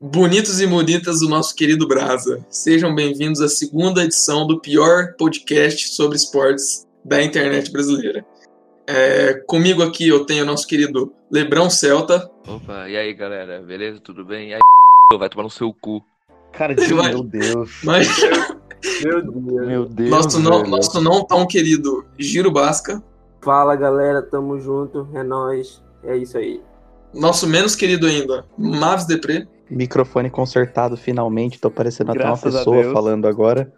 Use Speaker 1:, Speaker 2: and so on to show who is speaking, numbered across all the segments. Speaker 1: Bonitos e bonitas do nosso querido Brasa. Sejam bem-vindos à segunda edição do pior podcast sobre esportes da internet brasileira. É, comigo aqui eu tenho o nosso querido Lebrão Celta.
Speaker 2: Opa, e aí galera, beleza? Tudo bem? E aí, vai tomar no seu cu.
Speaker 3: Cara, de-
Speaker 1: Vai.
Speaker 3: meu Deus.
Speaker 1: Mas
Speaker 4: Meu Deus.
Speaker 3: Meu Deus.
Speaker 1: nosso, não,
Speaker 3: velho.
Speaker 1: nosso não tão querido Giro Basca.
Speaker 4: Fala galera, tamo junto, é nóis. É isso aí.
Speaker 1: Nosso menos querido ainda, Mavis Depré.
Speaker 5: Microfone consertado finalmente, tô parecendo até uma
Speaker 3: Graças a
Speaker 5: pessoa
Speaker 3: Deus.
Speaker 5: falando agora.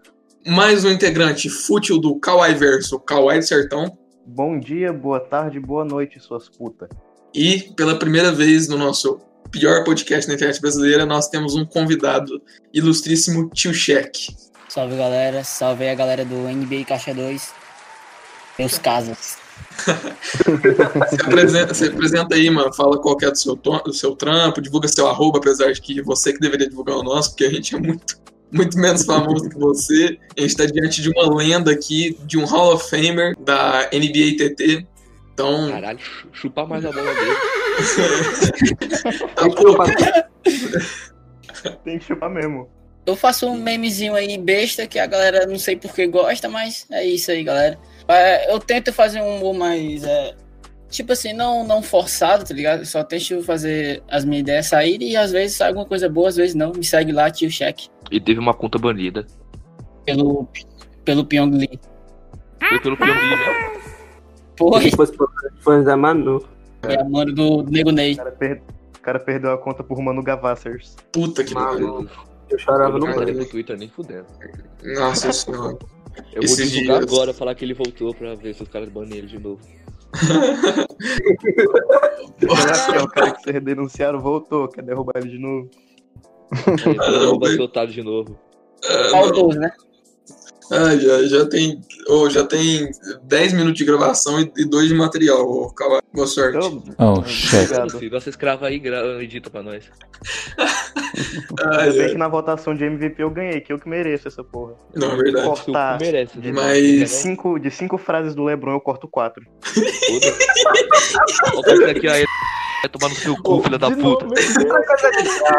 Speaker 1: Mais um integrante fútil do Kawai Verso, Kawai do Sertão.
Speaker 3: Bom dia, boa tarde, boa noite, suas putas.
Speaker 1: E pela primeira vez no nosso pior podcast da internet brasileira, nós temos um convidado, ilustríssimo Tio Cheque.
Speaker 6: Salve galera, salve aí a galera do NBA Caixa 2. Meus casas.
Speaker 1: Se apresenta, se apresenta aí, mano. Fala qual que é do seu, to- do seu trampo, divulga seu arroba, apesar de que você que deveria divulgar o nosso, porque a gente é muito, muito menos famoso que você. A gente tá diante de uma lenda aqui, de um Hall of Famer da NBA TT. Então,
Speaker 2: Caralho, chu- chupar mais a bola dele.
Speaker 1: tá pouco.
Speaker 3: Tem que chupar mesmo.
Speaker 6: Eu faço um memezinho aí besta que a galera não sei por que gosta, mas é isso aí, galera. É, Eu tento fazer um humor mais. é, tipo assim, não, não forçado, tá ligado? Só tento fazer as minhas ideias saírem e às vezes sai alguma coisa boa, às vezes não. Me segue lá, tio cheque.
Speaker 2: E teve uma conta banida.
Speaker 6: Pelo, pelo Pyong Lee.
Speaker 2: Foi pelo Pyongyi, né?
Speaker 6: Foi,
Speaker 4: Se fosse pra fãs da Manu.
Speaker 6: foi é a mano do Nego
Speaker 3: O
Speaker 6: Ney.
Speaker 3: cara, per- o cara perdeu a conta por Mano Gavassers.
Speaker 1: Puta que pariu.
Speaker 2: Eu
Speaker 4: Eu chorava
Speaker 2: não
Speaker 4: no
Speaker 2: vou
Speaker 4: banho.
Speaker 2: no Twitter nem fudendo.
Speaker 1: Nossa senhora.
Speaker 2: Eu vou
Speaker 1: Esses
Speaker 2: divulgar
Speaker 1: dias.
Speaker 2: agora, falar que ele voltou pra ver se os caras banem ele de novo.
Speaker 3: Será que é o cara que vocês denunciaram voltou? Quer derrubar ele de novo?
Speaker 2: Aí,
Speaker 1: Não,
Speaker 2: ele vai
Speaker 1: velho.
Speaker 2: ser otário de novo.
Speaker 6: Faltou, né?
Speaker 1: Ah, já, já tem. ô, já tem 10 minutos de gravação e 2 de material, ô, Kawai. Boa sorte.
Speaker 3: Então,
Speaker 5: Oh,
Speaker 3: shit. Obrigado.
Speaker 2: Esse Assim, Nossa escrava aí gra- edita pra nós.
Speaker 1: Ai,
Speaker 3: ainda bem
Speaker 1: ai.
Speaker 3: que na votação de MVP eu ganhei, que eu que mereço essa porra.
Speaker 1: Não, é verdade.
Speaker 2: Nossa, o
Speaker 3: Tá.
Speaker 2: cu merece. né?
Speaker 3: De
Speaker 1: Mas-
Speaker 3: cinco, de cinco frases do Lebron, eu corto quatro.
Speaker 2: Foda-se. Volta isso aqui aí. Vai tomar no seu cu, filha da
Speaker 3: De
Speaker 2: puta.
Speaker 3: novo, meu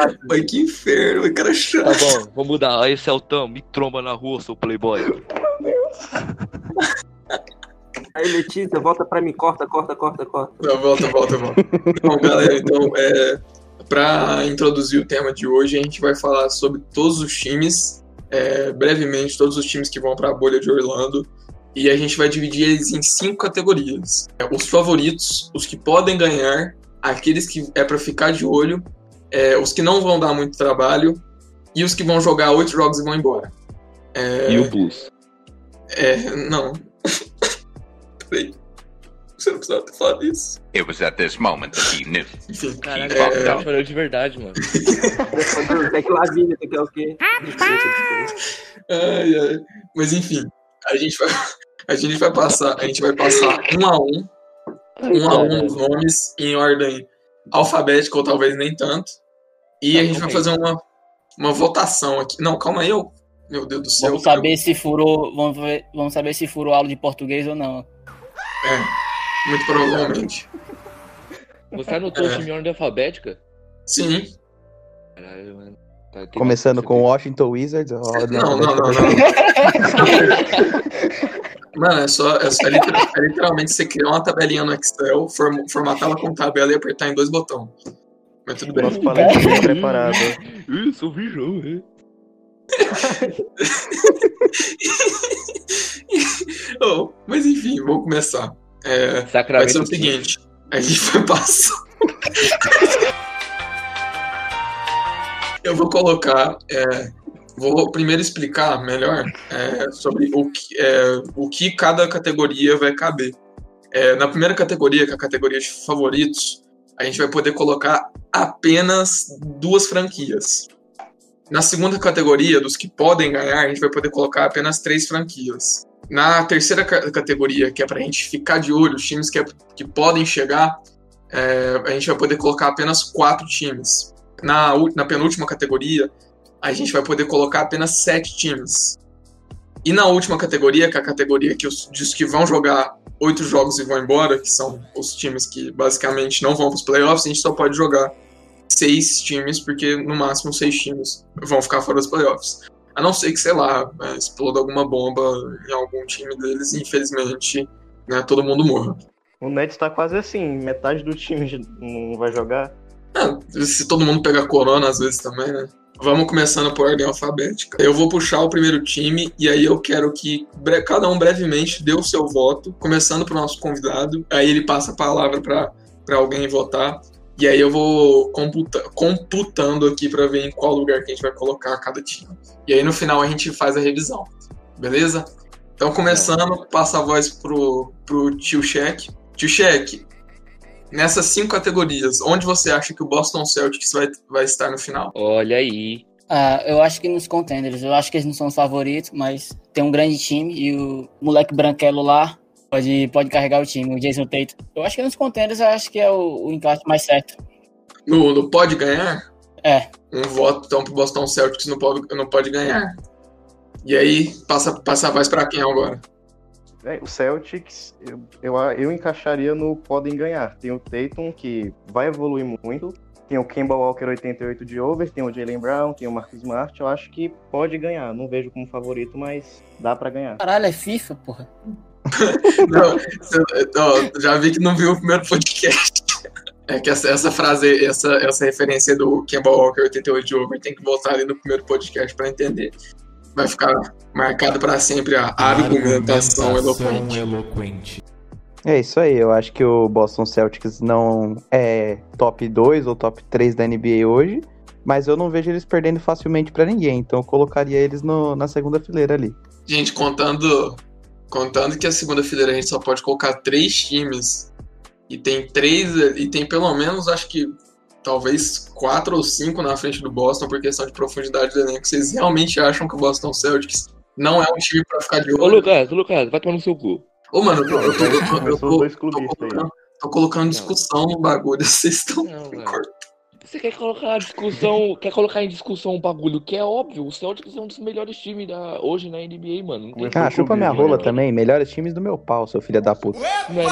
Speaker 3: Deus.
Speaker 1: Mas que inferno, que cara chato.
Speaker 2: Tá bom, vamos mudar. Aí, Celtão, me tromba na rua, seu playboy.
Speaker 4: Aí Letícia, volta pra mim, corta, corta, corta, corta.
Speaker 1: Não, volta, volta, volta. Bom, galera, então, é, para introduzir o tema de hoje, a gente vai falar sobre todos os times, é, brevemente, todos os times que vão para a bolha de Orlando, e a gente vai dividir eles em cinco categorias: É, os favoritos, os que podem ganhar, aqueles que é para ficar de olho, é, os que não vão dar muito trabalho, e os que vão jogar oito jogos e vão embora. É,
Speaker 2: E o Bulls.
Speaker 1: é, não. Peraí. Você não precisava ter falado isso.
Speaker 7: It was at this moment that he knew.
Speaker 1: Enfim.
Speaker 2: Caraca,
Speaker 1: É.
Speaker 2: o cara chorou de verdade, mano.
Speaker 4: Até que Lavínia, tu quer o quê?
Speaker 1: Ai, ai. Mas enfim, a gente vai, a gente vai passar, a gente vai passar um a um, um a um os nomes em ordem alfabética ou talvez nem tanto. E a gente vai fazer uma, uma votação aqui. Não, calma aí, eu. Meu Deus do céu.
Speaker 6: Vamos saber se furou. Vamos, ver- vamos saber se furou aula de português ou não.
Speaker 1: eu- muito provavelmente.
Speaker 2: Você anotou
Speaker 1: É.
Speaker 2: o time em ordem alfabética?
Speaker 1: Sim.
Speaker 2: Caralho, mano. Tá, tem-
Speaker 5: Começando
Speaker 2: você
Speaker 5: com
Speaker 2: tem-
Speaker 5: Washington Wizards. ó,
Speaker 6: É
Speaker 1: Não, não, não, não. Mano, é só, é só literal- é literalmente você criar uma tabelinha no Excel, form- formatar ela com tabela e apertar em dois botões. Mas tudo bem.
Speaker 3: Nosso palestra tá preparado.
Speaker 2: Isso, o Bijão, hein?
Speaker 1: é. Oh, mas enfim, vamos começar. É, vai
Speaker 2: Sacramento.
Speaker 1: ser o
Speaker 2: Kings.
Speaker 1: seguinte: a gente vai passar. Eu vou colocar. é, vou primeiro explicar melhor é, sobre o que, é, o que cada categoria vai caber. É, na primeira categoria, que é a categoria de favoritos, a gente vai poder colocar apenas duas franquias. Na segunda categoria, dos que podem ganhar, a gente vai poder colocar apenas três franquias. Na terceira ca- categoria, que é pra gente ficar de olho, os times que, é- que podem chegar, é, a gente vai poder colocar apenas quatro times. Na, ú- na penúltima categoria, a gente vai poder colocar apenas sete times. E na última categoria, que é a categoria que os, diz que vão jogar oito jogos e vão embora, que são os times que basicamente não vão para os playoffs, a gente só pode jogar seis times, porque no máximo seis times vão ficar fora dos playoffs. A não ser que, sei lá, é, exploda alguma bomba em algum time deles e infelizmente né, todo mundo morra.
Speaker 3: O Nets tá quase assim, metade do time j- não vai jogar.
Speaker 1: É, se todo mundo pegar corona às vezes também, né? Vamos começando por ordem alfabética. Eu vou puxar o primeiro time e aí eu quero que bre- cada um brevemente dê o seu voto, começando pro nosso convidado. Aí ele passa a palavra pra pra alguém votar. E aí eu vou computa- computando aqui pra ver em qual lugar que a gente vai colocar cada time. E aí no final a gente faz a revisão, beleza? Então começando, passa a voz pro, pro tio Cheque. Tio Cheque, nessas cinco categorias, onde você acha que o Boston Celtics vai, vai estar no final?
Speaker 2: Olha aí.
Speaker 6: Ah, eu acho que nos contenders, eu acho que eles não são os favoritos, mas tem um grande time e o moleque branquelo lá pode, pode carregar o time, o Jason Tatum. Eu acho que nos contenders eu acho que é o, o encaixe mais certo.
Speaker 1: No, no pode ganhar?
Speaker 6: É.
Speaker 1: Um voto então pro Boston Celtics no pode, no pode ganhar. E aí, passa, passa a voz pra quem agora?
Speaker 3: É, o Celtics, eu, eu, a- eu encaixaria no podem ganhar. Tem o Tatum, que vai evoluir muito. Tem o Kemba Walker 88 de over, tem o Jalen Brown, tem o Marcus Smart. Eu acho que pode ganhar. Não vejo como favorito, mas dá pra ganhar.
Speaker 6: Caralho, é FIFA, porra.
Speaker 1: Não, eu- ó, já vi que não viu o primeiro podcast. É que essa, essa frase, essa, essa referência do Kemba Walker 88 de over tem que voltar ali no primeiro podcast pra entender. Vai ficar marcado pra sempre a argumentação eloquente.
Speaker 8: eloquente.
Speaker 5: É isso aí, eu acho que o Boston Celtics não é top 2 ou top 3 da NBA hoje, mas eu não vejo eles perdendo facilmente pra ninguém, então eu colocaria eles no- na segunda fileira ali.
Speaker 1: Gente, contando, contando que a segunda fileira a gente só pode colocar três times e tem três e tem pelo menos acho que talvez quatro ou cinco na frente do Boston por questão de profundidade do elenco. Vocês realmente acham que o Boston Celtics não é um time pra ficar de
Speaker 2: Ô,
Speaker 1: olho?
Speaker 2: Lucas, ô, Lucas, vai tomar no seu cu.
Speaker 1: Ô, mano, eu tô, eu tô, eu tô- eu
Speaker 3: Eu sou
Speaker 1: tô-
Speaker 3: dois
Speaker 1: tô
Speaker 3: clubistas aí.
Speaker 1: colocando, tô colocando discussão no bagulho. Vocês estão
Speaker 2: Não,
Speaker 1: me
Speaker 2: velho.
Speaker 1: cortando.
Speaker 2: Você quer colocar a discussão, quer colocar em discussão um bagulho que é óbvio, o Celtics é um dos melhores times da, hoje na NBA, mano. Não, tem-
Speaker 3: Começou
Speaker 5: Ah,
Speaker 3: com
Speaker 5: chupa
Speaker 3: o
Speaker 5: minha
Speaker 3: Big, né,
Speaker 5: rola
Speaker 3: mano?
Speaker 5: também, melhores times do meu pau, seu filho da puta.
Speaker 2: não é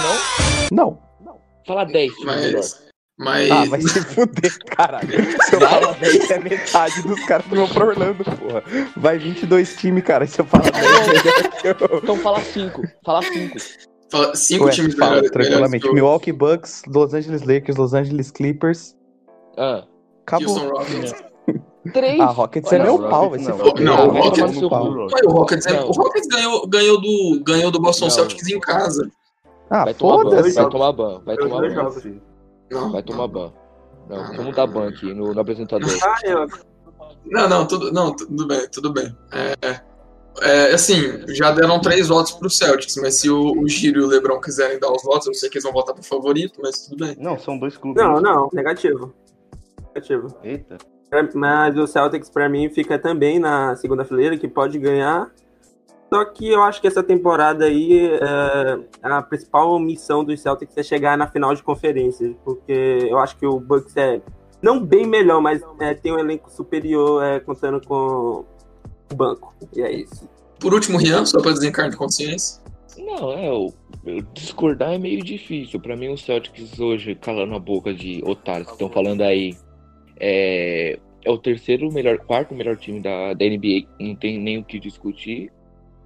Speaker 2: não?
Speaker 5: Não.
Speaker 2: Fala 10 times melhor.
Speaker 1: Mas. Mas.
Speaker 5: Ah, vai se fuder, caralho. Se eu falar 10, é metade dos caras que vão pra Orlando, porra. Vai 22 times, cara, e se eu falar 10, é melhor que eu...
Speaker 2: Então fala 5, fala 5.
Speaker 1: fala- cinco
Speaker 5: Ué,
Speaker 1: times né? É,
Speaker 5: fala
Speaker 1: melhores- melhores
Speaker 5: tranquilamente.
Speaker 1: que o
Speaker 5: Milwaukee Bucks, Los Angeles Lakers, Los Angeles Clippers.
Speaker 2: Ah,
Speaker 5: Acabou.
Speaker 1: Houston Rockets.
Speaker 2: 3.
Speaker 5: Ah, Rockets é
Speaker 2: Olha,
Speaker 5: meu
Speaker 2: Rockets
Speaker 5: pau, vai se
Speaker 3: não.
Speaker 5: fuder.
Speaker 1: Não,
Speaker 5: Vai
Speaker 1: Rockets
Speaker 5: tomar
Speaker 2: é
Speaker 5: no
Speaker 2: seu
Speaker 5: pau.
Speaker 2: cu.
Speaker 1: Ué, o Rockets, é-
Speaker 2: Não.
Speaker 1: o Rockets ganhou, ganhou, do, ganhou do Boston
Speaker 2: Não.
Speaker 1: Celtics em casa.
Speaker 5: Ah,
Speaker 2: Vai tomar ban,
Speaker 5: foda-se.
Speaker 2: vai tomar ban, vai
Speaker 4: Eu
Speaker 2: tomar
Speaker 4: dois
Speaker 2: ban,
Speaker 4: jogos.
Speaker 1: Não,
Speaker 2: vai tomar ban. Não, vamos dar ban aqui no, no apresentador.
Speaker 4: Ah, eu
Speaker 1: Não, não, tudo, não, tudo bem, tudo bem. É, é, assim, já deram três votos pro Celtics, mas se o, o Giro e o Lebron quiserem dar os votos, eu sei que eles vão votar pro favorito, mas tudo bem.
Speaker 3: Não, são dois clubes.
Speaker 4: Não, não, negativo. Negativo.
Speaker 3: Eita.
Speaker 4: Pra- Mas o Celtics, pra mim, fica também na segunda fileira, que pode ganhar. Só que eu acho que essa temporada aí, é, a principal missão dos Celtics é chegar na final de conferência, porque eu acho que o Bucks é, não bem melhor, mas é, tem um elenco superior é, contando com o banco. E é isso.
Speaker 1: Por último, Rian, só pra desencarne de consciência.
Speaker 2: Não, é, eu, eu discordar é meio difícil. Pra mim, o Celtics hoje, calando a boca de otários que estão falando aí, é, é o terceiro melhor, quarto melhor time da, da NBA, não tem nem o que discutir.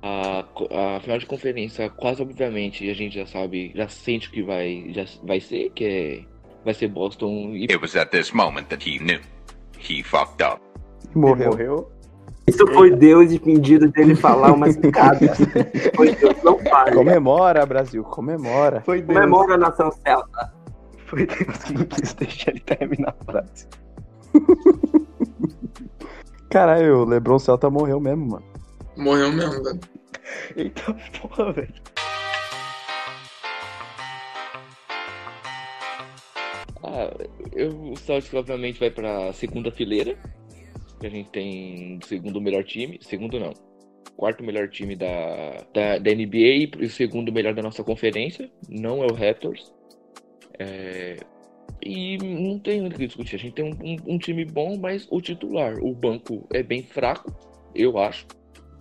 Speaker 2: A, co- a final de conferência, quase obviamente, a gente já sabe, já sente o que vai, já vai ser, que é, vai ser Boston e
Speaker 7: It was at this moment that he knew. He fucked up.
Speaker 5: Morreu.
Speaker 3: Morreu.
Speaker 4: Isso foi Deus impedido dele falar uma cicada. Foi Deus, não fale.
Speaker 5: Comemora, Brasil, comemora.
Speaker 3: Foi Deus.
Speaker 4: Comemora a nação Celta.
Speaker 3: Foi Deus que não quis deixar ele terminar a frase.
Speaker 5: Caralho, o Lebron Celta morreu mesmo, mano.
Speaker 1: Morreu mesmo, velho.
Speaker 3: Eita porra, velho.
Speaker 2: Ah, eu, o Celtics obviamente vai pra segunda fileira. que A gente tem o segundo melhor time. Segundo não. Quarto melhor time da, da, da NBA e o segundo melhor da nossa conferência. Não é o Raptors. É, e não tem muito o que discutir. A gente tem um, um- um time bom, mas o titular, o banco é bem fraco, eu acho.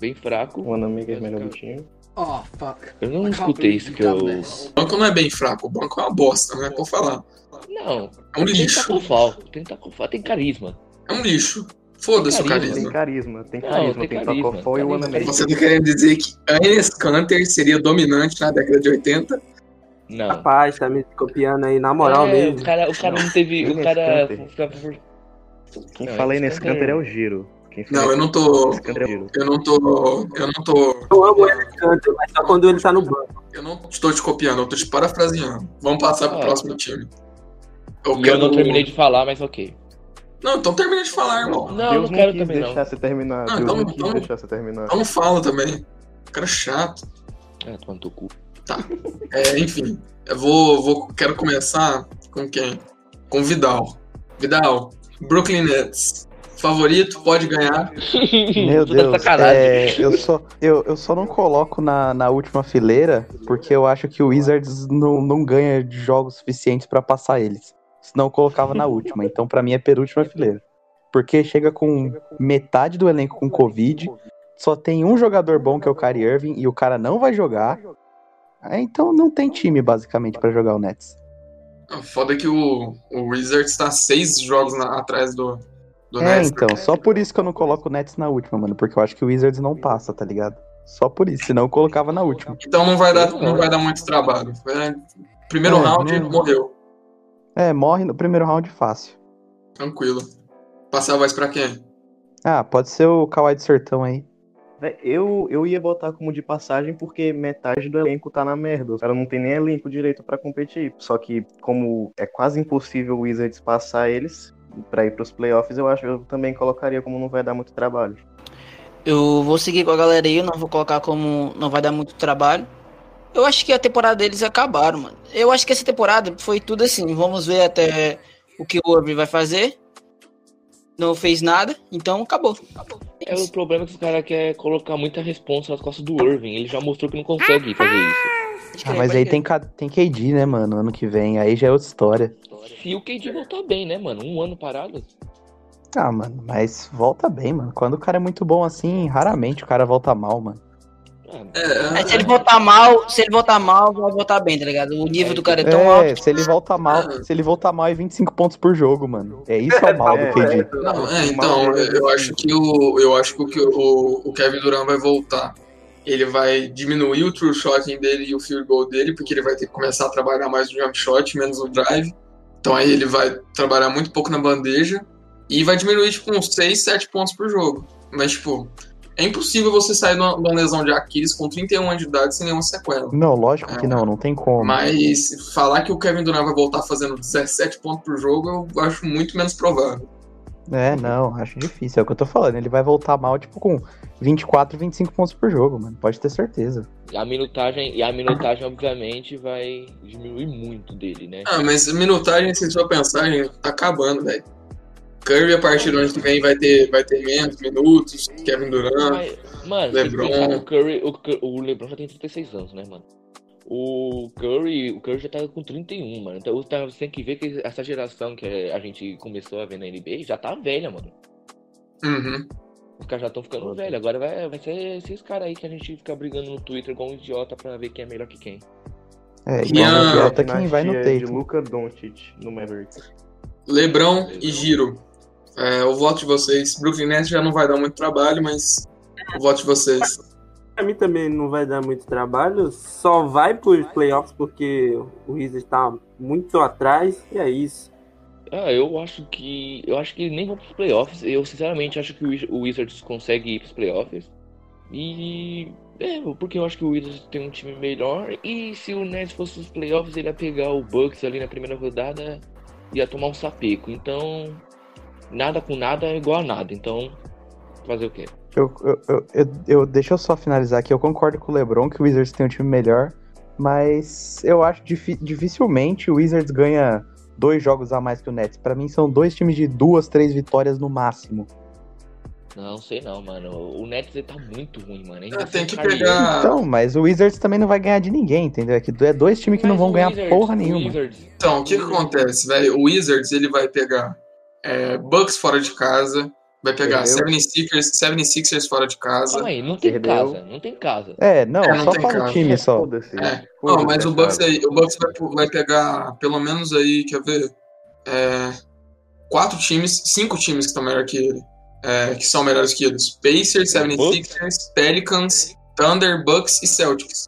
Speaker 2: Bem fraco.
Speaker 3: O Anamiga é melhor do time.
Speaker 8: Oh, fuck.
Speaker 2: Eu não
Speaker 8: I can't
Speaker 2: escutei
Speaker 8: believe
Speaker 2: isso
Speaker 8: you
Speaker 2: que eu.
Speaker 8: done this.
Speaker 1: O banco não é bem fraco, o banco é uma bosta, não é como falar.
Speaker 2: Não,
Speaker 1: É um
Speaker 2: tem
Speaker 1: lixo.
Speaker 2: tacofal. Tem tacofal, tem carisma.
Speaker 1: É um lixo. Foda-se o
Speaker 2: Carisma.
Speaker 1: carisma.
Speaker 3: Tem carisma, tem
Speaker 2: é Não,
Speaker 3: carisma,
Speaker 2: tem
Speaker 3: tem
Speaker 2: carisma,
Speaker 3: Tacofol e o
Speaker 2: carisma.
Speaker 3: Anamérica.
Speaker 1: Você tá querendo dizer que Enes Kanter seria dominante na década de 80?
Speaker 2: Não.
Speaker 4: Rapaz, tá me copiando aí, na moral
Speaker 2: É,
Speaker 4: mesmo.
Speaker 2: O cara, o cara não teve.
Speaker 3: Não,
Speaker 2: O cara.
Speaker 3: Scanter.
Speaker 2: ficava por-
Speaker 3: Quem
Speaker 2: Não,
Speaker 3: fala aí
Speaker 2: esse
Speaker 3: nesse
Speaker 2: Scanter-
Speaker 3: canter é o Giro. Quem fala
Speaker 1: Não, eu não
Speaker 3: nesse
Speaker 1: tô.
Speaker 3: canter é o Giro.
Speaker 1: Eu não tô. Eu não tô.
Speaker 4: Eu amo ele canto, mas só quando ele tá no banco.
Speaker 1: Eu não estou te copiando, eu tô te parafraseando. Vamos passar pro
Speaker 2: Ah.
Speaker 1: próximo time. Eu
Speaker 2: E eu não terminei de falar, mas ok.
Speaker 1: Não, então termina de falar, irmão.
Speaker 2: Não, eu
Speaker 3: Deus
Speaker 2: não quero
Speaker 3: quis
Speaker 2: também não.
Speaker 3: deixar você
Speaker 1: Não,
Speaker 3: terminar. Deus
Speaker 1: então-
Speaker 3: não quis
Speaker 1: então-
Speaker 3: deixar você terminar.
Speaker 1: Então fala também. Cara é chato.
Speaker 2: Ah, toma no teu cu.
Speaker 1: É, enfim. Eu vou, vou. Quero começar com quem? Com Vidal. Vidal, Brooklyn Nets. Favorito, pode ganhar.
Speaker 5: Meu
Speaker 2: Puta
Speaker 5: Deus, é, eu, só, eu, eu só não coloco na, na última fileira porque eu acho que o Wizards não, não ganha jogos suficientes pra passar eles. Senão eu colocava na última. Então, pra mim, é penúltima fileira. Porque chega com metade do elenco com Covid, só tem um jogador bom que é o Kyrie Irving e o cara não vai jogar. É, então, não tem time, basicamente, pra jogar o Nets.
Speaker 1: Ah, Foda que o, o Wizards tá seis jogos na- atrás do, do
Speaker 5: É,
Speaker 1: Nets. né?
Speaker 5: então, só por isso que eu não coloco o Nets na última, mano. Porque eu acho que o Wizards não passa, tá ligado? Só por isso, senão eu colocava na última.
Speaker 1: Então não vai dar,
Speaker 2: é.
Speaker 1: não vai dar muito trabalho. É, primeiro
Speaker 5: É,
Speaker 1: round,
Speaker 5: não.
Speaker 1: morreu.
Speaker 5: É, morre no primeiro round fácil.
Speaker 1: Tranquilo. Passar a voz pra quem?
Speaker 5: Ah, pode ser o Kawhi do Sertão aí.
Speaker 3: Vé, Né, Eu, eu ia botar como de passagem porque metade do elenco tá na merda. Os caras não tem nem elenco direito pra competir. Só que, como é quase impossível o Wizards passar eles pra ir pros playoffs, eu acho que eu também colocaria como não vai dar muito trabalho.
Speaker 8: Eu vou seguir com a galera aí, eu não vou colocar como não vai dar muito trabalho. Eu acho que a temporada deles acabaram, mano. Eu acho que essa temporada foi tudo assim. Vamos ver até o que o Irving vai fazer. Não fez nada, então acabou. acabou.
Speaker 2: É o problema é que os caras querem colocar muita responsa nas costas do Irving. Ele já mostrou que não consegue fazer isso.
Speaker 8: Pode
Speaker 5: Ah,
Speaker 8: crer,
Speaker 5: mas
Speaker 8: pode
Speaker 5: aí
Speaker 8: crer.
Speaker 5: tem, K- tem KD, né, mano? Ano que vem. Aí já é outra história.
Speaker 2: Se o KD voltar bem, né, mano? Um ano parado.
Speaker 5: Ah, mano, mas volta bem, mano. Quando o cara é muito bom assim, raramente o cara volta mal, mano.
Speaker 2: Ah,
Speaker 8: Aí se
Speaker 1: É,
Speaker 8: ele votar mal, se ele votar mal, vai votar bem, tá ligado? O nível do cara é tão
Speaker 5: É,
Speaker 8: alto.
Speaker 5: se ele volta mal, se ele voltar mal é 25 pontos por jogo, mano. É isso que é o mal do KD.
Speaker 1: não, é, então, eu acho que o, eu acho que o, o, o Kevin Durant vai voltar. Ele vai diminuir o true shotting dele e o field goal dele, porque ele vai ter que começar a trabalhar mais no jump shot, menos no drive. Então aí ele vai trabalhar muito pouco na bandeja e vai diminuir tipo uns 6, 7 pontos por jogo. Mas tipo, é impossível você sair de uma de uma lesão de Aquiles com 31 anos de idade sem nenhuma sequela.
Speaker 5: Não, lógico que não, não tem como.
Speaker 1: Mas falar que o Kevin Durant vai voltar fazendo 17 pontos por jogo, eu acho muito menos provável.
Speaker 5: É, não, acho difícil. É o que eu tô falando. Ele vai voltar mal, tipo, com 24, 25 pontos por jogo, mano. Pode ter certeza.
Speaker 2: E a minutagem, e a minutagem obviamente, vai diminuir muito dele, né?
Speaker 1: Ah, mas a minutagem, se só pensar, gente, tá acabando, velho. Curry, a partir do ano que vem, vai ter, vai ter menos minutos, Kevin Durant.
Speaker 2: Mas, mano,
Speaker 1: Lebron.
Speaker 2: tem que pensar, o Curry, o, Cur- o LeBron já tem 36 anos, né, mano? O Curry, o Curry já tá com 31, mano. Então tá- você tem que ver que essa geração que a gente começou a ver na NBA já tá velha, mano.
Speaker 1: Uhum.
Speaker 2: Os caras já estão ficando velhos. Agora vai, vai ser esses caras aí que a gente fica brigando no Twitter igual um idiota pra ver quem é melhor que quem.
Speaker 5: É,
Speaker 1: Minha-
Speaker 5: igual no Delta, quem
Speaker 3: Dinastia
Speaker 5: vai no
Speaker 3: de
Speaker 5: Tatum.
Speaker 3: Luca Doncic no Mavericks.
Speaker 1: Lebron e Giro. É, o voto de vocês. Brooklyn Nets já não vai dar muito trabalho, mas o voto de vocês.
Speaker 4: Pra mim também não vai dar muito trabalho, só vai pros playoffs porque o Wizards tá muito atrás e é isso.
Speaker 2: Ah, eu acho que. Eu acho que nem vão pros playoffs. Eu sinceramente acho que o Wiz- o Wizards consegue ir pros playoffs. E. É, porque eu acho que o Wizards tem um time melhor. E se o Nets fosse os playoffs, ele ia pegar o Bucks ali na primeira rodada e ia tomar um sapeco. Então. Nada com nada é igual a nada. Então. Fazer o quê?
Speaker 5: Eu, eu, eu, eu, eu- deixa eu só finalizar aqui. Eu concordo com o LeBron que o Wizards tem um time melhor, mas eu acho difi- dificilmente o Wizards ganha dois jogos a mais que o Nets. Pra mim são dois times de duas, três vitórias no máximo.
Speaker 2: Não, sei não, mano. O Nets ele tá muito ruim, mano. Ainda
Speaker 1: Ah,
Speaker 2: sem
Speaker 1: Tem que
Speaker 2: o Kyrie
Speaker 1: pegar.
Speaker 5: Então, mas o Wizards também não vai ganhar de ninguém, entendeu? É que é dois times que não
Speaker 2: Mas
Speaker 5: vão
Speaker 2: o
Speaker 5: ganhar
Speaker 2: Wizards-
Speaker 5: porra
Speaker 2: o
Speaker 5: nenhuma.
Speaker 2: Wizards-
Speaker 1: Então, o que, que acontece, velho? O Wizards ele vai pegar é, Bucks fora de casa, Vai pegar
Speaker 3: Perdeu.
Speaker 1: 76ers, 76ers fora de casa.
Speaker 2: Calma aí, não tem
Speaker 3: Perdeu.
Speaker 2: casa, não tem casa.
Speaker 5: É, não,
Speaker 1: É, não
Speaker 5: só
Speaker 1: tem
Speaker 5: fala o
Speaker 1: caso.
Speaker 5: time só.
Speaker 3: Foda-se. né?
Speaker 1: É.
Speaker 3: Foda-se,
Speaker 1: Não, mas o
Speaker 3: sabe?
Speaker 1: Bucks, aí, o Bucks vai, vai pegar pelo menos aí, quer ver? É, quatro times, cinco times que estão melhor que ele. é, que são melhores que eles. Pacers, 76ers, Pelicans, Thunder, Bucks e Celtics.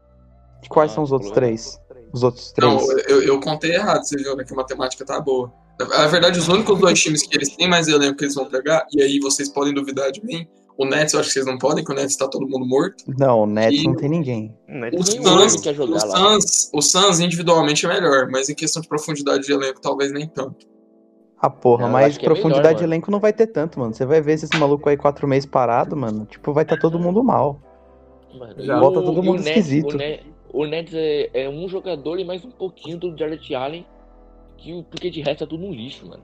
Speaker 5: Quais
Speaker 2: Ah,
Speaker 5: são os outros
Speaker 2: pulou.
Speaker 5: três? Os outros três.
Speaker 1: Não, eu, eu contei errado, vocês viram né, que a matemática tá boa. Na na verdade, os únicos dois times que eles têm mais elenco que eles vão pegar, e aí vocês podem duvidar de mim, o Nets eu acho que vocês não podem, que o Nets tá todo mundo morto.
Speaker 5: Não, o Nets
Speaker 1: E-
Speaker 5: não tem ninguém.
Speaker 3: Não é
Speaker 1: O
Speaker 2: Nem o
Speaker 1: Suns,
Speaker 2: Irving um quer
Speaker 1: o,
Speaker 2: jogar lá.
Speaker 1: Suns, o Suns individualmente é melhor, mas em questão de profundidade de elenco, talvez nem tanto.
Speaker 5: Ah, porra,
Speaker 2: Não, eu
Speaker 5: mas
Speaker 2: acho que é melhor,
Speaker 5: profundidade de
Speaker 2: mano.
Speaker 5: elenco não vai ter tanto, mano. Você vai ver esses malucos aí quatro meses parado, mano. Tipo, vai estar todo mundo mal.
Speaker 2: Mano,
Speaker 4: Já
Speaker 2: e
Speaker 5: volta
Speaker 2: o-
Speaker 5: todo
Speaker 2: e o
Speaker 5: mundo
Speaker 2: Nets-
Speaker 5: esquisito.
Speaker 2: O Nets, o Nets é, é um jogador e mais um pouquinho do Jared Allen, que, o- porque de resto é tudo um lixo, mano.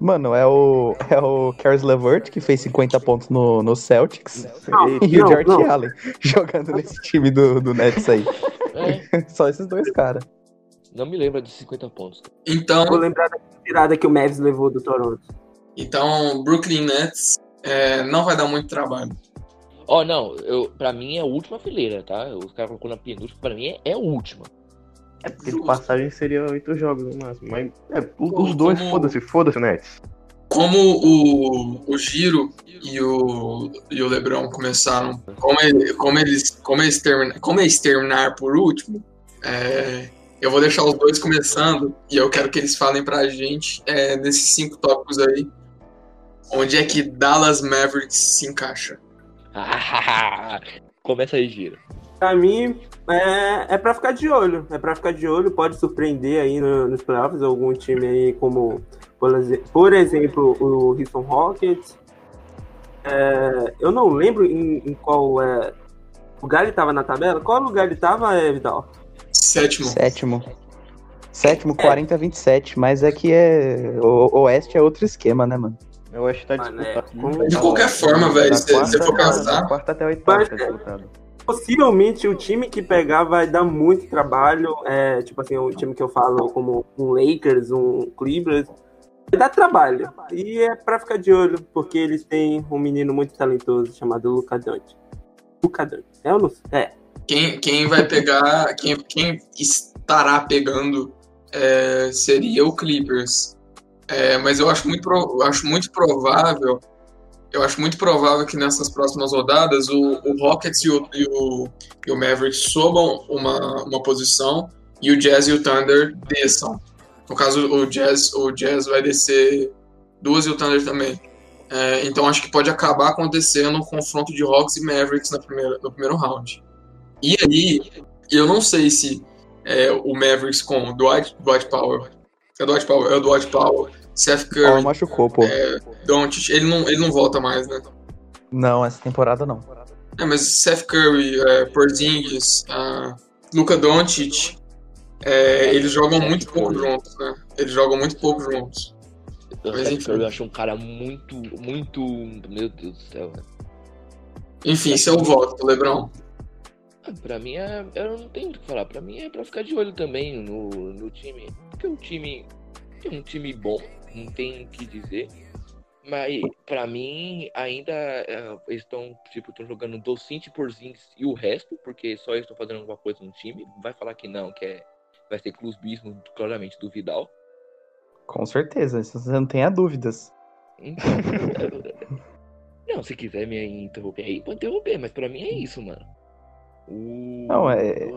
Speaker 5: Mano, é o, é o Caris Levert, que fez 50 pontos no, no Celtics.
Speaker 4: Não,
Speaker 5: E o
Speaker 4: não,
Speaker 5: George
Speaker 4: não.
Speaker 5: Allen jogando nesse time do, do Nets aí.
Speaker 2: É,
Speaker 5: Só esses dois caras.
Speaker 2: não me lembra dos 50 pontos.
Speaker 1: Então,
Speaker 4: Vou lembrar da virada que o Mavis levou do Toronto.
Speaker 1: então Brooklyn Nets é, não vai dar muito trabalho.
Speaker 2: Ó, não, eu, pra mim é a última fileira, tá? Os caras colocou na penúltima, pra mim é, é a última.
Speaker 3: É porque de passagem seria oito jogos no máximo. Mas é, o- os
Speaker 1: Como-
Speaker 3: dois, foda-se, foda-se, Nets.
Speaker 1: Como o, o Giro e o, e o Lebron começaram, como, ele- como eles, como, eles termina, como eles terminaram por último, é, eu vou deixar os dois começando e eu quero que eles falem pra gente é, nesses cinco tópicos aí, onde é que Dallas Mavericks se encaixa.
Speaker 2: Começa aí, Giro.
Speaker 4: Pra mim, é, é pra ficar de olho. É pra ficar de olho, pode surpreender aí no- nos playoffs algum time aí como, por, exe- por exemplo, o Houston Rockets. É, eu não lembro em, em qual é, lugar ele tava na tabela. Qual lugar ele tava, é, Vidal?
Speaker 1: Sétimo.
Speaker 5: Sétimo. Sétimo, 40 a 27. Mas é que é. O o Oeste é outro esquema, né, mano?
Speaker 3: Eu acho que tá
Speaker 4: Ah, né?
Speaker 3: disputado.
Speaker 4: Como-
Speaker 1: De qualquer forma,
Speaker 3: Da
Speaker 1: velho, se
Speaker 3: quarta-
Speaker 1: você for
Speaker 3: da
Speaker 1: casar,
Speaker 3: Quarta até a oitava
Speaker 4: Mas-
Speaker 3: tá disputado.
Speaker 4: Possivelmente o time que pegar vai dar muito trabalho. É, tipo assim, o time que eu falo como um Lakers, um Clippers. Vai dar trabalho. E é pra ficar de olho, porque eles têm um menino muito talentoso chamado Luca Dante. Luca Dante. Eu não sei. É,
Speaker 1: quem, quem vai pegar, quem, quem estará pegando é, seria o Clippers. É, mas eu acho muito, pro- eu acho muito provável, eu acho muito provável que nessas próximas rodadas o, o Rockets e o, e o, e o Mavericks subam uma, uma posição e o Jazz e o Thunder desçam. No caso, o Jazz, o Jazz vai descer duas e o Thunder também. É, então acho que pode acabar acontecendo um confronto de Hawks e Mavericks na primeira, no primeiro round. E aí, eu não sei se é, o Mavericks com o Dwight, Dwight Power. É o Dwight Power, é o Dwight Power. Seth
Speaker 5: Ela
Speaker 1: Curry,
Speaker 5: machucou, pô.
Speaker 1: Doncic, ele não, ele não volta mais, né?
Speaker 5: Não, essa temporada não.
Speaker 1: É, mas Seth Curry, é, Porzingis, ah, Luka Doncic, é, eles jogam muito pouco juntos, né? Eles jogam muito pouco juntos.
Speaker 2: Eu,
Speaker 1: Mas enfim.
Speaker 2: eu acho um cara muito, muito. Meu Deus do céu, mano.
Speaker 1: Enfim, seu voto, Lebron.
Speaker 2: Ah, Pra mim é. Eu não tenho o que falar. Pra mim é pra ficar de olho também no, no time. Porque o time. É um time bom, não tem o que dizer. Mas pra mim ainda é, eles estão tipo, tão jogando Docente Porzingis e o resto, porque só eles estão fazendo alguma coisa no time. Vai falar que não, que é, vai ser clubismo claramente do Vidal.
Speaker 5: Com certeza, isso você não tenha dúvidas.
Speaker 2: Então, não, se quiser me interromper aí, pode interromper, mas pra mim é isso, mano. O-
Speaker 5: Não, é-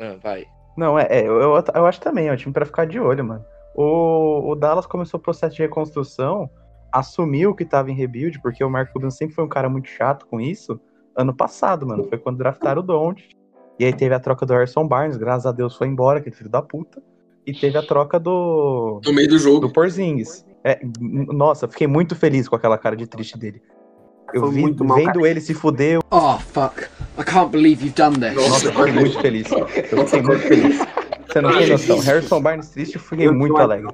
Speaker 2: Ah, vai.
Speaker 5: Não, é, é, eu, eu, eu acho também, é um time pra ficar de olho, mano. O, o Dallas começou o processo de reconstrução, assumiu que tava em rebuild, porque o Mark Cuban sempre foi um cara muito chato com isso, ano passado, mano. Foi quando draftaram o Don't. E aí teve a troca do Harrison Barnes, graças a Deus foi embora, aquele filho da puta. E teve a troca do.
Speaker 1: No meio do jogo.
Speaker 5: do Porzingis. É, n- nossa, fiquei muito feliz com aquela cara de triste dele. Eu
Speaker 4: Foi
Speaker 5: vi,
Speaker 4: muito mal,
Speaker 5: vendo ele se fuder, eu
Speaker 9: Oh, fuck. I can't believe you've done this.
Speaker 1: Nossa,
Speaker 5: fiquei muito feliz. Eu fiquei muito feliz. Você não tem noção. Harrison Barnes triste, eu fiquei
Speaker 4: Eu
Speaker 5: muito
Speaker 4: tô-
Speaker 5: alegre.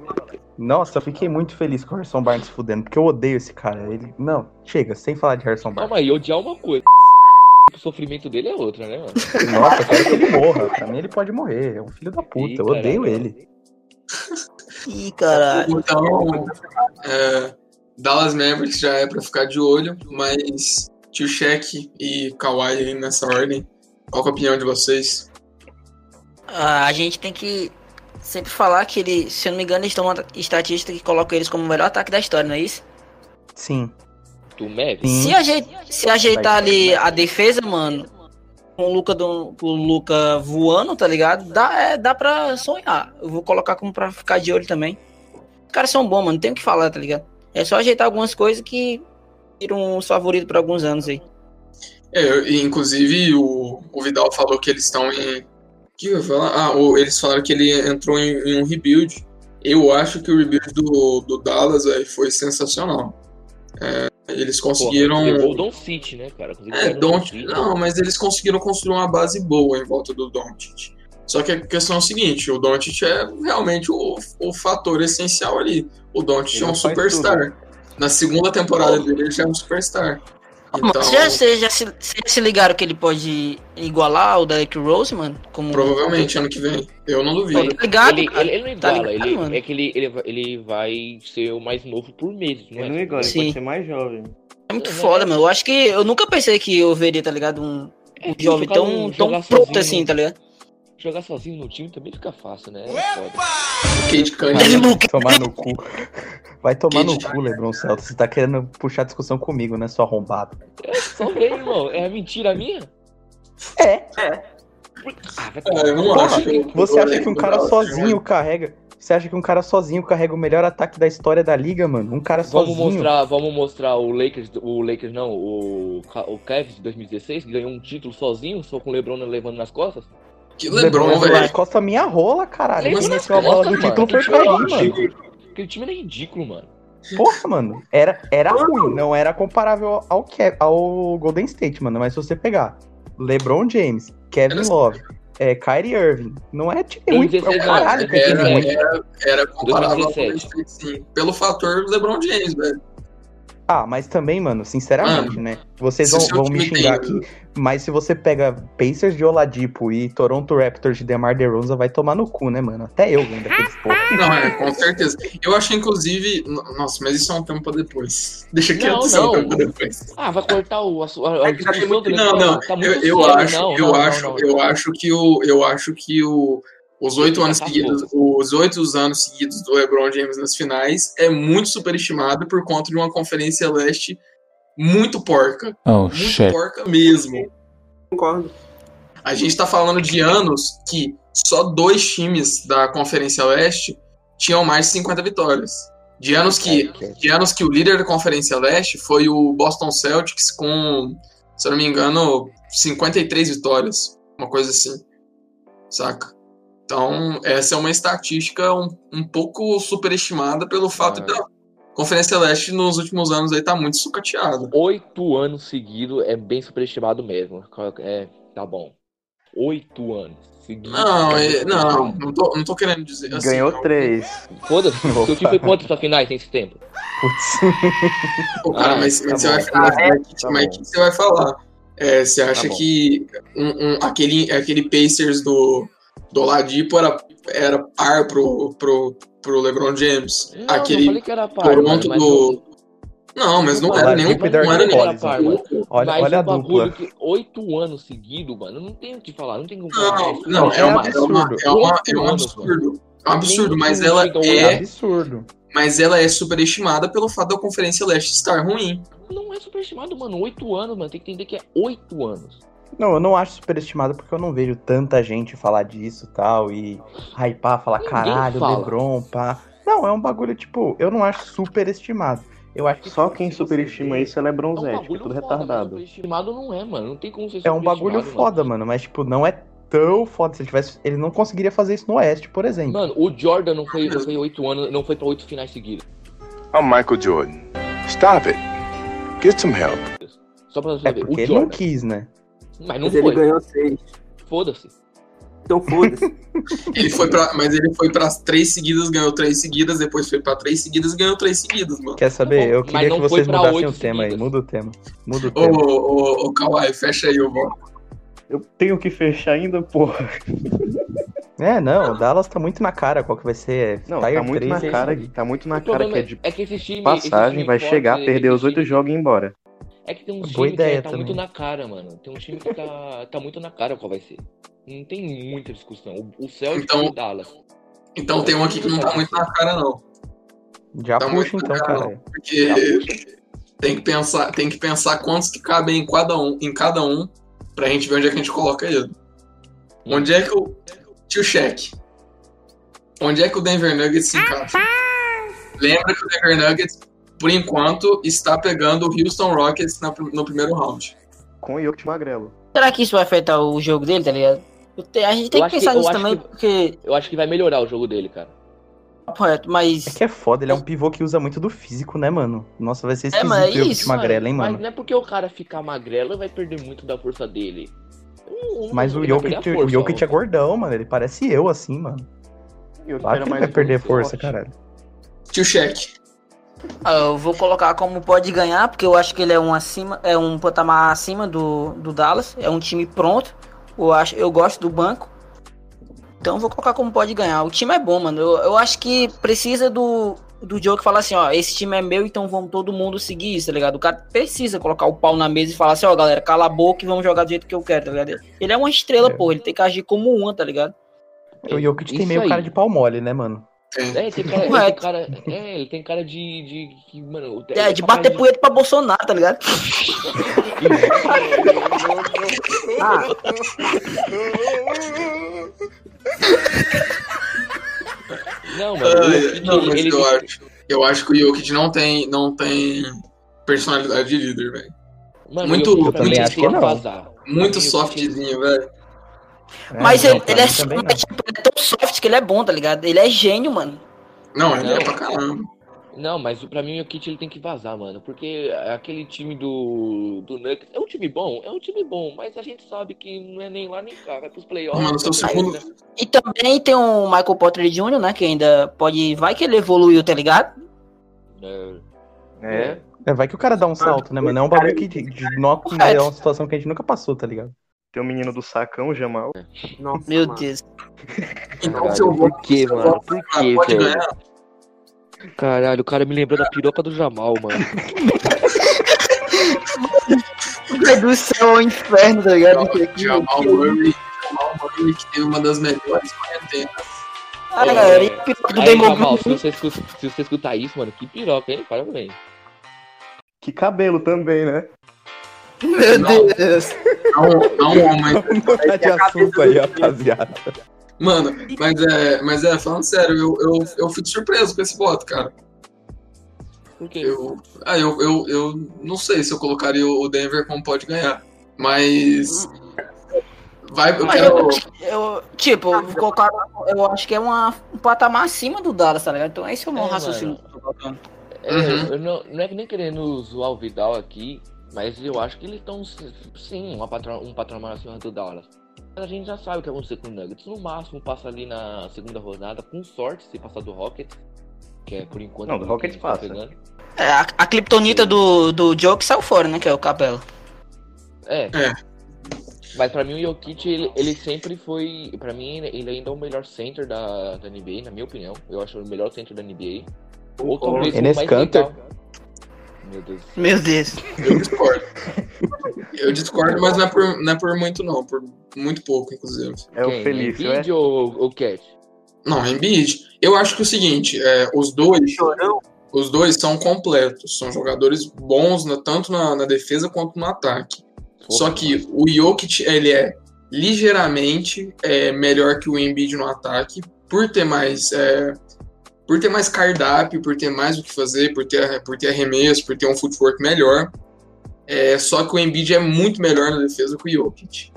Speaker 5: Nossa, eu fiquei muito feliz com o Harrison Barnes se fudendo, porque eu odeio esse cara. Ele. Não, chega, sem falar de Harrison Barnes.
Speaker 2: Calma aí, odiar uma coisa. O sofrimento dele é outra, né, mano?
Speaker 5: Nossa, eu quero que ele morra. Pra mim ele pode morrer. É um filho da puta.
Speaker 2: Ih,
Speaker 5: eu odeio
Speaker 2: caralho.
Speaker 5: ele.
Speaker 8: Ih, caralho.
Speaker 1: Então, um, é, Dallas Mavericks já é pra ficar de olho, mas Tio Shaq e Kawhi aí nessa ordem. Qual que é a opinião de vocês?
Speaker 8: Ah, a gente tem que sempre falar que ele, se eu não me engano, eles têm uma estatística que coloca eles como o melhor ataque da história, não é isso?
Speaker 5: Sim.
Speaker 2: Do Mavis?
Speaker 5: Sim.
Speaker 8: Se, ajei- se ajeitar ali a defesa, mano, com o Luca, do, com o Luca voando, tá ligado? Dá, é, dá pra sonhar. Eu vou colocar como pra ficar de olho também. Os caras são bons, mano, não tem o que falar, tá ligado? É só ajeitar algumas coisas que tiram os favoritos por alguns anos aí.
Speaker 1: É, eu- e, inclusive o, o Vidal falou que eles estão em. Que eu ia falar? Ah, o- eles falaram que ele entrou em, em um rebuild. Eu acho que o rebuild do, do Dallas aí foi sensacional. É, eles conseguiram.
Speaker 2: Levou o Don City, né, cara? Conseguiu
Speaker 1: É,
Speaker 2: pegar o Don
Speaker 1: Doncic,
Speaker 2: City.
Speaker 1: não, mas eles conseguiram construir uma base boa em volta do Doncic. Só que a questão é o seguinte, o Doncic é realmente o, o fator essencial ali. O Doncic
Speaker 3: Ele
Speaker 1: é um
Speaker 3: faz tudo.
Speaker 1: superstar. Na segunda temporada dele, ele já é um superstar.
Speaker 8: Mano,
Speaker 1: Então,
Speaker 8: vocês já, vocês já se, vocês já se ligaram que ele pode igualar o Derrick Rose, mano? Como...
Speaker 1: provavelmente, ano que vem. Eu não
Speaker 8: Tá
Speaker 1: duvido.
Speaker 8: ligado,
Speaker 2: ele,
Speaker 8: cara?
Speaker 2: ele, ele não
Speaker 8: Tá
Speaker 2: iguala,
Speaker 8: ligado,
Speaker 2: ele,
Speaker 8: mano?
Speaker 2: é que ele, ele, vai- ele vai ser o mais novo por meses, não é?
Speaker 3: Ele não igual, ele
Speaker 8: Sim.
Speaker 3: pode ser mais jovem.
Speaker 8: É muito foda, mano. Eu acho que eu nunca pensei que eu veria, tá ligado? Um, um
Speaker 2: É,
Speaker 8: jovem
Speaker 2: jogar
Speaker 8: tão,
Speaker 2: um-
Speaker 8: tão
Speaker 2: jogar
Speaker 8: pronto
Speaker 2: sozinho,
Speaker 8: assim,
Speaker 2: né?
Speaker 8: tá ligado?
Speaker 2: Jogar sozinho no time também fica fácil, né? É foda.
Speaker 1: Kate
Speaker 5: Vai
Speaker 1: Cunningham.
Speaker 5: tomar no cu. Vai tomar no
Speaker 1: Que-
Speaker 5: cu, Lebron Celta. Você tá querendo puxar discussão comigo, né, seu arrombado?
Speaker 2: Só pra ele, irmão. É mentira minha?
Speaker 5: É,
Speaker 2: Ah, vai
Speaker 1: É, eu não
Speaker 5: Porra,
Speaker 1: acho. que-
Speaker 5: você
Speaker 1: eu
Speaker 5: acha
Speaker 1: acho
Speaker 5: que um cara
Speaker 1: o-
Speaker 5: sozinho carrega. Você acha que um cara sozinho carrega o melhor ataque da história da liga, mano? Um cara
Speaker 2: Vamos
Speaker 5: sozinho.
Speaker 2: mostrar, vamos mostrar o Lakers, o Lakers não, o, Ca- o Cavs de 2016, que ganhou um título sozinho, só com o LeBron levando nas costas.
Speaker 1: Que
Speaker 2: é
Speaker 1: LeBron,
Speaker 5: Lebron
Speaker 1: velho.
Speaker 5: Costa minha rola, caralho.
Speaker 2: Lebron
Speaker 5: Quem
Speaker 2: nas
Speaker 5: meteu a bola
Speaker 2: costas,
Speaker 5: do
Speaker 2: mano.
Speaker 5: título foi
Speaker 2: Que
Speaker 5: Karim,
Speaker 2: jogo,
Speaker 5: mano.
Speaker 2: Aquele time era ridículo, mano.
Speaker 5: Porra, mano, era, era ruim, não era comparável ao, Ke- ao Golden State, mano. Mas se você pegar LeBron James, Kevin
Speaker 1: Era-
Speaker 5: Love, é, Kyrie Irving, não é time ruim, é o
Speaker 2: 16
Speaker 5: caralho
Speaker 2: anos,
Speaker 5: que é time
Speaker 1: Era,
Speaker 5: ruim.
Speaker 1: era, era comparável ao
Speaker 2: 2017.
Speaker 1: Golden State, sim. Pelo fator LeBron James, velho.
Speaker 5: Ah, mas também, mano, sinceramente, né? Vocês
Speaker 1: se
Speaker 5: vão,
Speaker 1: seu
Speaker 5: vão me
Speaker 1: time
Speaker 5: xingar
Speaker 1: tem-
Speaker 5: aqui, mas se você pega Pacers de Oladipo e Toronto Raptors de DeMar DeRozan, vai tomar no cu, né, mano? Até eu vendo aqueles porra.
Speaker 1: Não, é, com certeza. Eu acho, inclusive. no- Nossa, mas isso é um tempo pra depois. Deixa quieto,
Speaker 2: Não,
Speaker 1: isso é um
Speaker 2: não.
Speaker 1: tempo pra depois.
Speaker 2: Ah, vai cortar o, a, a, a
Speaker 1: É que tá
Speaker 2: discussão do
Speaker 1: muito-
Speaker 2: LeBron,
Speaker 1: não, não.
Speaker 2: tá muito
Speaker 1: Eu, eu
Speaker 2: sério,
Speaker 1: acho,
Speaker 2: não,
Speaker 1: eu
Speaker 2: não, não,
Speaker 1: acho,
Speaker 2: não.
Speaker 1: eu acho que o, eu acho que o, os oito
Speaker 2: Tá
Speaker 1: anos
Speaker 2: pouco.
Speaker 1: seguidos, os oito anos seguidos do LeBron James nas finais é muito superestimado por conta de uma conferência leste muito porca,
Speaker 10: Oh,
Speaker 1: muito porca mesmo.
Speaker 4: Concordo.
Speaker 1: A gente tá falando de anos que só dois times da conferência leste tinham mais de 50 vitórias. De anos que de anos que o líder da Conferência Leste foi o Boston Celtics com, se eu não me engano, 53 vitórias, uma coisa assim, saca? Então, essa é uma estatística um, um pouco superestimada pelo fato
Speaker 2: Ah.
Speaker 1: da Conferência Leste nos últimos anos aí tá muito sucateada.
Speaker 2: Oito anos seguidos é bem superestimado mesmo. É, tá bom. Oito anos seguidos.
Speaker 1: Não, é- não, não tô, não tô querendo dizer assim.
Speaker 3: Ganhou
Speaker 1: não.
Speaker 3: três.
Speaker 2: Foda-se, seu time foi quanto pra finais nesse tempo?
Speaker 5: Putz.
Speaker 1: Pô, cara,
Speaker 2: Ah,
Speaker 1: mas,
Speaker 2: tá
Speaker 1: mas você
Speaker 2: bom.
Speaker 1: vai falar, mas o que-
Speaker 3: tá
Speaker 1: mas o
Speaker 3: bom.
Speaker 1: que você vai falar? É, você acha
Speaker 2: bom.
Speaker 1: que um- um- aquele, aquele Pacers do, do Ladipo era, era par pro, pro, pro LeBron James?
Speaker 2: Não, não
Speaker 1: aquele
Speaker 2: falei que era par,
Speaker 1: Toronto
Speaker 2: mano, mas
Speaker 1: do.
Speaker 2: eu-
Speaker 1: Não, mas não
Speaker 2: Não,
Speaker 1: era
Speaker 5: Oladipo
Speaker 1: nenhum.
Speaker 5: e
Speaker 1: Não era
Speaker 5: Dark
Speaker 1: nenhum.
Speaker 5: Collins,
Speaker 2: par, mano.
Speaker 5: Olha,
Speaker 2: Mas
Speaker 5: olha
Speaker 2: um
Speaker 5: a dupla.
Speaker 2: bagulho que oito anos seguidos, mano, não tem o que falar, não tem como falar.
Speaker 1: Não, não, é, uma, é, uma, é, uma, é um absurdo. É um absurdo, mas ela é,
Speaker 5: Absurdo.
Speaker 1: mas ela é superestimada pelo fato da Conferência Leste estar ruim.
Speaker 2: Não é superestimado, mano, oito anos, mano, tem que entender que é oito anos.
Speaker 5: Não, eu não acho superestimado porque eu não vejo tanta gente falar disso e tal. E hypar, falar
Speaker 2: Ninguém
Speaker 5: caralho,
Speaker 2: fala.
Speaker 5: Lebron, pá. Não, é um bagulho, tipo, eu não acho superestimado. Eu acho que
Speaker 3: Só quem
Speaker 5: se você
Speaker 3: superestima
Speaker 5: vê-
Speaker 3: isso é Lebron
Speaker 2: É um
Speaker 3: Zete, que é
Speaker 2: bagulho
Speaker 3: tudo
Speaker 2: foda, mas
Speaker 3: retardado.
Speaker 2: superestimado não é, mano, não tem como ser
Speaker 5: É um
Speaker 2: superestimado, né?
Speaker 5: bagulho foda, mano, mas, tipo, não é tão foda. Se ele tivesse. Ele não conseguiria fazer isso no Oeste, por exemplo.
Speaker 2: Mano, o Jordan não foi, não foi oito anos, não foi pra oito finais seguidos.
Speaker 7: I'm Michael Jordan. Stop it. Get some help.
Speaker 2: Só pra você
Speaker 5: é
Speaker 2: ver,
Speaker 5: porque
Speaker 2: o
Speaker 5: ele não
Speaker 2: Jordan.
Speaker 5: quis, né?
Speaker 2: Mas não
Speaker 4: Mas ele
Speaker 2: foi,
Speaker 4: ganhou seis.
Speaker 2: foda-se.
Speaker 4: Então foda-se.
Speaker 1: Ele foi pra, mas ele foi para três seguidas, ganhou três seguidas, depois foi pra três seguidas, ganhou três seguidas, mano.
Speaker 5: Quer saber?
Speaker 2: Tá bom,
Speaker 5: eu
Speaker 2: mas
Speaker 5: queria
Speaker 2: não
Speaker 5: que
Speaker 2: foi
Speaker 5: vocês
Speaker 2: pra
Speaker 5: mudassem
Speaker 2: oito
Speaker 5: o tema aí.
Speaker 2: seguidas.
Speaker 5: Muda o tema. Muda o
Speaker 1: Ô,
Speaker 5: tema.
Speaker 1: ô, ô, Kawhi, fecha aí o bom.
Speaker 3: Eu tenho que fechar ainda, porra.
Speaker 5: É, não, o Dallas tá muito na cara qual que vai ser.
Speaker 3: Não,
Speaker 5: Tier
Speaker 3: tá muito
Speaker 5: três,
Speaker 3: na
Speaker 5: é
Speaker 3: cara,
Speaker 5: isso aí.
Speaker 3: tá muito na
Speaker 2: O
Speaker 3: cara
Speaker 2: problema
Speaker 3: que é de
Speaker 2: é que esse time. esse
Speaker 3: passagem,
Speaker 2: time
Speaker 3: vai
Speaker 2: pode-
Speaker 3: chegar, perder os
Speaker 2: esse
Speaker 3: oito
Speaker 2: time-
Speaker 3: jogos e ir embora.
Speaker 2: É que tem uns
Speaker 5: Boa
Speaker 2: times que
Speaker 5: ideia
Speaker 2: tá
Speaker 5: também.
Speaker 2: muito na cara, mano. Tem um time que tá, tá muito na cara qual vai ser. Não tem muita discussão. O, o Celtic
Speaker 1: Então-
Speaker 2: e o Dallas.
Speaker 1: Então tem um aqui que não tá muito na cara, não.
Speaker 5: Já
Speaker 1: Tá
Speaker 5: puxa
Speaker 1: muito
Speaker 5: então,
Speaker 1: na cara,
Speaker 5: cara.
Speaker 2: Já
Speaker 1: Porque tem que pensar, tem que pensar quantos que cabem em cada um, em cada um, pra gente ver onde é que a gente coloca ele. Onde é que o tio cheque? Onde é que o Denver Nuggets se encaixa? Lembra que o Denver Nuggets, por enquanto, está pegando o Houston Rockets na prim- no primeiro round.
Speaker 3: Com o Jokic Magrelo.
Speaker 6: Será que isso vai afetar o jogo dele, tá ligado? Eu te- a gente tem
Speaker 2: Eu
Speaker 6: que
Speaker 2: acho
Speaker 6: pensar
Speaker 2: que- eu
Speaker 6: nisso
Speaker 2: acho
Speaker 6: também,
Speaker 2: que-
Speaker 6: porque.
Speaker 2: Eu acho que vai melhorar o jogo dele, cara.
Speaker 6: Correto, mas.
Speaker 5: É que é foda, ele é um pivô que usa muito do físico, né, mano? Nossa, vai ser
Speaker 6: É,
Speaker 5: esquisito
Speaker 6: mas é
Speaker 5: ver o
Speaker 6: isso,
Speaker 5: Kit Magrela, hein,
Speaker 2: Mas
Speaker 5: mano?
Speaker 2: não é porque o cara ficar magrelo vai perder muito da força dele. Um, Não-
Speaker 5: Mas o
Speaker 2: ele vai
Speaker 5: Jokic,
Speaker 2: perder a força,
Speaker 5: o Jokic é
Speaker 2: ó.
Speaker 5: gordão, mano. Ele parece eu, assim, mano.
Speaker 3: Jokic
Speaker 5: Claro
Speaker 3: era
Speaker 5: que ele
Speaker 3: mais um
Speaker 5: vai perder
Speaker 3: forte.
Speaker 5: força, caralho.
Speaker 1: Tio cheque.
Speaker 5: é-
Speaker 6: Ah, eu vou colocar como pode ganhar, porque eu acho que ele é um acima, é um patamar acima do, do Dallas, é um time pronto. Eu acho, eu gosto do banco. Então eu vou colocar como pode ganhar. O time é bom, mano. Eu, eu acho que precisa do do Joe que falar assim, ó, esse time é meu, então vamos todo mundo seguir isso, tá ligado? O cara precisa colocar o pau na mesa e falar assim, ó, galera, cala a boca e vamos jogar do jeito que eu quero, tá ligado? Ele é uma estrela,
Speaker 5: É.
Speaker 6: pô, ele tem que agir como uma, tá ligado?
Speaker 5: O
Speaker 6: É
Speaker 5: Jokic tem
Speaker 2: Isso
Speaker 5: meio
Speaker 2: aí.
Speaker 5: cara de pau mole, né, mano?
Speaker 2: É, tem cara, ele tem
Speaker 6: Correto.
Speaker 2: cara, é, ele tem cara de, de, que, mano,
Speaker 6: É, de bater
Speaker 2: poeira.
Speaker 6: punheta pra Bolsonaro, tá ligado?
Speaker 4: Ah,
Speaker 2: Não, mano, o
Speaker 1: Ai,
Speaker 2: Jokic,
Speaker 1: É, não, mas
Speaker 2: ele,
Speaker 1: eu acho. Eu acho que o Jokic não tem, não tem personalidade de líder, velho.
Speaker 2: mano,
Speaker 1: muito-
Speaker 2: o Jokic
Speaker 1: eu
Speaker 2: pra mim
Speaker 5: também
Speaker 2: é
Speaker 5: acho que não.
Speaker 2: vazar.
Speaker 1: Muito
Speaker 2: Pra mim, o Jokic-
Speaker 1: softzinho, velho.
Speaker 5: É,
Speaker 6: Mas
Speaker 5: não,
Speaker 6: ele,
Speaker 5: pra
Speaker 6: ele, é,
Speaker 5: mim também
Speaker 6: mas,
Speaker 5: não.
Speaker 6: tipo, ele é tão soft que ele é bom, tá ligado? Ele é gênio, mano.
Speaker 1: Não, ele é
Speaker 2: Não.
Speaker 1: pra caramba.
Speaker 2: Não, mas pra mim o Jokic ele tem que vazar, mano. Porque aquele time do, do Nuggets é um time bom, é um time bom, mas a gente sabe que não é nem lá nem cá, vai pros playoffs.
Speaker 1: Mano, seu
Speaker 2: tá
Speaker 1: segundo-
Speaker 2: ligado, né?
Speaker 6: E também tem o Michael Potter Jr., né? Que ainda pode. Vai que ele evoluiu, tá ligado?
Speaker 3: É,
Speaker 5: É, vai que o cara dá um salto, né, mano? É um bagulho que de, de- nó- é uma situação que a gente nunca passou, tá ligado?
Speaker 3: tem o menino do sacão, o Jamal.
Speaker 4: nossa,
Speaker 6: Meu
Speaker 4: mano.
Speaker 6: Deus.
Speaker 1: Então, se eu vou.
Speaker 2: Por quê, mano? Por quê,
Speaker 1: Pode
Speaker 2: velho?
Speaker 1: ganhar.
Speaker 2: Caralho, o cara me lembrou da piroca do Jamal, mano.
Speaker 6: Vai do céu ao inferno, tá ligado?
Speaker 1: Jamal Murray. Jamal Murray, que teve uma das melhores quarentenas.
Speaker 6: Ah, galera, e o pior do
Speaker 2: Aí, Jamal,
Speaker 6: Demogorgon?
Speaker 2: se você, escuta- se você escutar isso, mano, que piroca, hein? Parabéns.
Speaker 3: Que cabelo também, né?
Speaker 6: Meu Deus.
Speaker 1: Não, não, mas.
Speaker 5: Vamos mudar Tá de assunto aí, rapaziada.
Speaker 1: Mano, mas é, mas é falando sério, eu, eu, eu fico surpreso com esse voto, cara.
Speaker 2: Por quê?
Speaker 1: Eu, ah, eu, eu, eu não sei se eu colocaria o Denver como pode ganhar. Mas. Vai, Hum. eu
Speaker 6: Mas eu
Speaker 1: quero.
Speaker 6: acho que- eu, tipo, eu vou colocar, eu acho que é uma, um patamar acima do Dallas, tá ligado? Então esse é o meu
Speaker 2: É,
Speaker 6: raciocínio. que eu tô colocando.
Speaker 2: É,
Speaker 1: Uhum.
Speaker 2: eu não, não é que nem querendo zoar o Vidal aqui, mas eu acho que eles estão sim uma patra- um patamar acima do Dallas. Mas a gente já sabe o que vai acontecer com o Nuggets. No máximo passa ali na segunda rodada, com sorte, se passar do Rockets. Que é por enquanto.
Speaker 3: Não, do
Speaker 2: o
Speaker 3: Rockets
Speaker 2: que a gente tá
Speaker 3: passa.
Speaker 2: pegando.
Speaker 6: É, a, a Kryptonita do, do Joe que saiu fora, né? Que é o cabelo.
Speaker 2: É.
Speaker 1: É.
Speaker 2: Mas pra mim o Jokic, ele, ele sempre foi. Pra mim, ele ainda é o melhor center da, da NBA, na minha opinião. Eu acho o melhor center da NBA. Ou talvez
Speaker 3: É
Speaker 2: o
Speaker 5: Enes
Speaker 2: mais
Speaker 5: Kanter.
Speaker 2: legal. Meu Deus.
Speaker 6: Meu Deus.
Speaker 1: Eu discordo. Eu discordo, mas não é por, não é por muito, não. Por muito pouco, inclusive.
Speaker 3: É o
Speaker 2: Quem?
Speaker 3: Felício, é?
Speaker 2: Embiid ou, ou Cat?
Speaker 1: Não, é Embiid. Eu acho que é o seguinte, é, os dois,
Speaker 4: Chorão.
Speaker 1: os dois são completos, são jogadores bons na- tanto na, na defesa quanto no ataque. Só que o Jokic ele é ligeiramente é, melhor que o Embiid no ataque, por ter mais, é, por ter mais cardápio, por ter mais o que fazer, por ter, por ter arremesso, por ter um footwork melhor. É, só que o Embiid é muito melhor na defesa que o Jokic.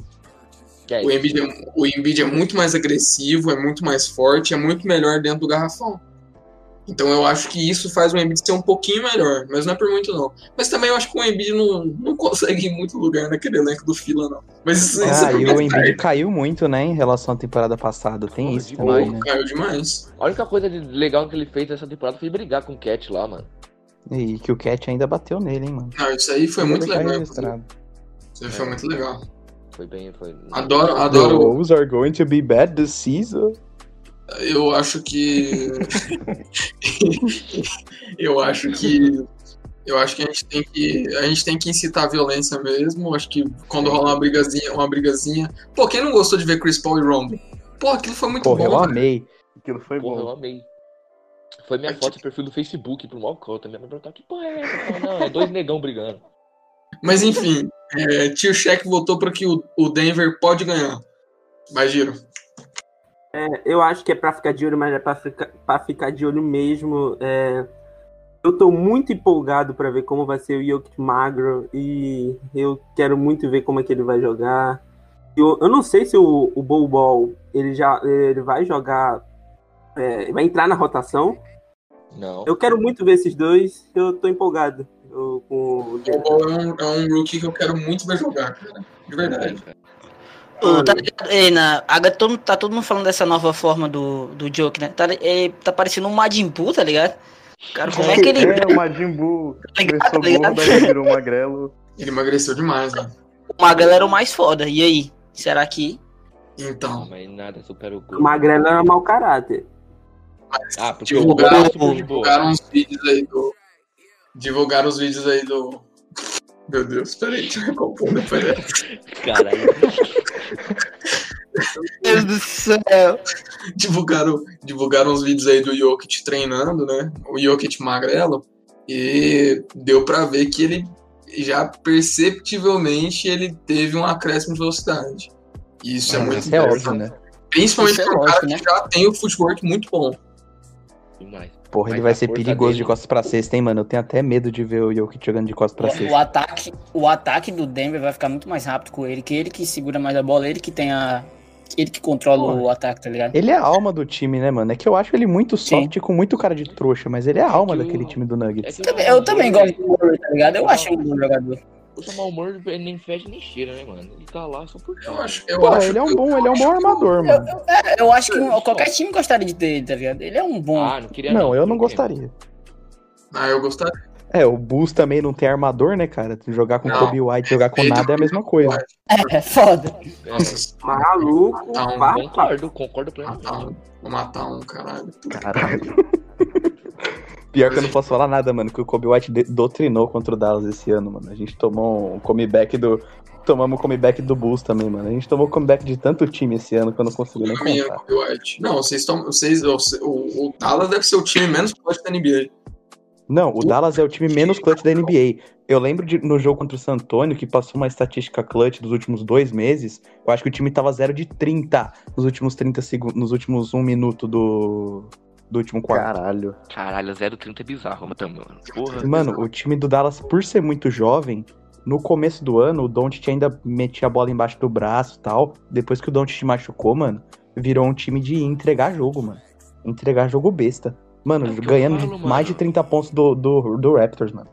Speaker 2: Que é
Speaker 1: O
Speaker 2: isso?
Speaker 1: Embiid, é, o Embiid é muito mais agressivo, é muito mais forte, é muito melhor dentro do garrafão. Então eu acho que isso faz o Embiid ser um pouquinho melhor, mas não é por muito não. Mas também eu acho que o Embiid não, não consegue ir em muito lugar naquele elenco do Fila, não. Mas isso, isso
Speaker 5: Ah,
Speaker 1: é
Speaker 5: e
Speaker 1: porque
Speaker 5: o Embiid caiu muito, né, em relação à temporada passada. Tem isso
Speaker 2: Demais,
Speaker 5: também,
Speaker 1: caiu,
Speaker 5: né?
Speaker 1: caiu demais.
Speaker 2: A única coisa de legal que ele fez essa temporada foi brigar com o Cat lá, mano.
Speaker 5: né? E que o Cat ainda bateu nele, hein, mano.
Speaker 1: Não, isso aí foi muito
Speaker 5: Deixar
Speaker 1: legal.
Speaker 5: registrado.
Speaker 1: Isso aí foi muito legal.
Speaker 2: Foi bem, foi.
Speaker 1: Adoro, adoro.
Speaker 5: Those are going to be bad this season.
Speaker 1: Eu acho que. eu acho que. Eu acho que a gente tem que. A gente tem que incitar a violência mesmo. Acho que quando rolar uma brigazinha, uma brigazinha. Pô, quem não gostou de ver Chris Paul e Rumble? Pô, aquilo foi muito
Speaker 5: Porra, eu
Speaker 1: bom. velho.
Speaker 5: amei.
Speaker 3: Aquilo foi
Speaker 2: Porra, eu
Speaker 3: bom.
Speaker 2: amei. Foi minha
Speaker 1: É
Speaker 2: foto de perfil do Facebook pro Malcota. Minha mãe perguntou, que porra é essa? Eu falei, não, é dois negão brigando.
Speaker 1: Mas enfim, é, tio Shaq votou para que o, o Denver pode ganhar. Mas giro.
Speaker 4: É, eu acho que é pra ficar de olho, mas é pra ficar, pra ficar de olho mesmo. É, eu tô muito empolgado pra ver como vai ser o Jokic magro e eu quero muito ver como é que ele vai jogar. Eu, eu não sei se o, o Bol Bol ele já ele vai jogar, é, vai entrar na rotação.
Speaker 2: Não.
Speaker 4: Eu quero muito ver esses dois. Eu tô empolgado eu- com o
Speaker 1: O Ball é um, é um rookie que eu quero muito ver jogar, cara. De É verdade.
Speaker 8: Ô, tá ligado? Ei, na, agora todo, tá todo mundo falando dessa nova forma do, do Joke, né? Tá, li- é, tá parecendo um Majin Buu, tá ligado? Cara, como é que ele.
Speaker 3: É, o Majin Buu.
Speaker 8: Tá ligado,
Speaker 3: Começou
Speaker 8: tá ligado?
Speaker 3: gordo, aí virou magrelo.
Speaker 1: Ele emagreceu demais, né?
Speaker 8: Uma galera mais foda. E aí? Será que.
Speaker 2: Não,
Speaker 1: Então,
Speaker 2: mas nada supera o gol.
Speaker 4: Magrelo era é mau caráter.
Speaker 2: Ah, porque o gol
Speaker 1: divulgaram,
Speaker 2: é super de boa.
Speaker 1: divulgaram uns vídeos aí do. Divulgaram os vídeos aí do. Meu Deus, peraí, deixa eu recompor né? depois dessa.
Speaker 2: Caralho.
Speaker 8: Meu Deus do céu!
Speaker 1: divulgaram, divulgaram os vídeos aí do Jokic treinando, né? O Jokic magrelo. E deu pra ver que ele já perceptivelmente ele teve um acréscimo de velocidade. E isso é,
Speaker 5: Ah,
Speaker 1: muito
Speaker 5: isso é óbvio,
Speaker 1: interessante.
Speaker 5: né?
Speaker 1: Principalmente
Speaker 8: Isso é
Speaker 1: pra um cara
Speaker 8: óbvio,
Speaker 1: que
Speaker 8: né?
Speaker 1: já tem o footwork muito bom.
Speaker 2: Demais.
Speaker 5: Porra, ele
Speaker 2: Mas
Speaker 5: vai
Speaker 2: a
Speaker 5: ser
Speaker 2: força
Speaker 5: perigoso
Speaker 2: dele-
Speaker 5: de costas pra cesta, hein, mano? Eu tenho até medo de ver o Jokic jogando de
Speaker 1: É.
Speaker 5: costas pra
Speaker 6: O, o
Speaker 5: cesta.
Speaker 6: ataque, o ataque do Denver vai ficar muito mais rápido com ele, que ele que segura mais a bola, ele que tem a. Ele que controla o ataque, tá ligado?
Speaker 5: Ele é a alma do time, né, mano? É que eu acho ele muito
Speaker 6: Sim.
Speaker 5: soft, com muito cara de trouxa, mas ele é a alma
Speaker 2: que o-
Speaker 5: daquele time do Nuggets.
Speaker 2: É
Speaker 1: é
Speaker 2: que o mau
Speaker 6: Também- Eu
Speaker 2: humor,
Speaker 6: também gosto do Murray, tá ligado? Eu acho um bom jogador.
Speaker 2: O mau humor ele nem fecha nem cheira, né, mano? Ele tá lá só por
Speaker 1: Eu acho, eu
Speaker 5: Pô,
Speaker 1: acho
Speaker 5: ele é um
Speaker 1: que-
Speaker 5: bom,
Speaker 1: eu
Speaker 5: ele é um
Speaker 1: acho
Speaker 5: bom
Speaker 1: que o-
Speaker 5: armador, mano.
Speaker 6: É, eu acho que qualquer time gostaria de ter ele, tá ligado? Ele é um bom.
Speaker 2: Ah, não queria
Speaker 5: Não, eu não
Speaker 2: queria.
Speaker 5: gostaria.
Speaker 1: Ah, eu gostaria.
Speaker 5: É, o Bulls também não tem armador, né, cara? Jogar com
Speaker 1: Não.
Speaker 5: Kobe White, jogar com
Speaker 1: Ele
Speaker 5: nada é a mesma coisa.
Speaker 6: É foda.
Speaker 1: Nossa,
Speaker 4: Maluco,
Speaker 1: Tá um
Speaker 4: pá,
Speaker 2: Concordo, concordo
Speaker 1: vou
Speaker 2: plenamente.
Speaker 1: matar um, vou matar um, caralho.
Speaker 5: Caralho. Pior que eu não posso falar nada, mano, que o Kobe White de- doutrinou contra o Dallas esse ano, mano. A gente tomou um comeback do. Tomamos o comeback do Bulls também, mano. A gente tomou um comeback de tanto time esse ano que eu não consigo nem
Speaker 1: Pra mim é
Speaker 5: contar.
Speaker 1: Kobe White. Não, vocês estão. Vocês, o, o, o Dallas deve ser o time menos forte da NBA.
Speaker 5: Não, o Dallas é o time menos clutch da NBA. Eu lembro de, no jogo contra o San Antonio, que passou uma estatística clutch dos últimos dois meses. Eu acho que o time tava 0 de 30 nos últimos 30 segundos, nos últimos um minuto do, do último quarto.
Speaker 3: Caralho.
Speaker 2: Caralho, 0,30 é bizarro, mas também, mano. Porra.
Speaker 5: Mano, o time do Dallas, por ser muito jovem, no começo do ano, o Doncic ainda metia a bola embaixo do braço e tal. Depois que o Doncic machucou, mano, virou um time de entregar jogo, mano. Entregar jogo besta. Mano,
Speaker 2: É o que eu
Speaker 5: ganhando de
Speaker 2: falo, mano.
Speaker 5: mais de 30 pontos do, do, do Raptors, mano.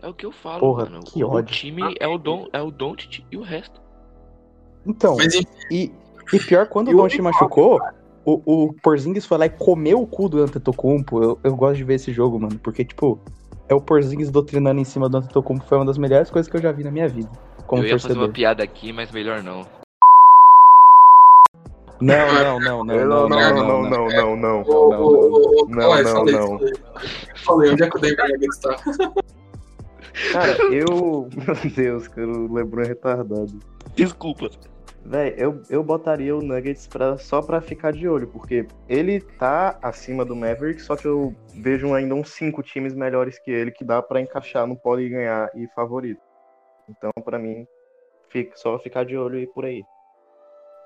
Speaker 2: É o que eu falo,
Speaker 5: Porra,
Speaker 2: mano.
Speaker 5: que
Speaker 2: o
Speaker 5: ódio.
Speaker 2: time é o Don, é o Don't e o resto.
Speaker 5: Então,
Speaker 1: Mas enfim,
Speaker 5: e, e pior, quando
Speaker 4: E
Speaker 5: o
Speaker 4: o
Speaker 5: Doncic
Speaker 4: Nicola,
Speaker 5: machucou, o, o Porzingis foi lá e comeu o cu do Antetokounmpo. Eu, eu gosto de ver esse jogo, mano, porque, tipo, é o Porzingis doutrinando em cima do Antetokounmpo. Foi uma das melhores coisas que eu já vi na minha vida como
Speaker 2: eu ia fazer
Speaker 5: torcedor.
Speaker 2: uma piada aqui, mas melhor não.
Speaker 5: Não, não, não, não, não, não, não,
Speaker 3: não, não, não.
Speaker 1: ô, ô, ô, ô,
Speaker 3: Não,
Speaker 1: Kawhi,
Speaker 3: não,
Speaker 1: falei,
Speaker 3: não.
Speaker 1: falei. Falei, onde é que o Denver Nuggets tá?
Speaker 3: Cara, eu. Meu Deus, cara, o Lebron é retardado.
Speaker 2: Desculpa.
Speaker 3: Véi, eu, eu botaria o Nuggets pra, só pra ficar de olho, porque ele tá acima do Maverick, só que eu vejo ainda uns cinco times melhores que ele que dá pra encaixar no pode ganhar e favorito. Então, pra mim, fica, só ficar de olho e por aí.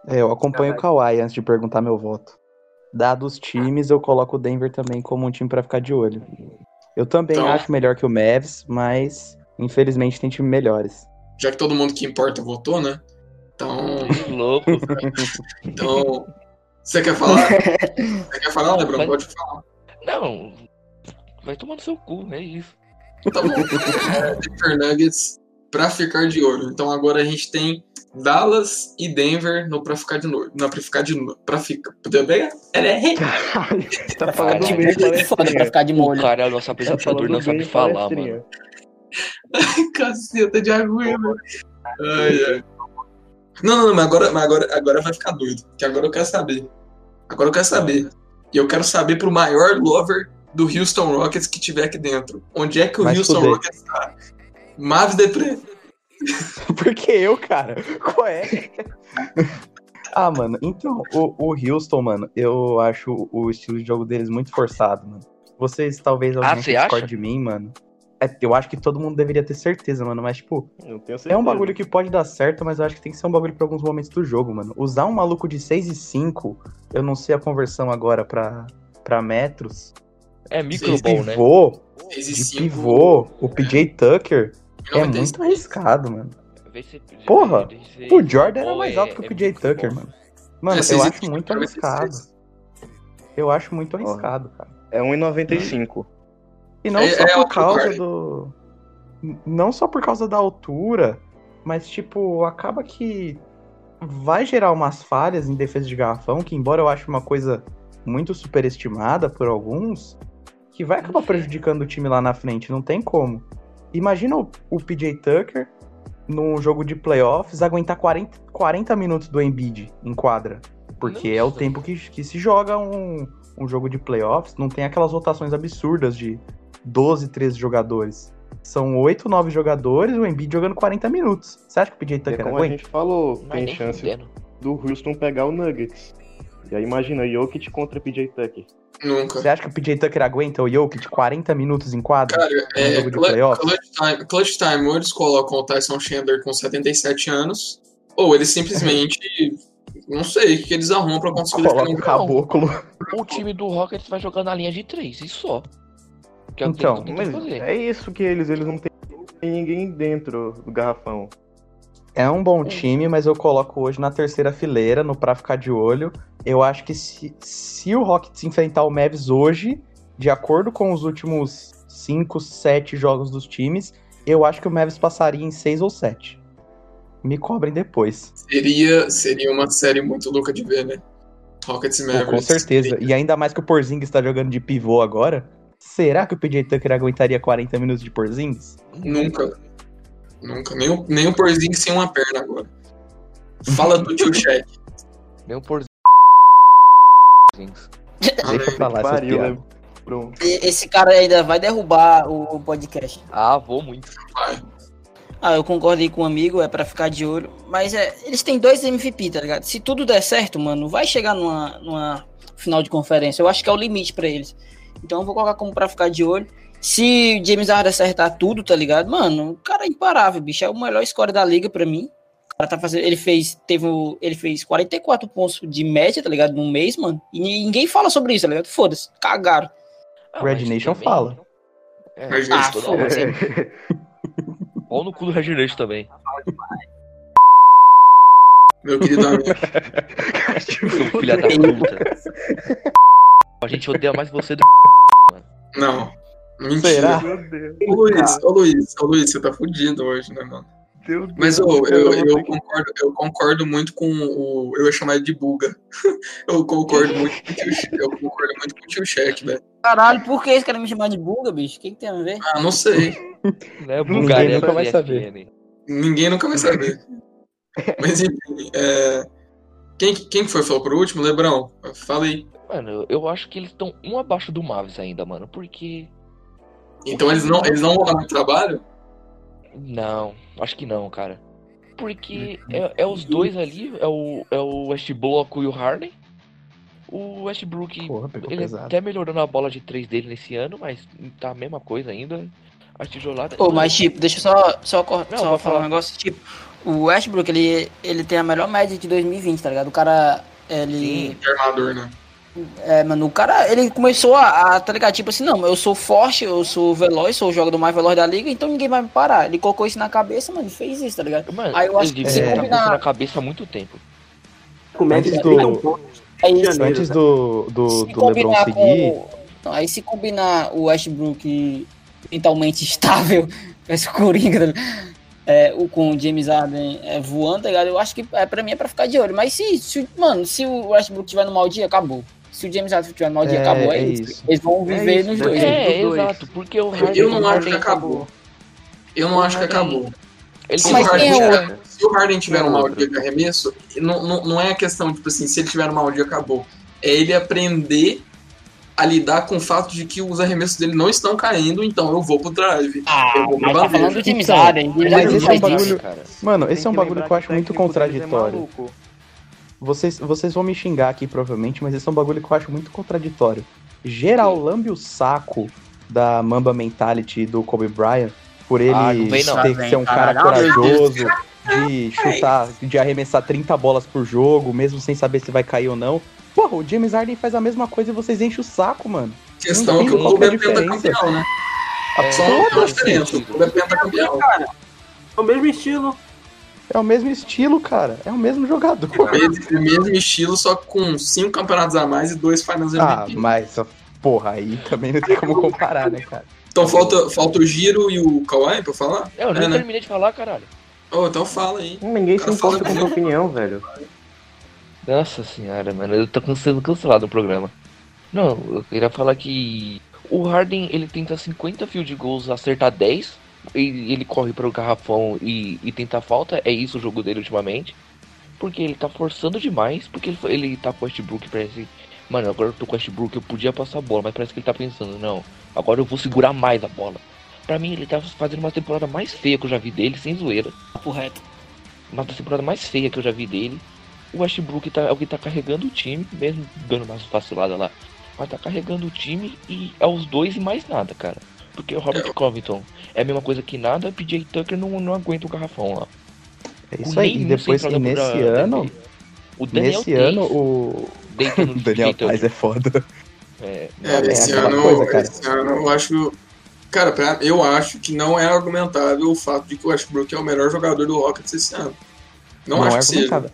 Speaker 5: É, eu acompanho o Kawhi antes de perguntar meu voto. Dados os times, eu coloco o Denver também como um time pra ficar de olho. Eu também
Speaker 1: Então-
Speaker 5: acho melhor que o Mavs, mas infelizmente tem time melhores.
Speaker 1: Já que todo mundo que importa votou, né? Então.
Speaker 2: Louco.
Speaker 1: então você quer falar? Você quer falar, Lebron? Pode falar.
Speaker 2: Não. Vai tomar no seu cu, é isso.
Speaker 1: Tá bom. É, Denver Nuggets pra ficar de olho. Então agora a gente tem Dallas e Denver no pra ficar de olho. Não, pra ficar de olho. Pra ficar. É,
Speaker 3: Tá
Speaker 2: falando Caralho.
Speaker 6: Tipo,
Speaker 3: bem,
Speaker 6: é foda pra ficar de
Speaker 2: O
Speaker 6: molho.
Speaker 2: cara é o nosso
Speaker 3: tá
Speaker 2: apresentador, não sabe falar, mano.
Speaker 1: Caceta de agulha, mano. Ai, ai. Não, não, não, mas agora, mas agora, agora vai ficar doido. Que agora eu quero saber. Agora eu quero saber. E eu quero saber pro maior lover do Houston Rockets que tiver aqui dentro. Onde é que o
Speaker 5: Vai
Speaker 1: Houston
Speaker 5: fuder.
Speaker 1: Rockets tá? Mavis Depre.
Speaker 5: Porque eu, cara? Qual é? ah, mano, então, o, o Houston, mano, eu acho o estilo de jogo deles muito forçado, mano. Vocês talvez alguém
Speaker 2: você acha?
Speaker 5: discorde de mim, mano. É, eu acho que todo mundo deveria ter certeza, mano, mas, tipo,
Speaker 3: Eu tenho certeza.
Speaker 5: é um bagulho que pode dar certo, mas eu acho que tem que ser um bagulho pra alguns momentos do jogo, mano. Usar um maluco de 6 e 5, eu não sei a conversão agora pra, pra metros,
Speaker 2: É
Speaker 5: de
Speaker 2: microball, né? é.
Speaker 5: pivô, de
Speaker 1: 6 e 5.
Speaker 5: pivô, o PJ Tucker, é
Speaker 1: 96.
Speaker 5: muito arriscado, mano.
Speaker 2: Vê se- vê
Speaker 5: Porra,
Speaker 2: se-
Speaker 5: O Jordan era
Speaker 2: Ou
Speaker 5: mais
Speaker 2: é-
Speaker 5: alto que
Speaker 2: é
Speaker 5: o PJ
Speaker 2: microball.
Speaker 5: Tucker, mano. Mano,
Speaker 1: É,
Speaker 5: eu
Speaker 1: seis e
Speaker 5: acho
Speaker 1: cinco,
Speaker 5: muito
Speaker 1: cara, vai ser
Speaker 5: arriscado.
Speaker 1: seis.
Speaker 5: Eu acho muito arriscado, cara.
Speaker 3: É 1,95.
Speaker 5: E não
Speaker 1: É-
Speaker 5: só
Speaker 1: é
Speaker 5: por
Speaker 1: outro
Speaker 5: causa
Speaker 1: guarda.
Speaker 5: do. N- Não só por causa da altura, mas, tipo, acaba que vai gerar umas falhas em defesa de garrafão, que, embora eu ache uma coisa muito superestimada por alguns, que vai
Speaker 1: Uhum.
Speaker 5: acabar prejudicando o time lá na frente, não tem como. Imagina o, o PJ Tucker num jogo de playoffs aguentar 40, 40 minutos do Embiid em quadra. Porque é o
Speaker 2: Nossa.
Speaker 5: tempo que, que se joga um, um jogo de playoffs, não tem aquelas rotações absurdas de 12, 13 jogadores. São 8, 9 jogadores, o Embiid jogando 40 minutos. Você acha que o PJ
Speaker 3: É
Speaker 5: Tucker
Speaker 3: como a
Speaker 5: aguenta?
Speaker 3: gente falou,
Speaker 2: Mas
Speaker 3: tem
Speaker 2: nem
Speaker 3: chance
Speaker 2: fudendo.
Speaker 3: do Houston pegar o Nuggets. E aí imagina, Jokic contra PJ Tucker.
Speaker 1: Nunca.
Speaker 5: Você acha que o PJ Tucker aguenta o Jokic 40 minutos em quadra?
Speaker 1: Cara,
Speaker 5: Um
Speaker 1: é,
Speaker 5: jogo de
Speaker 1: clu-
Speaker 5: playoff?
Speaker 1: clutch, time, clutch time, ou eles colocam o Tyson Chandler com 77 anos, ou eles simplesmente. não sei, o que eles arrumam pra conseguir
Speaker 5: Coloca
Speaker 1: um
Speaker 5: o caboclo.
Speaker 2: O time do Rockets vai jogar na linha de três e só. Que
Speaker 5: Então,
Speaker 2: é o que eles
Speaker 3: Mas
Speaker 2: tentam fazer.
Speaker 3: é isso que eles, eles não têm ninguém dentro do garrafão.
Speaker 5: É um bom time, mas eu coloco hoje na terceira fileira, no pra ficar de olho. Eu acho que se, se o Rockets enfrentar o Mavs hoje, de acordo com os últimos 5, 7 jogos dos times, eu acho que o Mavs passaria em 6 ou 7. Me cobrem depois.
Speaker 1: Seria, seria uma série muito louca de ver, né? Rockets e
Speaker 5: Pô,
Speaker 1: Mavericks.
Speaker 5: com certeza. E ainda mais que o Porzingis está jogando de pivô agora. Será que o PJ Tucker aguentaria 40 minutos de Porzingis?
Speaker 1: Nunca. Nunca. Nem o, nem o Porzingis sem uma perna agora. Fala do tio Shaq.
Speaker 2: Nem o um por...
Speaker 5: Deixa pra lá essas
Speaker 3: Pariu,
Speaker 5: piadas.
Speaker 3: né? Pronto.
Speaker 6: E- Esse cara ainda vai derrubar o o podcast.
Speaker 2: Ah, vou muito.
Speaker 6: Ah, eu concordei com o amigo, é pra ficar de olho. Mas é, eles têm dois MVP, tá ligado? Se tudo der certo, mano, vai chegar numa, numa final de conferência. Eu acho que é o limite pra eles. Então eu vou colocar como pra ficar de olho. Se o James Harden acertar tudo, tá ligado? Mano, o cara é imparável, bicho. É o melhor score da liga pra mim. O cara tá fazendo, ele fez, teve, o- ele fez 44 pontos de média, tá ligado? Num mês, mano. E ninguém fala sobre isso, tá ligado? Foda-se, cagaram.
Speaker 2: Ah,
Speaker 5: Red
Speaker 2: mas
Speaker 5: Nation
Speaker 2: também-
Speaker 5: fala.
Speaker 2: É,
Speaker 1: Red
Speaker 2: ah,
Speaker 1: Nation
Speaker 2: toda
Speaker 6: fala.
Speaker 2: hora. Pau no cu do Red Nation também.
Speaker 1: Meu querido amigo.
Speaker 2: Seu filho da puta. A gente odeia mais você do
Speaker 1: Não. Mentira.
Speaker 5: Será?
Speaker 3: Meu Deus,
Speaker 1: Ô Luiz, ô Luiz, ô Luiz, você tá fudido hoje, né, mano?
Speaker 3: Deus do
Speaker 1: Mas
Speaker 3: céu,
Speaker 1: ô,
Speaker 3: cara,
Speaker 1: eu,
Speaker 3: vou
Speaker 1: eu,
Speaker 3: ter que-
Speaker 1: concordo, eu concordo muito com o. Eu ia chamar ele de buga. Eu concordo muito com o tio Shaq. Eu concordo muito com o tio Shaq, velho.
Speaker 6: Caralho, por que eles querem me chamar de buga, bicho? O que, que tem a ver?
Speaker 1: Ah, não sei.
Speaker 2: né?
Speaker 5: Ninguém
Speaker 2: Bulgária
Speaker 5: nunca vai
Speaker 2: ESPN.
Speaker 5: saber.
Speaker 1: Ninguém nunca vai saber. Mas enfim, é... quem, quem foi que falou por último? Lebrão, fala aí.
Speaker 2: Mano, eu acho que eles estão um abaixo do Mavis ainda, mano. Porque.
Speaker 1: Então eles não, eles não vão dar muito trabalho?
Speaker 2: Não, acho que não, cara. Porque é, é os dois ali, é o, é o Westbrook e o Harden. O Westbrook
Speaker 5: Porra, pegou
Speaker 2: Ele
Speaker 5: pesado.
Speaker 2: até melhorou na bola de 3 dele nesse ano, mas tá a mesma coisa ainda. A tijolada.
Speaker 6: Pô, mas tipo, deixa eu só, só, cor-
Speaker 2: Não,
Speaker 6: só
Speaker 2: pode
Speaker 6: falar,
Speaker 2: falar.
Speaker 6: um negócio. Tipo, o Westbrook, ele, ele tem a melhor média de 2020, tá ligado? O cara, ele...
Speaker 1: De armador, né?
Speaker 6: É, mano, o cara, ele começou a, a, tá ligado? Tipo assim, não, eu sou forte, eu sou veloz, sou o jogador mais veloz da liga, então ninguém vai me parar. Ele colocou isso na cabeça, mano, e fez isso, tá ligado?
Speaker 2: Mano,
Speaker 6: Aí eu acho
Speaker 2: ele
Speaker 6: que
Speaker 5: se
Speaker 2: tá com
Speaker 6: combinar-
Speaker 2: isso na cabeça há muito tempo.
Speaker 4: Com o Magic
Speaker 5: Antes
Speaker 4: do...
Speaker 5: do-
Speaker 4: um ponto.
Speaker 6: É isso.
Speaker 4: Janeiro,
Speaker 5: Antes
Speaker 4: né?
Speaker 5: do, do,
Speaker 6: Se
Speaker 5: do LeBron
Speaker 6: combinar
Speaker 5: seguir.
Speaker 6: com... Não, aí se combinar o Westbrook mentalmente estável, parece o Coringa, tá ligado? é, o, com o James Harden é, voando, tá ligado? Eu acho que é, pra mim é pra ficar de olho. Mas se, se o- mano, se o Westbrook tiver no mau dia, acabou. Se o James Harden tiver no mau dia,
Speaker 5: É,
Speaker 6: acabou. É,
Speaker 5: é
Speaker 6: isso.
Speaker 5: isso.
Speaker 6: Eles vão viver
Speaker 3: isso,
Speaker 6: nos
Speaker 3: né?
Speaker 6: dois.
Speaker 2: É,
Speaker 3: dos dois.
Speaker 2: exato, porque o
Speaker 1: Eu, não
Speaker 2: Harden. o
Speaker 1: acho que
Speaker 2: Harden-
Speaker 1: acabou. Eu não acho que acabou.
Speaker 2: Ele
Speaker 1: Se o
Speaker 2: tem
Speaker 6: Mas
Speaker 1: Harden
Speaker 6: quem é o-
Speaker 1: tiver, se se o Harden tiver um mau dia de arremesso, não, não, não é a questão, tipo assim, se ele tiver um mau dia, acabou. É ele aprender a lidar com o fato de que os arremessos dele não estão caindo, então eu vou pro drive.
Speaker 6: Ah,
Speaker 1: eu vou pro
Speaker 6: mas tá
Speaker 1: bandeja.
Speaker 6: falando do James
Speaker 5: Então,
Speaker 6: Harden.
Speaker 5: mas
Speaker 6: Ele já
Speaker 5: esse é um
Speaker 6: fez
Speaker 5: bagulho-
Speaker 6: isso.
Speaker 2: cara.
Speaker 5: Mano,
Speaker 3: Tem
Speaker 5: esse é um
Speaker 3: que
Speaker 5: bagulho
Speaker 3: lembrar
Speaker 5: que eu acho muito
Speaker 3: técnico deles é
Speaker 5: contraditório.
Speaker 3: maluco.
Speaker 5: Vocês, vocês vão me xingar aqui, provavelmente, mas esse é um bagulho que eu acho muito contraditório. Geral lambe o saco da Mamba Mentality do Kobe Bryant por ele
Speaker 2: Ah, não vem não.
Speaker 5: ter
Speaker 6: Tá
Speaker 5: que ser um
Speaker 6: bem,
Speaker 5: cara
Speaker 6: caralho.
Speaker 5: corajoso, de chutar, de arremessar 30 bolas por jogo, mesmo sem saber se vai cair ou não. Porra, o James Harden faz a mesma coisa e vocês enchem o saco, mano.
Speaker 1: A questão é
Speaker 5: Não
Speaker 1: que o
Speaker 5: tem
Speaker 1: clube é
Speaker 5: qualquer
Speaker 1: pentacampeão, né?
Speaker 2: É,
Speaker 1: Só uma
Speaker 2: faz
Speaker 1: diferença, o
Speaker 2: sentido.
Speaker 1: clube é pentacampeão.
Speaker 4: É o mesmo estilo.
Speaker 5: É o mesmo estilo, cara. É o mesmo jogador.
Speaker 1: Mesmo, mesmo estilo, só com cinco campeonatos a mais e dois Finals
Speaker 5: Ah,
Speaker 1: MVP.
Speaker 5: mas, porra, aí também não tem como comparar, né, cara?
Speaker 1: então falta, falta o Giro e o Kawhi pra falar?
Speaker 2: Eu nem
Speaker 1: É, né?
Speaker 2: terminei de falar, caralho.
Speaker 1: Oh, então fala aí.
Speaker 3: Hum, Ninguém se importa com a tua opinião, velho.
Speaker 2: Nossa senhora, mano, eu tô sendo cancelado o programa. Não, eu queria falar que o Harden, ele tenta 50 field goals, acertar 10, e ele corre para o garrafão e, e tenta falta, é isso o jogo dele ultimamente. Porque ele tá forçando demais, porque ele, ele tá com o Westbrook, parece... Mano, agora eu tô com o Westbrook, eu podia passar a bola, mas parece que ele tá pensando, não, agora eu vou segurar mais a bola. Pra mim, ele tá fazendo uma temporada mais feia que eu já vi dele, sem zoeira
Speaker 6: Papo reto.
Speaker 2: uma das temporadas mais feias que eu já vi dele. O Westbrook tá, é o que tá carregando o time, mesmo dando umas vaciladas lá. Mas tá carregando o time e é os dois e mais nada, cara. Porque o Robert Covington é a mesma coisa que nada, PJ Tucker não, não aguenta o garrafão lá.
Speaker 5: É
Speaker 2: O
Speaker 5: isso aí. E
Speaker 2: nenhum
Speaker 5: depois,
Speaker 2: central
Speaker 5: e
Speaker 2: da- da-
Speaker 5: nesse
Speaker 2: da
Speaker 5: ano,
Speaker 2: NBA. o Daniel um
Speaker 5: nesse
Speaker 2: Tate
Speaker 5: ano, o,
Speaker 2: deita no
Speaker 5: O Daniel
Speaker 2: PJ
Speaker 5: Paz
Speaker 2: Tucker.
Speaker 5: é foda.
Speaker 2: É,
Speaker 1: É,
Speaker 5: É,
Speaker 1: esse,
Speaker 5: aquela
Speaker 1: ano,
Speaker 5: coisa, cara.
Speaker 1: esse ano eu acho. Cara, pra- eu acho que não é argumentável o fato de que o Westbrook é o melhor jogador do Rockets esse ano. Não, acho
Speaker 5: é
Speaker 1: que seja.
Speaker 5: argumentável.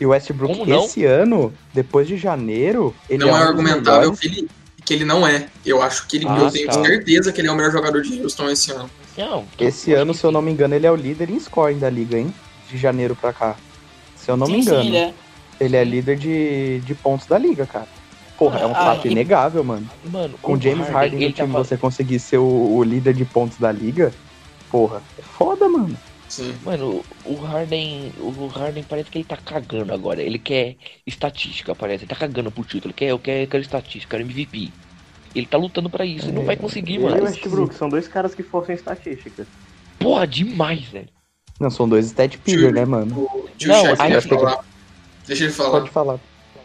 Speaker 5: E o Westbrook,
Speaker 2: Como não?
Speaker 5: esse ano, depois de janeiro, ele
Speaker 1: Não
Speaker 5: é, um
Speaker 1: é
Speaker 5: dos
Speaker 1: argumentável
Speaker 5: melhores.
Speaker 1: que ele, que ele não é. Eu acho que ele.
Speaker 2: Ah,
Speaker 1: eu tenho
Speaker 2: tá.
Speaker 1: certeza que ele é o melhor jogador de Houston esse ano.
Speaker 2: não,
Speaker 5: Esse ano, se eu não me engano, ele é o líder em scoring da liga, hein? De janeiro pra cá. Se eu não me
Speaker 6: Sim, sim,
Speaker 5: engano,
Speaker 6: ele é.
Speaker 5: ele é líder de, de pontos da liga, cara. Porra, é um
Speaker 2: Ah,
Speaker 5: fato
Speaker 2: e-
Speaker 5: inegável, mano.
Speaker 2: Mano,
Speaker 5: Com
Speaker 2: o
Speaker 5: James Harden no
Speaker 2: ele tá
Speaker 5: time,
Speaker 2: fa-
Speaker 5: você conseguir ser o, o líder de pontos da liga, porra, é foda, mano.
Speaker 1: Sim.
Speaker 2: Mano, o Harden, o Harden parece que ele tá cagando agora. Ele quer estatística, parece. Ele tá cagando pro título. Ele quer, eu quero, eu quero estatística, eu quero MVP. Ele tá lutando pra isso e não vai conseguir,
Speaker 3: Ele e o
Speaker 2: mano.
Speaker 3: Westbrook são dois caras que forçam estatística.
Speaker 2: Porra, demais, velho.
Speaker 5: Não, são dois stat pigger, né, mano?
Speaker 1: Deixa
Speaker 2: Não,
Speaker 1: o chefe
Speaker 2: aí
Speaker 1: dele
Speaker 2: fica-
Speaker 1: falar. Deixa ele falar.
Speaker 5: Pode falar.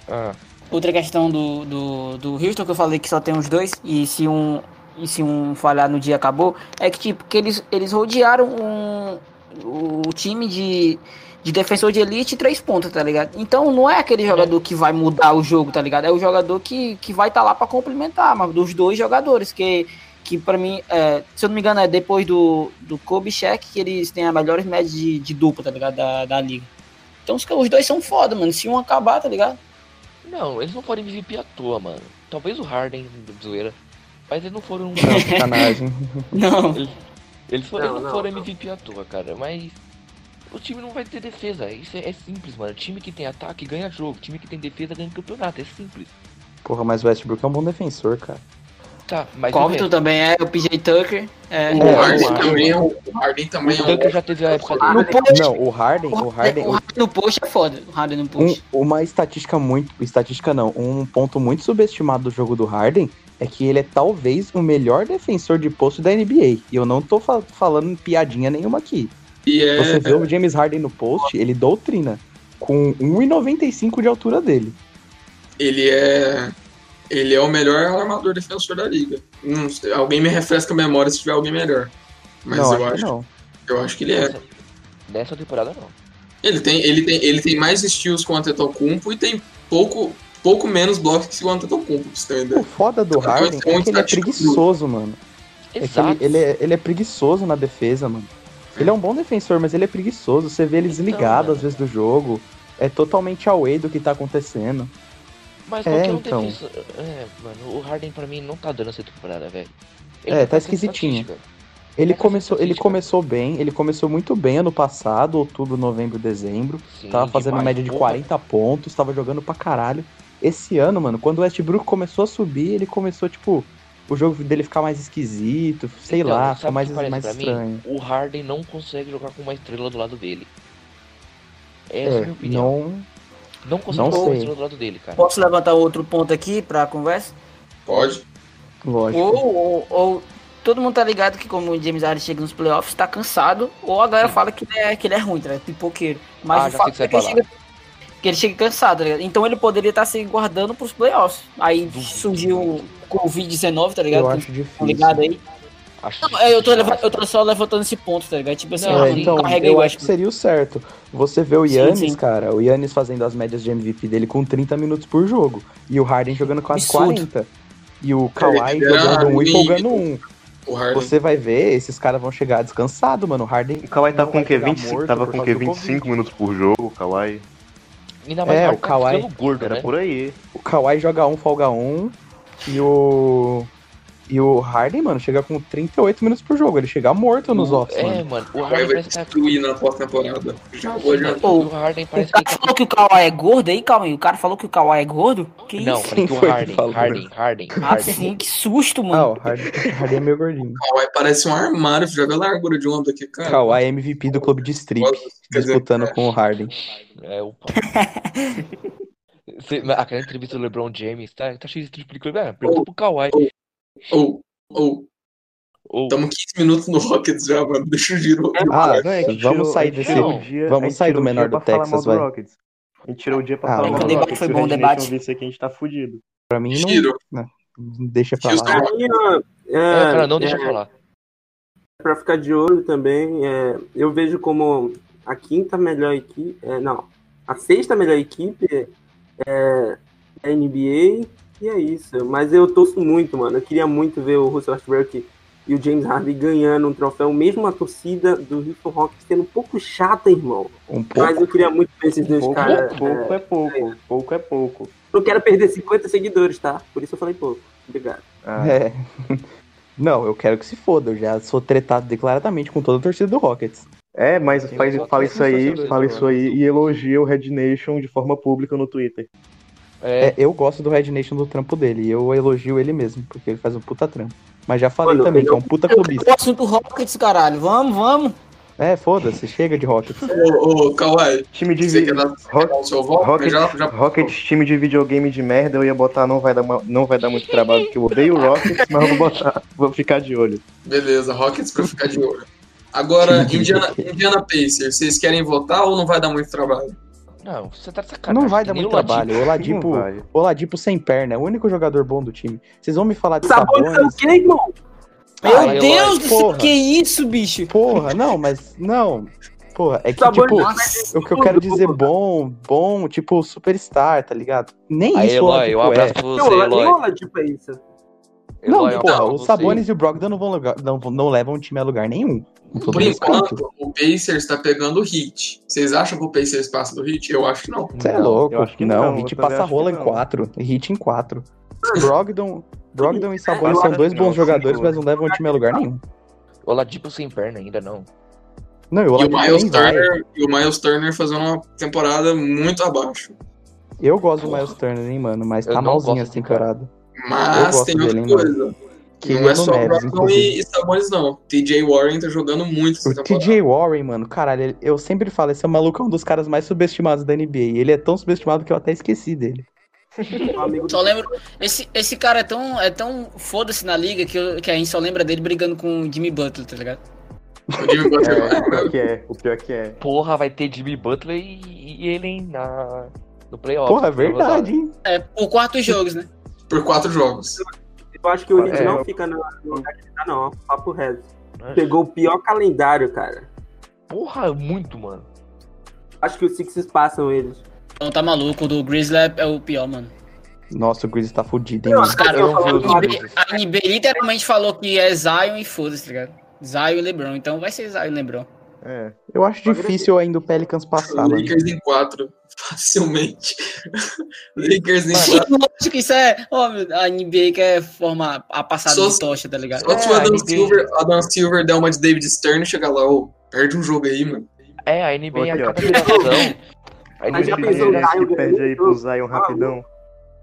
Speaker 2: Ah,
Speaker 6: Outra questão do, do, do Houston, que eu falei que só tem os dois, e se um, e se um falhar no dia acabou, é que tipo, que eles, eles rodearam um, o time de, de defensor de elite e três pontos, tá ligado? Então não é aquele jogador que vai mudar o jogo, tá ligado? É o jogador que, que vai estar lá pra complementar, mas dos dois jogadores, que, que para mim, é, se eu não me engano, é depois do, do Kobe Shaq que eles têm as melhores médias de, de dupla, tá ligado? Da, da liga. Então os, os dois são foda, mano. Se um acabar, tá ligado?
Speaker 2: não, eles não foram MVP à toa, mano. Talvez o Harden, zoeira. Mas eles não foram.
Speaker 5: Não, sacanagem.
Speaker 6: Não.
Speaker 2: Eles foram,
Speaker 4: Não,
Speaker 2: eles não
Speaker 4: não,
Speaker 2: foram
Speaker 4: não.
Speaker 2: MVP à toa, cara, mas o time não vai ter defesa. Isso é, é simples, mano. Time que tem ataque ganha jogo, time que tem defesa ganha campeonato. É simples.
Speaker 5: Porra, mas o Westbrook é um bom defensor, cara.
Speaker 2: Tá, mas. o
Speaker 6: Covington
Speaker 2: resto?
Speaker 6: também é, o PJ Tucker. É.
Speaker 1: O Harden
Speaker 2: Harden.
Speaker 1: também é um. O Harden também é
Speaker 2: O Duncan
Speaker 1: um.
Speaker 2: já teve a época dele.
Speaker 6: No post.
Speaker 5: Não, o Harden, o Harden,
Speaker 6: o Harden no post é foda. O Harden no
Speaker 5: um-
Speaker 6: post.
Speaker 5: uma estatística muito, estatística não, um ponto muito subestimado do jogo do Harden é que ele é talvez o melhor defensor de posto da NBA. E eu não tô fa- falando em piadinha nenhuma aqui.
Speaker 1: E é.
Speaker 5: Você vê o James Harden no post, ele doutrina com 1,95 de altura dele.
Speaker 1: Ele é. Ele é o melhor armador defensor da liga. Não sei, alguém me refresca a memória se tiver alguém melhor. Mas
Speaker 5: não,
Speaker 1: eu,
Speaker 5: acho
Speaker 1: acho,
Speaker 5: que não.
Speaker 1: eu acho que ele é.
Speaker 2: Nessa- Nessa temporada não.
Speaker 5: É
Speaker 1: Ele tem, ele tem, ele tem mais estilos que o Antetokounmpo e tem pouco, pouco menos blocos que o Antetokounmpo, pra você ter uma
Speaker 5: O
Speaker 1: ideia.
Speaker 5: foda do
Speaker 1: Outra coisa,
Speaker 5: Harden é que ele é
Speaker 1: estatística
Speaker 5: preguiçoso, mano. É que
Speaker 2: Exato.
Speaker 5: ele, ele é, ele é preguiçoso na defesa, mano. Ele é um bom defensor, mas ele é preguiçoso. Você vê ele
Speaker 2: Então,
Speaker 5: desligado
Speaker 2: mano.
Speaker 5: às vezes do jogo. É totalmente away do que tá acontecendo.
Speaker 2: Mas
Speaker 5: É,
Speaker 2: qualquer um
Speaker 5: então.
Speaker 2: defensor. É, mano, o Harden pra mim não tá dando essa temporada, velho.
Speaker 5: É,
Speaker 2: não
Speaker 5: tá
Speaker 2: fazendo
Speaker 5: esquisitinho.
Speaker 2: estatística.
Speaker 5: Ele
Speaker 2: Essa
Speaker 5: começou, ele
Speaker 2: estatística.
Speaker 5: começou bem, ele começou muito bem ano passado, outubro, novembro, dezembro.
Speaker 2: Sim,
Speaker 5: Tava fazendo
Speaker 2: demais,
Speaker 5: média de
Speaker 2: porra.
Speaker 5: 40 pontos, tava jogando pra caralho. Esse ano, mano, quando o Westbrook começou a subir, ele começou, tipo, o jogo dele ficar mais esquisito, sei
Speaker 2: Então,
Speaker 5: lá,
Speaker 2: sabe
Speaker 5: ficar
Speaker 2: o
Speaker 5: mais,
Speaker 2: que parece
Speaker 5: mais
Speaker 2: pra mim?
Speaker 5: estranho.
Speaker 2: O Harden não consegue jogar com uma estrela do lado dele. Essa é a minha opinião.
Speaker 5: não,
Speaker 2: Não, consigo
Speaker 5: não
Speaker 2: colocar
Speaker 5: sei.
Speaker 2: você do lado dele, cara.
Speaker 8: Um, Posso levantar outro ponto aqui pra conversa?
Speaker 1: Pode.
Speaker 5: lógico.
Speaker 8: Ou, ou, ou todo mundo tá ligado que como o James Harden chega nos playoffs, tá cansado, ou a galera fala que ele é, que ele é ruim, tá ligado? Pipoqueiro. Mas
Speaker 2: Ah,
Speaker 8: o
Speaker 2: já
Speaker 8: fato
Speaker 2: sei
Speaker 8: é que
Speaker 2: o que
Speaker 8: ele
Speaker 2: você vai
Speaker 8: chega, que ele chega cansado, tá ligado? Então ele poderia estar se guardando pros playoffs. Aí surgiu o Covid-19, tá ligado?
Speaker 5: eu
Speaker 8: Que
Speaker 5: acho
Speaker 8: Tá
Speaker 5: difícil.
Speaker 8: ligado aí?
Speaker 2: Acho
Speaker 8: Não, eu tô,
Speaker 2: difícil.
Speaker 8: leva- eu tô só levantando esse ponto, tá ligado? Tipo assim,
Speaker 2: Não,
Speaker 5: É,
Speaker 8: ele
Speaker 5: então,
Speaker 8: carrega aí
Speaker 5: eu
Speaker 8: o
Speaker 5: acho que
Speaker 8: Westbrook.
Speaker 5: seria o certo. Você vê o
Speaker 8: Sim,
Speaker 5: Yannis,
Speaker 8: sim.
Speaker 5: cara, o Yannis fazendo as médias de MVP dele com 30 minutos por jogo. E o Harden jogando quase
Speaker 8: Absurdo.
Speaker 5: 40. E o Kawhi
Speaker 1: ele era
Speaker 5: jogando um e
Speaker 1: ruim.
Speaker 5: folgando um.
Speaker 1: O Harden.
Speaker 5: Você vai ver, esses caras vão chegar descansados, mano. O Harden.
Speaker 3: O Kawhi tá
Speaker 5: não
Speaker 3: com o
Speaker 5: vai
Speaker 3: quê?
Speaker 5: chegar
Speaker 3: 25,
Speaker 5: morto
Speaker 3: tava com
Speaker 5: por
Speaker 3: o
Speaker 5: causa
Speaker 3: quê?
Speaker 5: do
Speaker 3: 25 minutos por jogo, o Kawhi? É.
Speaker 2: Ainda mais o
Speaker 5: É, o
Speaker 2: Harden tá
Speaker 5: Kawhi
Speaker 2: ficando gordo,
Speaker 3: Era
Speaker 2: né?
Speaker 3: por aí.
Speaker 5: O Kawhi joga um, folga um. E o. E o Harden, mano, chega com 38 minutos por jogo. Ele chega morto nos
Speaker 8: Hum,
Speaker 5: offs,
Speaker 2: É,
Speaker 5: mano.
Speaker 2: mano. O
Speaker 1: O Harden
Speaker 2: Harden
Speaker 1: vai
Speaker 2: parece que tá...
Speaker 1: destruir na pós-temporada. Já vou adiantar.
Speaker 8: Pô,
Speaker 2: O Harden
Speaker 8: O
Speaker 2: parece que
Speaker 8: cara
Speaker 2: ele tá...
Speaker 8: falou que o Kawhi é gordo aí? Calma aí, o cara falou que o Kawhi é gordo? Que
Speaker 2: Não,
Speaker 8: isso?
Speaker 2: falei que o
Speaker 5: Foi que
Speaker 2: Harden,
Speaker 5: falou.
Speaker 2: Harden, Harden,
Speaker 8: Ah,
Speaker 2: Harden.
Speaker 8: sim, que susto,
Speaker 5: Ah,
Speaker 8: mano.
Speaker 5: o Harden, o Harden é meio gordinho.
Speaker 1: O Kawhi parece um armário, joga a largura de ombro aqui, cara.
Speaker 5: Kawhi é MVP do clube de strip,
Speaker 1: Quer dizer,
Speaker 5: disputando com o Harden.
Speaker 2: É, opa. Você, aquela entrevista do LeBron James, tá? Tá cheio de triplicando. Ah, pergunta pro Kawhi.
Speaker 1: É, Ou, ou,
Speaker 2: Ou...
Speaker 1: estamos 15 minutos no Rockets já, mano. Deixa o giro.
Speaker 5: Ah,
Speaker 3: Não, é que
Speaker 5: vamos
Speaker 3: tirou-
Speaker 5: sair
Speaker 3: a gente
Speaker 5: desse.
Speaker 3: tirou o dia-
Speaker 5: vamos
Speaker 3: a gente
Speaker 5: sair do
Speaker 3: tirou o
Speaker 5: menor
Speaker 3: dia
Speaker 5: do
Speaker 3: pra falar
Speaker 5: Texas,
Speaker 3: mal do
Speaker 5: vai.
Speaker 3: Rockets. A gente tirou o dia pra
Speaker 5: Ah,
Speaker 3: falar mal
Speaker 5: o
Speaker 3: do
Speaker 8: debate
Speaker 3: Rockets.
Speaker 8: foi
Speaker 3: Se
Speaker 8: bom,
Speaker 3: o Red
Speaker 8: debate.
Speaker 3: Nation ouvisse aqui, a gente tá fudido.
Speaker 5: Pra mim, não,
Speaker 1: Giro.
Speaker 5: Deixa pra
Speaker 1: Houston
Speaker 5: tá lá.
Speaker 1: Rockets.
Speaker 4: Pra mim, ó, é,
Speaker 2: É, cara, não deixa
Speaker 4: é,
Speaker 2: eu falar.
Speaker 4: Pra ficar de olho também, é, eu vejo como a quinta melhor equipe. é, não, a sexta melhor equipe é, da NBA e é isso. Mas eu torço muito, mano. Eu queria muito ver o Russell Westbrook e o James Harden ganhando um troféu, mesmo a torcida do Houston Rockets sendo um pouco chata, irmão.
Speaker 5: Um
Speaker 4: Mas
Speaker 5: pouco.
Speaker 4: eu queria muito ver esses dois
Speaker 3: Pouco,
Speaker 4: caras.
Speaker 3: é,
Speaker 4: é,
Speaker 3: pouco é pouco, pouco é pouco.
Speaker 4: não quero perder 50 seguidores, tá? Por isso eu falei pouco. Obrigado.
Speaker 3: Ah,
Speaker 5: É. Não, eu quero que se foda. Eu já sou tretado declaradamente com toda a torcida do Rockets.
Speaker 3: É, mas
Speaker 2: Tem
Speaker 1: um
Speaker 3: faz,
Speaker 2: foto
Speaker 3: fala
Speaker 2: da
Speaker 3: isso aí,
Speaker 2: sensacionalista,
Speaker 3: fala isso
Speaker 2: né?
Speaker 3: aí e elogia o Red Nation de forma pública no Twitter.
Speaker 2: É,
Speaker 5: É, eu gosto do Red Nation do trampo dele. E eu elogio ele mesmo, porque ele faz um puta trampo. Mas já falei
Speaker 4: Mano,
Speaker 5: também
Speaker 4: ele
Speaker 5: que é um
Speaker 8: O
Speaker 5: puta clubista.
Speaker 8: assunto Rockets, caralho. Vamos, vamos.
Speaker 5: É, foda-se, chega de Rockets.
Speaker 1: Ô, ô, Kawhi,
Speaker 3: Time de
Speaker 1: você
Speaker 3: vi...
Speaker 1: quer dar, quer dar o seu voto?
Speaker 3: Rocket,
Speaker 1: já, já...
Speaker 3: Rocket, time de videogame de merda, eu ia botar não vai dar, ma- não vai dar muito trabalho, porque eu odeio o Rockets, mas eu vou botar, vou ficar de olho.
Speaker 1: Beleza, Rockets pra ficar de olho. Agora,
Speaker 5: Time de
Speaker 1: Indiana,
Speaker 5: videogame.
Speaker 1: Indiana Pacers, vocês querem votar ou não vai dar muito trabalho?
Speaker 2: Não, você tá de sacanagem.
Speaker 5: Não vai
Speaker 2: que
Speaker 5: dar
Speaker 2: nem
Speaker 5: muito
Speaker 2: o Ladipo.
Speaker 5: trabalho. O Oladipo,
Speaker 3: Não vai.
Speaker 5: Tipo, o Oladipo sem perna, é o único jogador bom do time. Vocês vão me falar de
Speaker 4: Sabores são o
Speaker 5: Sabonis? é
Speaker 4: quê, irmão?
Speaker 8: Meu
Speaker 2: Ah,
Speaker 8: Deus
Speaker 2: Eloy,
Speaker 8: do céu,
Speaker 5: porra.
Speaker 8: que isso, bicho?
Speaker 5: Porra, não, mas não. Porra, é que
Speaker 4: Sabor
Speaker 5: tipo,
Speaker 4: não,
Speaker 5: o que eu quero dizer bom, bom, tipo superstar, tá ligado? Nem
Speaker 2: Aí,
Speaker 5: isso o
Speaker 2: Eloy,
Speaker 5: Oladipo
Speaker 2: um
Speaker 5: é.
Speaker 2: abraço pra você,
Speaker 4: Não,
Speaker 2: Eloy.
Speaker 4: Lola, tipo, é isso.
Speaker 5: tipo, Não,
Speaker 2: Eloy, um
Speaker 5: porra,
Speaker 2: abraço
Speaker 5: os
Speaker 2: pra você.
Speaker 5: Sabonis e o Brogdon não vão lugar, não, não levam o time a lugar nenhum. Com todo
Speaker 1: Por
Speaker 5: respeito.
Speaker 1: enquanto, o Pacers tá pegando o Heat. Vocês acham que o Pacers passa do Heat? Eu acho que não.
Speaker 5: Você é
Speaker 3: Não,
Speaker 5: louco.
Speaker 3: eu acho que
Speaker 5: não,
Speaker 3: não,
Speaker 5: Hit
Speaker 3: eu também
Speaker 5: passa
Speaker 3: acho que
Speaker 5: rola em
Speaker 3: não.
Speaker 5: 4, Hit em 4. Brogdon, Brogdon e Sabonis
Speaker 4: Eu
Speaker 5: são
Speaker 4: acho
Speaker 5: dois
Speaker 3: que
Speaker 5: bons
Speaker 3: não,
Speaker 5: jogadores,
Speaker 3: sim,
Speaker 5: mas não levam o time a lugar nenhum.
Speaker 2: O Ladipo sem perna ainda, não.
Speaker 5: Não, e o
Speaker 1: E o,
Speaker 5: Oladipo
Speaker 1: Miles
Speaker 5: nem vai.
Speaker 1: Turner, e o Miles Turner fazendo uma temporada muito abaixo.
Speaker 5: Eu gosto do Miles Turner, hein, mano, mas
Speaker 2: Eu
Speaker 5: tá
Speaker 2: não
Speaker 5: malzinho
Speaker 2: gosto
Speaker 5: essa
Speaker 2: dele, cara.
Speaker 5: temporada. Eu
Speaker 1: Mas
Speaker 5: gosto
Speaker 1: tem outra
Speaker 5: dele, hein,
Speaker 1: coisa.
Speaker 5: Que
Speaker 1: não é
Speaker 5: no
Speaker 1: só
Speaker 5: Mavs,
Speaker 1: Brogdon e, e Sabonis, não. TJ Warren tá jogando muito essa
Speaker 5: O
Speaker 1: temporada.
Speaker 5: TJ Warren, mano, caralho, ele- eu sempre falo, esse é o maluco é um dos caras mais subestimados da NBA. Ele é tão subestimado que eu até esqueci dele.
Speaker 4: Meu amigo
Speaker 6: Só lembro. Esse, esse cara é tão, é tão foda-se na liga que, eu- que a gente só lembra dele brigando com o Jimmy Butler, tá ligado?
Speaker 1: O Jimmy Butler
Speaker 3: É, o
Speaker 1: é,
Speaker 3: pior que é, o pior que é.
Speaker 2: Porra, vai ter Jimmy Butler e, e ele hein, na, no playoff.
Speaker 5: Porra, é verdade, hein?
Speaker 6: É, por quatro jogos, né?
Speaker 1: por quatro jogos.
Speaker 4: Eu acho que o Heat
Speaker 3: É.
Speaker 4: não fica no no lugar que ele tá, não. Papo reto. Pegou o pior calendário, cara.
Speaker 2: Porra, muito, mano.
Speaker 4: Acho que os Sixers passam eles.
Speaker 6: Então tá maluco, o do Grizzly é, é o pior, mano.
Speaker 5: Nossa, o Grizzly tá fudido, hein,
Speaker 4: Eu
Speaker 5: mano.
Speaker 4: acho que
Speaker 6: Cara,
Speaker 4: eu
Speaker 6: a
Speaker 4: falo
Speaker 2: vi
Speaker 6: NB a NB literalmente falou que é Zion e foda-se, tá ligado? Zion e LeBron, então vai ser Zion e LeBron.
Speaker 3: É.
Speaker 5: Eu acho difícil ainda o Pelicans passar,
Speaker 2: né?
Speaker 5: mano.
Speaker 1: Lakers em quatro. Facilmente. Lakers em
Speaker 6: Sim,
Speaker 1: quatro.
Speaker 6: lógico que isso é. Ó, meu, a NBA quer formar é a passada
Speaker 1: Só
Speaker 6: de
Speaker 1: se-
Speaker 6: tocha, tá ligado?
Speaker 1: Só se o
Speaker 2: É,
Speaker 1: Adam
Speaker 2: aí tem-
Speaker 1: Silver, Adam Silver der uma de David Stern e chegar lá, ô, perde um jogo aí, mano.
Speaker 2: É, a NBA
Speaker 3: Aqui, ó.
Speaker 2: acaba de geração. A
Speaker 4: Mas já
Speaker 2: NBA
Speaker 4: pensou,
Speaker 2: geração.
Speaker 4: Zion
Speaker 3: que perde aí pro
Speaker 4: ganhou?
Speaker 3: Zion rapidão.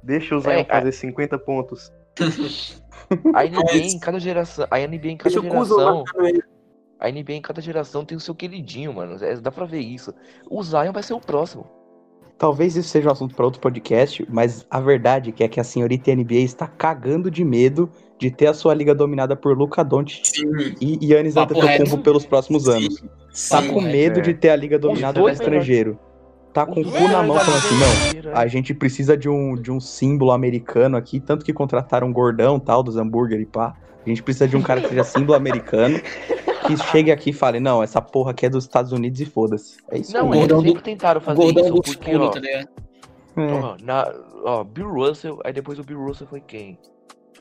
Speaker 3: Deixa o Zion
Speaker 2: É, cara.
Speaker 3: fazer 50 pontos.
Speaker 2: A NBA
Speaker 1: Mas-
Speaker 2: em cada geração. A NBA em cada
Speaker 4: Deixa o Kuzma
Speaker 2: geração.
Speaker 4: marcando ele.
Speaker 2: A NBA em cada geração tem o seu queridinho, mano. É, dá pra ver isso. O Zion vai ser o próximo.
Speaker 5: Talvez isso seja um assunto para outro podcast, mas a verdade que é que a senhorita NBA está cagando de medo de ter a sua liga dominada por Luca Doncic
Speaker 1: Sim,
Speaker 5: e Yannis
Speaker 6: Papo
Speaker 5: Antetokounmpo
Speaker 6: reto.
Speaker 5: pelos próximos anos. Tá
Speaker 1: sim.
Speaker 5: com medo
Speaker 3: É.
Speaker 5: de ter a liga dominada por
Speaker 2: dois melhores.
Speaker 5: estrangeiro. Tá com o cu na mão falando assim, não, a gente precisa de um, de um símbolo americano aqui, tanto que contrataram um gordão tal dos hambúrguer e pá. A gente precisa de um cara que seja símbolo americano, que chegue aqui e fale, não, essa porra aqui é dos Estados Unidos e foda-se. É isso
Speaker 2: Não,
Speaker 5: mesmo.
Speaker 2: eles
Speaker 6: Gordão do-
Speaker 2: sempre tentaram fazer
Speaker 6: Gordão
Speaker 2: isso,
Speaker 6: do
Speaker 2: porque, ó,
Speaker 6: escuro, tá ligado?
Speaker 5: É.
Speaker 2: ó, na, ó, Bill Russell, aí depois o Bill Russell foi quem?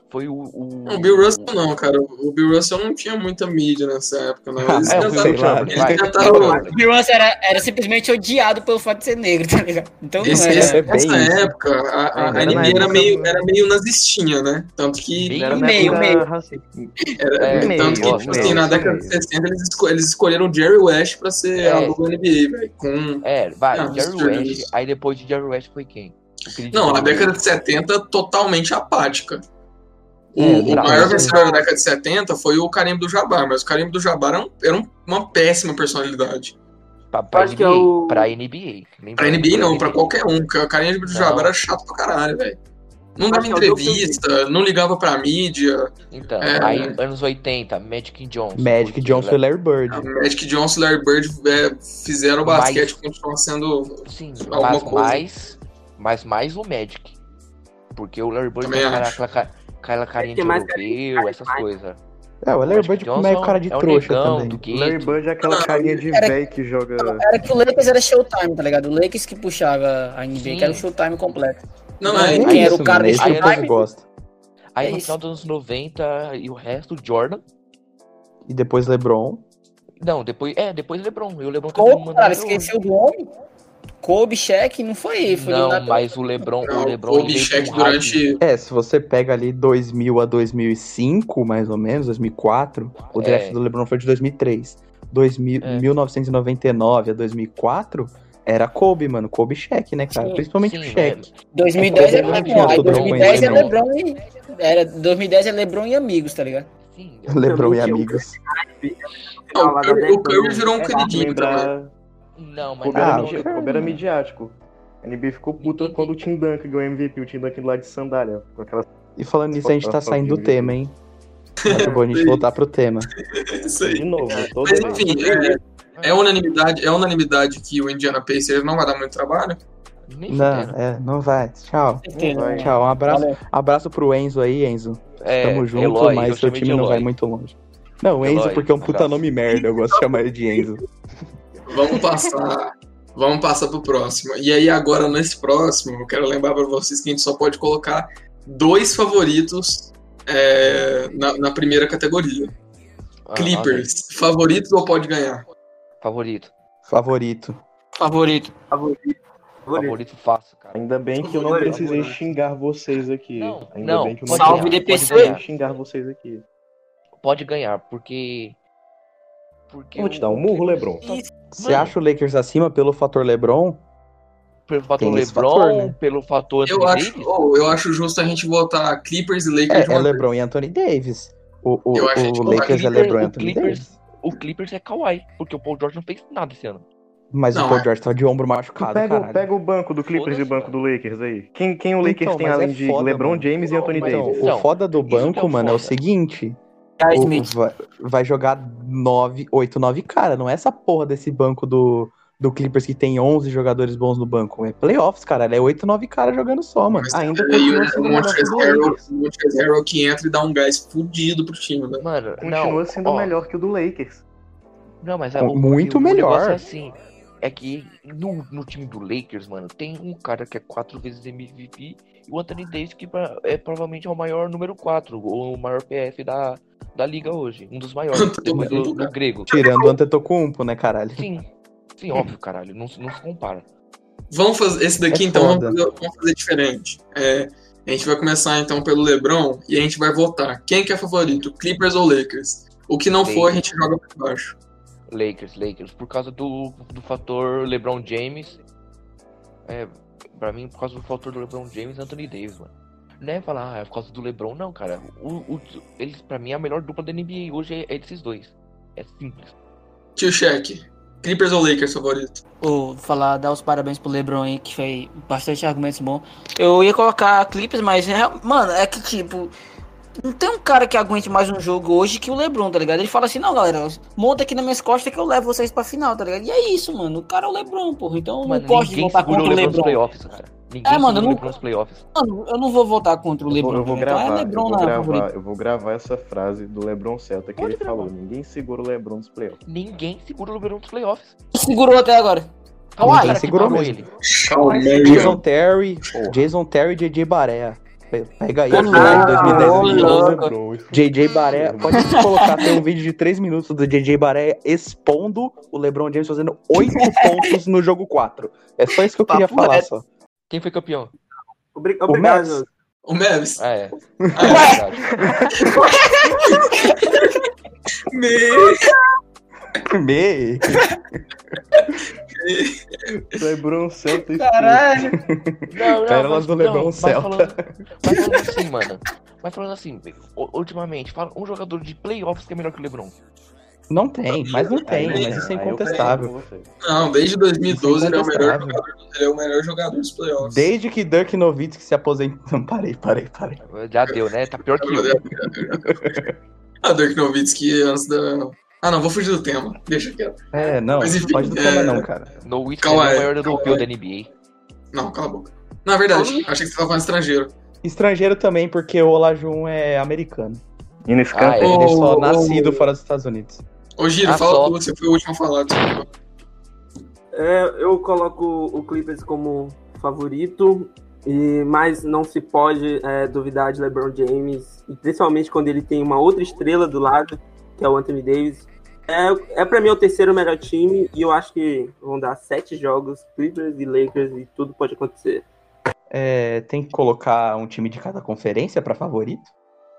Speaker 2: Foi o... O,
Speaker 1: O Bill Russell não, cara. O Bill Russell não tinha muita mídia nessa época, não. Eles
Speaker 5: Ah,
Speaker 2: É, o
Speaker 1: tentaram-
Speaker 5: sei
Speaker 2: Will
Speaker 5: lá,
Speaker 2: Chamberlain,
Speaker 1: eles
Speaker 2: vai.
Speaker 1: tentaram-
Speaker 6: Bill Russell era, era simplesmente odiado pelo fato de ser negro, tá ligado? Então não
Speaker 1: Esse-
Speaker 6: era.
Speaker 1: esse-
Speaker 5: é bem
Speaker 1: nessa
Speaker 5: isso.
Speaker 1: época,
Speaker 2: Ah,
Speaker 1: a, a- a
Speaker 5: Era na
Speaker 1: NBA era
Speaker 5: época-
Speaker 1: meio, era meio nazistinha, né? Tanto que.
Speaker 2: Bem
Speaker 3: Era na
Speaker 6: Meio,
Speaker 3: época
Speaker 6: meio.
Speaker 3: racista.
Speaker 1: Era,
Speaker 2: É,
Speaker 1: tanto que,
Speaker 2: meio,
Speaker 1: tipo assim,
Speaker 2: meio,
Speaker 1: na
Speaker 3: isso
Speaker 1: década de
Speaker 3: mesmo.
Speaker 1: 60, eles, esco- eles escolheram o Jerry West pra ser
Speaker 2: É.
Speaker 1: a logo NBA, velho. Com...
Speaker 2: É, vai,
Speaker 1: Não,
Speaker 2: Jerry
Speaker 1: absurdo
Speaker 2: West,
Speaker 1: isso.
Speaker 2: aí depois de Jerry West foi quem? O queridinho
Speaker 1: Não, a
Speaker 2: dele.
Speaker 1: década de 70 totalmente apática. O,
Speaker 5: É,
Speaker 1: o
Speaker 5: tá,
Speaker 1: maior
Speaker 5: mas-
Speaker 1: vencedor da década de 70 foi o Karim do Jabbar, mas o Karim do Jabbar era, um- era um- uma péssima personalidade.
Speaker 2: Pra, pra
Speaker 4: Acho que
Speaker 2: NBA,
Speaker 4: é o-
Speaker 2: pra NBA. lembra?
Speaker 1: Pra NBA não, pra qualquer um. porque O Karim do Jabbar era chato pra caralho, velho. Não dava
Speaker 4: Acho que é o Doug
Speaker 1: entrevista, não ligava pra mídia.
Speaker 2: Então,
Speaker 1: É.
Speaker 2: aí anos 80, Magic Johnson.
Speaker 5: Magic
Speaker 2: porque-
Speaker 5: Johnson e Larry Bird.
Speaker 1: A Magic Johnson e Larry Bird é, fizeram o
Speaker 2: Mas-
Speaker 1: basquete continuar sendo.
Speaker 2: Sim,
Speaker 1: Alguma
Speaker 2: mas
Speaker 1: coisa.
Speaker 2: mais, mas mais o Magic. Porque o Larry Bird
Speaker 1: Também
Speaker 2: tem aquela,
Speaker 1: acho.
Speaker 2: aquela, ca- aquela carinha de
Speaker 4: Tem mais
Speaker 2: europeu, essas coisas.
Speaker 5: É, o Larry
Speaker 2: Magic
Speaker 5: Bird
Speaker 2: Johnson
Speaker 5: é cara de
Speaker 2: é um
Speaker 5: trouxa
Speaker 2: negão
Speaker 5: também.
Speaker 2: do gueto.
Speaker 3: Larry Bird é aquela carinha de
Speaker 6: Era-
Speaker 3: véi que joga.
Speaker 6: Era que o Lakers era showtime, tá ligado? O Lakers que puxava a NBA,
Speaker 2: Sim.
Speaker 6: que era o showtime completo.
Speaker 1: Não,
Speaker 6: Não,
Speaker 1: é,
Speaker 6: Quem era o cara
Speaker 5: mano, é isso que
Speaker 2: desse
Speaker 5: o povo
Speaker 2: time?
Speaker 5: gosta.
Speaker 2: Aí
Speaker 6: É
Speaker 2: no
Speaker 6: isso.
Speaker 2: final dos anos 90 e o resto, Jordan.
Speaker 5: E depois LeBron.
Speaker 2: Não, depois. É, depois LeBron. E o LeBron tá
Speaker 6: Kobe, cara,
Speaker 2: até hoje.
Speaker 6: esqueceu do homem. Kobe, Shaq, não foi. foi
Speaker 2: Não,
Speaker 6: eliminado.
Speaker 2: mas o LeBron. O
Speaker 1: Não,
Speaker 2: LeBron.
Speaker 1: o
Speaker 2: ele veio
Speaker 1: Bichek
Speaker 2: com hype.
Speaker 1: durante.
Speaker 5: É, se você pega ali 2000 a 2005, mais ou menos, 2004, o draft
Speaker 2: É.
Speaker 5: do LeBron foi de 2003. 2000,
Speaker 2: É.
Speaker 5: 1999 a 2004 era Kobe, mano. Kobe e Shaq, né, cara?
Speaker 6: Sim,
Speaker 5: Principalmente o
Speaker 2: sim,
Speaker 5: Shaq.
Speaker 6: 2010 era
Speaker 5: Não
Speaker 6: LeBron.
Speaker 5: tinha
Speaker 6: Aí
Speaker 5: todo
Speaker 6: 2010 é
Speaker 5: mundo
Speaker 6: LeBron e. Era 2010 é LeBron e amigos, tá ligado?
Speaker 2: é, Sim,
Speaker 5: LeBron e
Speaker 4: tinha o-
Speaker 5: amigos.
Speaker 1: Não, o
Speaker 4: lá da
Speaker 1: Curry, o
Speaker 4: década,
Speaker 1: Curry
Speaker 4: né?
Speaker 1: virou um
Speaker 4: É,
Speaker 1: queridinho também.
Speaker 3: Lembrar.
Speaker 2: não, mas.
Speaker 3: Kobe era,
Speaker 5: Ah,
Speaker 2: não,
Speaker 3: midi-
Speaker 5: o cara-
Speaker 3: Kobe era midiático. A NBA ficou puta quando o Tim Duncan ganhou MVP, o Tim Duncan lá de sandália. Com aquela...
Speaker 5: E falando nisso, a gente tá
Speaker 3: Fotógrafo
Speaker 5: saindo do
Speaker 3: de
Speaker 5: tema, hein? Mas é bom a gente voltar pro tema.
Speaker 1: É Isso aí.
Speaker 3: De novo, todo
Speaker 1: Mas enfim, é, é unanimidade, é unanimidade que o Indiana Pacers não vai dar muito trabalho.
Speaker 2: Nem
Speaker 5: Não,
Speaker 2: fudendo.
Speaker 5: é, não vai. Tchau.
Speaker 6: Certeza.
Speaker 3: vai.
Speaker 6: né?
Speaker 5: Tchau, um abraço,
Speaker 6: Valeu.
Speaker 5: abraço pro Enzo aí, Enzo.
Speaker 2: É,
Speaker 5: Tamo junto,
Speaker 2: Eloy, eu
Speaker 5: mas seu
Speaker 2: chamei de
Speaker 5: time não
Speaker 2: Eloy.
Speaker 5: vai muito longe. Não, Enzo,
Speaker 2: Eloy,
Speaker 5: porque é um
Speaker 2: um
Speaker 5: puta
Speaker 2: abraço.
Speaker 5: nome merda, eu gosto de chamar ele de Enzo.
Speaker 1: Vamos passar. Vamos passar pro próximo. E aí, agora, nesse próximo, eu quero lembrar para vocês que a gente só pode colocar dois favoritos é, na, na primeira categoria.
Speaker 2: Ah,
Speaker 1: Clippers, favoritos ou pode ganhar?
Speaker 2: ah, Favorito.
Speaker 5: Favorito.
Speaker 8: Favorito.
Speaker 2: Favorito fácil, cara.
Speaker 3: Ainda bem que eu não precisei xingar vocês aqui.
Speaker 2: Não,
Speaker 3: Ainda
Speaker 2: não,
Speaker 3: bem que eu
Speaker 2: pode
Speaker 8: Salve,
Speaker 2: ganhar,
Speaker 8: DPC.
Speaker 2: pode
Speaker 3: precisei
Speaker 2: ganhar.
Speaker 3: xingar vocês aqui.
Speaker 2: pode ganhar, porque. Porque.
Speaker 3: Vou te dar um
Speaker 2: o
Speaker 3: murro,
Speaker 2: Clippers
Speaker 3: Lebron.
Speaker 2: tá-
Speaker 5: Você acha o Lakers acima pelo fator LeBron?
Speaker 2: Pelo fator
Speaker 5: Tem esse
Speaker 2: Lebron,
Speaker 5: fator, né?
Speaker 2: pelo fator
Speaker 1: Eu
Speaker 2: Anthony
Speaker 1: acho,
Speaker 2: Davis?
Speaker 1: oh, eu acho justo a gente votar Clippers e Lakers.
Speaker 5: É,
Speaker 1: de
Speaker 5: é
Speaker 1: uma vez.
Speaker 5: LeBron e Anthony Davis. O, o,
Speaker 1: Eu acho
Speaker 5: o
Speaker 1: que o
Speaker 5: Lakers é
Speaker 2: Clippers-
Speaker 5: LeBron e
Speaker 2: o
Speaker 5: Anthony
Speaker 2: Clippers-
Speaker 5: Davis.
Speaker 2: O Clippers é Kawhi, porque o Paul George não fez nada esse ano.
Speaker 5: Mas
Speaker 1: Não,
Speaker 5: o Paul
Speaker 1: é.
Speaker 5: George tava de ombro machucado,
Speaker 3: Pega, o-
Speaker 5: caralho.
Speaker 3: pega o banco do Clippers e o
Speaker 2: Foda-se,
Speaker 3: banco do Lakers aí. Quem, quem o Lakers
Speaker 5: Então,
Speaker 3: tem
Speaker 5: mas
Speaker 3: além
Speaker 5: é
Speaker 3: de
Speaker 5: foda,
Speaker 3: LeBron
Speaker 5: mano.
Speaker 3: James e Anthony
Speaker 2: mas
Speaker 5: Então,
Speaker 3: Davis?
Speaker 5: o
Speaker 2: Então,
Speaker 5: foda do
Speaker 2: isso que é o
Speaker 5: banco, mano, é o
Speaker 2: foda.
Speaker 5: seguinte.
Speaker 8: Kai
Speaker 5: o-
Speaker 8: Smith.
Speaker 5: vai, vai jogar 9, 8, 9 cara. Não é essa porra desse banco do, do Clippers que tem 11 jogadores bons no banco. É playoffs, caralho. É 8, 9 cara jogando só, mano. Ah,
Speaker 1: Mas
Speaker 3: Ainda
Speaker 1: E aí,
Speaker 3: continua
Speaker 1: o
Speaker 3: sendo o melhor que
Speaker 1: Montrezl
Speaker 3: o do
Speaker 1: Harrell-
Speaker 3: Lakers.
Speaker 1: o Montrezl Harrell que entra e dá um gás fudido pro time, né?
Speaker 2: Mano,
Speaker 3: Continua
Speaker 2: não,
Speaker 3: sendo
Speaker 2: ó,
Speaker 3: melhor que o do Lakers.
Speaker 2: Não, mas é,
Speaker 5: Muito melhor.
Speaker 2: negócio É assim, é que no, no time do Lakers, mano, tem um cara que é quatro vezes MVP e o Anthony Davis que pra- é provavelmente é o maior número 4, ou o maior PF da, da liga hoje. Um dos maiores, depois do,
Speaker 1: mundo,
Speaker 2: do grego.
Speaker 5: Tirando o Antetokounmpo, né, caralho?
Speaker 2: Sim, sim, óbvio, caralho. Não, se- não se compara.
Speaker 1: Vamos fazer esse daqui
Speaker 5: É
Speaker 1: então, vamos
Speaker 5: foda.
Speaker 1: fazer, vamos fazer diferente. É, a gente vai começar então pelo LeBron e a gente vai votar. Quem que é favorito, Clippers ou Lakers? O que não for, a gente joga pra baixo.
Speaker 2: Lakers, Lakers, por causa do, do fator LeBron James. É, pra mim, por causa do fator do LeBron James e Anthony Davis, mano. Não é falar, ah, é por causa do LeBron, não, cara. O, o- eles, pra mim, a melhor dupla da NBA hoje é, é desses dois. É simples.
Speaker 1: Tio Cheque. Clippers ou Lakers favorito?
Speaker 8: Ou falar, dar os parabéns pro LeBron aí, que foi bastante argumentos bons. Eu ia colocar Clippers, mas, real- mano, é que tipo. Não tem um cara que aguente mais um jogo hoje que o LeBron, tá ligado? Ele fala assim: não, galera, monta aqui nas minhas costas que eu levo vocês pra final, tá ligado? E é isso, mano. O cara é o LeBron, porra. Então eu não posso
Speaker 2: ninguém
Speaker 8: voltar
Speaker 2: segura
Speaker 8: contra
Speaker 2: o
Speaker 8: o
Speaker 2: LeBron nos
Speaker 8: LeBron. É,
Speaker 2: playoffs, cara. Ninguém
Speaker 8: mano, eu
Speaker 2: segura o
Speaker 8: não-
Speaker 2: LeBron nos playoffs.
Speaker 8: Mano, eu não vou voltar contra o
Speaker 3: Eu vou,
Speaker 8: LeBron.
Speaker 3: eu vou
Speaker 8: tá ligado?
Speaker 3: gravar,
Speaker 8: Então é
Speaker 3: eu
Speaker 8: LeBron
Speaker 3: vou
Speaker 8: na favorita.
Speaker 3: gravar, eu vou gravar essa frase do Lebron Celta que
Speaker 2: Pode
Speaker 3: ele falou, ninguém segura o Lebron nos playoffs.
Speaker 2: Ninguém segura o LeBron nos playoffs.
Speaker 8: Segurou até agora.
Speaker 2: Kawhi,
Speaker 5: Ninguém
Speaker 2: cara, que
Speaker 5: segurou
Speaker 2: parou
Speaker 5: mesmo.
Speaker 2: ele.
Speaker 1: É
Speaker 5: Jason Terry,
Speaker 3: Porra.
Speaker 5: Jason Terry e JJ Barea. Pe- Pega aí,
Speaker 4: Ah,
Speaker 5: moleque, 2010.
Speaker 4: ô,
Speaker 5: ele jogou.
Speaker 8: louco.
Speaker 3: Lebron, isso
Speaker 5: JJ Barea, pode colocar, tem um vídeo de 3 minutos do JJ Barea expondo o LeBron James fazendo 8 pontos no jogo 4. É só isso que eu queria
Speaker 8: Papo
Speaker 5: falar,
Speaker 8: reto.
Speaker 5: só.
Speaker 2: Quem foi campeão?
Speaker 4: Obri-
Speaker 5: O Max,
Speaker 4: Obrigado.
Speaker 1: O Mavis.
Speaker 2: Ah, é.
Speaker 1: Ah,
Speaker 2: Verdade.
Speaker 1: Meu.
Speaker 5: Meio.
Speaker 3: Lebron Celta
Speaker 6: Caralho.
Speaker 2: Não, não,
Speaker 5: Pérolas
Speaker 2: mas-
Speaker 5: do LeBron
Speaker 2: mas
Speaker 5: Celta.
Speaker 2: falando- Mas falando assim, mano. Mas falando assim, u- ultimamente, fala um jogador de playoffs que é melhor que o LeBron.
Speaker 5: Não tem, mas não tem,
Speaker 1: Aí,
Speaker 5: mas isso é
Speaker 3: aí eu
Speaker 5: incontestável.
Speaker 3: concordo com você.
Speaker 1: Não, desde 2012 ele é o melhor
Speaker 5: incontestável.
Speaker 1: jogador. Ele é o melhor jogador dos playoffs.
Speaker 5: Desde que Dirk Nowitzki se aposentou. Não, parei, parei, parei.
Speaker 2: Já deu, né? Tá pior que eu.
Speaker 1: Ah, Dirk Nowitzki antes da. Ah, não, vou fugir do tema. Deixa quieto.
Speaker 5: É, não,
Speaker 1: Mas enfim,
Speaker 5: pode não
Speaker 1: é-
Speaker 5: falar não, cara.
Speaker 2: No Whitney é o
Speaker 1: Kawhi,
Speaker 2: maior europeu
Speaker 1: Kawhi.
Speaker 2: da NBA.
Speaker 1: Não, cala a boca. Na verdade, achei que você tava falando estrangeiro.
Speaker 5: Estrangeiro também, porque o Olajun é americano.
Speaker 3: Enes
Speaker 2: Ah,
Speaker 3: Kanter,
Speaker 2: é.
Speaker 5: Ele é só
Speaker 1: Ô, ô,
Speaker 5: nascido
Speaker 1: ô.
Speaker 5: fora dos Estados Unidos.
Speaker 1: Ô, Giro,
Speaker 2: Ah,
Speaker 1: fala
Speaker 2: só.
Speaker 1: tudo, você foi o último a falar. desculpa.
Speaker 4: É, eu coloco o Clippers como favorito, e mas não se pode é, duvidar de LeBron James, e principalmente quando ele tem uma outra estrela do lado, que é o Anthony Davis. É, é para mim o terceiro melhor time e eu acho que vão dar sete jogos, Clippers e Lakers e tudo pode acontecer.
Speaker 5: É, tem que colocar um time de cada conferência pra favorito?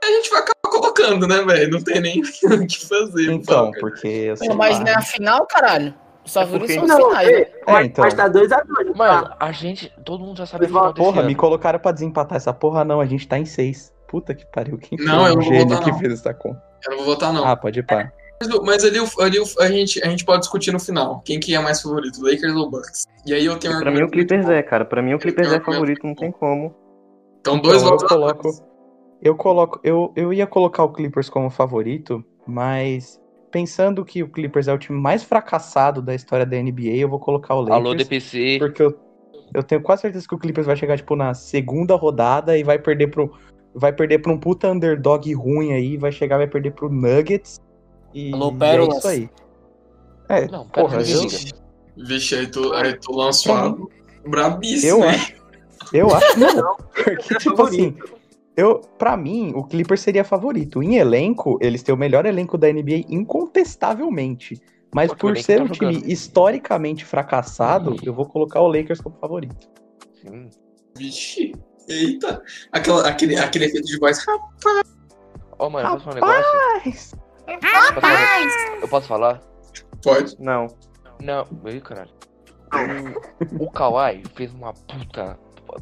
Speaker 1: A gente vai acabar colocando, né, velho? Não tem nem o que fazer.
Speaker 5: Então,
Speaker 1: pô.
Speaker 5: porque eu sei
Speaker 6: Pô, mas é
Speaker 5: lá.
Speaker 6: na final, caralho.
Speaker 3: É
Speaker 6: Os favoritos
Speaker 2: porque-
Speaker 6: são os finais, né?
Speaker 5: É,
Speaker 4: mas,
Speaker 5: então.
Speaker 4: mas tá 2 a 2 tá?
Speaker 2: Mano, a gente. Todo mundo já sabe a final desse
Speaker 5: Porra,
Speaker 2: ano.
Speaker 5: me colocaram pra desempatar essa porra, não. A gente tá em seis. Puta que pariu. Quem
Speaker 1: Não,
Speaker 5: foi
Speaker 1: eu
Speaker 5: o
Speaker 1: não vou
Speaker 5: gênio
Speaker 1: votar,
Speaker 5: que
Speaker 1: não.
Speaker 5: fez essa conta?
Speaker 1: Eu não vou votar, não. É,
Speaker 5: Ah, pode ir pá.
Speaker 1: Mas, mas ali, o- ali o- a, gente, a gente pode discutir no final. Quem que é mais favorito, Lakers ou Bucks? E aí eu tenho um
Speaker 3: Pra mim o
Speaker 1: argumento.
Speaker 3: Clippers é, cara. Pra mim o Clippers é favorito, não tem como.
Speaker 1: Então, dois
Speaker 5: Então, eu
Speaker 1: votos.
Speaker 5: coloco- Eu coloco, eu, eu ia colocar o Clippers como favorito, mas pensando que o Clippers é o time mais fracassado da história da NBA, eu vou colocar o Lakers.
Speaker 2: Alô, DPC.
Speaker 5: Porque eu, eu tenho quase certeza que o Clippers vai chegar, tipo, na segunda rodada e vai perder pro. Vai perder pra um puta underdog ruim aí, vai chegar, vai perder pro Nuggets. E
Speaker 8: Alô,
Speaker 5: é
Speaker 8: Pérolas.
Speaker 5: isso aí. É,
Speaker 2: Não, pera,
Speaker 5: porra,
Speaker 2: me
Speaker 5: eu,
Speaker 2: diga.
Speaker 1: Vixe, aí tu, aí tu lança uma brabíssima.
Speaker 5: eu acho. Eu acho que não.
Speaker 4: É
Speaker 5: Porque, tipo assim, eu, pra mim, o Clippers seria favorito. Em elenco, eles têm o melhor elenco da NBA incontestavelmente. Mas
Speaker 2: Porque o
Speaker 5: por
Speaker 2: elenco
Speaker 5: ser
Speaker 2: tá
Speaker 5: um time
Speaker 2: jogando.
Speaker 5: historicamente fracassado, eu vou colocar o Lakers como favorito.
Speaker 2: Sim.
Speaker 1: Vixe. Eita. Aquela, aquele, aquele efeito de voz. Ah,
Speaker 2: Ó, mano, posso falar um negócio?
Speaker 5: Mas,
Speaker 2: Posso falar um negócio? Eu posso falar?
Speaker 1: Pode.
Speaker 3: Não.
Speaker 2: Não, meu caralho. O, o Kawhi fez uma puta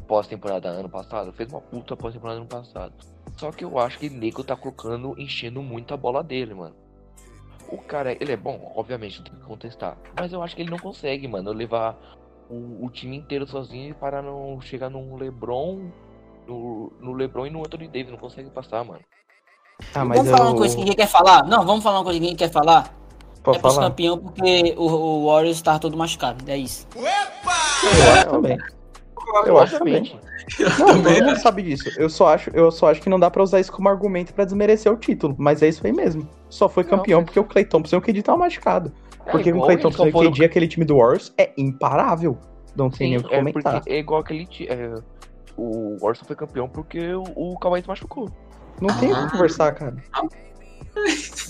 Speaker 2: pós-temporada ano passado, fez uma puta pós-temporada ano passado. Só que eu acho que o Nego tá colocando, enchendo muito a bola dele, mano. O cara, ele é bom, obviamente, não tem que contestar. Mas eu acho que ele não consegue, mano, levar o, o time inteiro sozinho para não chegar no LeBron, no, no LeBron e no Anthony Davis, não consegue passar, mano.
Speaker 5: ah, mas
Speaker 8: Vamos falar uma coisa que ninguém quer falar? Não, vamos falar uma coisa que ninguém quer falar?
Speaker 5: Pode
Speaker 8: é pros
Speaker 5: falar?
Speaker 8: campeão porque o, o Warriors tá todo machucado. É isso.
Speaker 5: É, Eu acho também. Eu acho também.
Speaker 2: Obviamente.
Speaker 5: Não,
Speaker 1: Também
Speaker 5: todo mundo sabe disso. Eu só, acho, eu só acho que não dá pra usar isso como argumento pra desmerecer o título. Mas é isso aí mesmo. Só foi
Speaker 2: Não,
Speaker 5: campeão
Speaker 2: mas-
Speaker 5: porque o Clay Thompson e o KD tava machucado.
Speaker 2: É
Speaker 5: Porque com
Speaker 2: igual
Speaker 5: o Clay
Speaker 2: eles
Speaker 5: Thompson e
Speaker 2: só
Speaker 5: o
Speaker 2: foram-
Speaker 5: KD, aquele time do Warriors é imparável. Não tem nem o que
Speaker 2: é
Speaker 5: comentar.
Speaker 2: porque é igual aquele. ti- É, o Orson foi campeão porque o, o Kawhi se machucou.
Speaker 5: Não tem
Speaker 2: Ah.
Speaker 5: o que conversar, cara.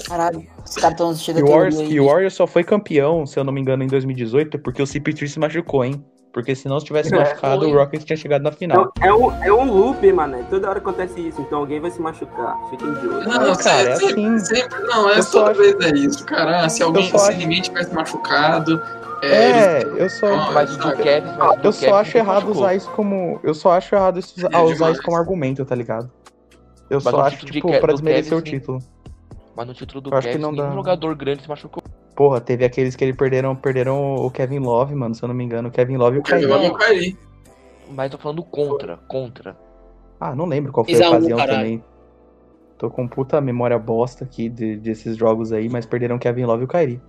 Speaker 8: Caralho, os caras tão
Speaker 2: é
Speaker 8: cheios
Speaker 5: E
Speaker 8: de
Speaker 5: o Warriors,
Speaker 8: teoria aí.
Speaker 5: e o Warriors só foi campeão, se eu não me engano, em 2018, porque o CP3 se machucou, hein? Porque se não se tivesse
Speaker 4: É,
Speaker 5: machucado,
Speaker 2: foi.
Speaker 5: o Rockets tinha chegado na final.
Speaker 4: Então, é, um, é um loop, mano. Toda hora acontece isso, então alguém vai se machucar. Fiquem de olho.
Speaker 1: Não,
Speaker 5: cara, é
Speaker 1: sempre,
Speaker 5: assim.
Speaker 1: sempre. Não, é
Speaker 5: Eu só
Speaker 1: toda
Speaker 5: acho-
Speaker 1: vez é isso, cara. Ah, se alguém,
Speaker 5: só
Speaker 1: se
Speaker 5: acho-
Speaker 1: ninguém tivesse machucado.
Speaker 2: Então,
Speaker 1: É, eles-
Speaker 5: É, eu só.
Speaker 1: Não,
Speaker 2: Mas o do Kevin. mas o do
Speaker 5: Eu só
Speaker 2: Kevin
Speaker 5: acho
Speaker 2: se
Speaker 5: errado
Speaker 2: machucou.
Speaker 5: usar isso como. Eu só acho errado isso, usar
Speaker 1: demais.
Speaker 5: usar isso como argumento, tá ligado? Eu
Speaker 2: Mas o
Speaker 5: só acho,
Speaker 2: título de
Speaker 5: tipo,
Speaker 2: Ke-
Speaker 5: pra
Speaker 2: do
Speaker 5: desmerecer o
Speaker 2: Kevin, sim.
Speaker 5: título.
Speaker 2: Mas no título do
Speaker 5: Eu acho que
Speaker 2: Cavs,
Speaker 5: não
Speaker 2: nenhum
Speaker 5: dá.
Speaker 2: jogador grande se machucou.
Speaker 5: Porra, teve aqueles que ele perderam, perderam o Kevin Love, mano, se eu não me engano. O Kevin Love e o
Speaker 1: Kevin
Speaker 5: Kyrie.
Speaker 1: Love e o Kyrie.
Speaker 2: Mas tô falando contra, contra.
Speaker 5: Ah, não lembro qual foi a
Speaker 6: Exaú,
Speaker 5: ocasião
Speaker 6: caralho.
Speaker 5: também. Tô com puta memória bosta aqui de- desses jogos aí, mas perderam o Kevin Love e o Kyrie.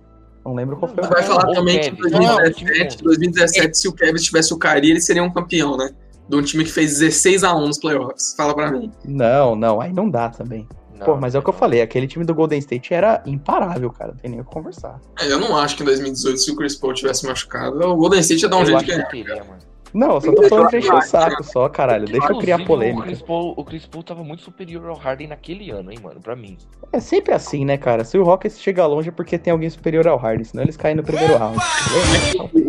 Speaker 5: Não lembro qual foi a
Speaker 1: Tu vai falar
Speaker 2: Ou
Speaker 1: também que em
Speaker 2: Kevin. Não,
Speaker 1: 2017, 2017, se o Kevin tivesse o Kyrie, ele seria um campeão, né? De um time que fez 16x1 nos playoffs. Fala pra mim.
Speaker 5: Não, não, aí não dá também.
Speaker 1: né?
Speaker 2: Não,
Speaker 5: Pô, mas é o que eu falei, aquele time do Golden State era imparável, cara. Não tem nem o que conversar.
Speaker 1: É, Eu não acho que em 2018, se o Chris Paul tivesse machucado, o Golden State ia dar um
Speaker 2: eu
Speaker 1: jeito
Speaker 2: acho
Speaker 1: de ganhar.
Speaker 2: que teria, mano.
Speaker 5: Não, eu só tô falando pra encher o saco só, caralho. Deixa eu criar
Speaker 2: Inclusive, O Chris,
Speaker 5: polêmica.
Speaker 2: Paul, o Chris Paul tava muito superior ao Harden naquele ano, hein, mano, pra mim.
Speaker 5: É sempre assim, né, cara? Se o Rockets chega longe é porque tem alguém superior ao Harden, senão eles caem no primeiro round.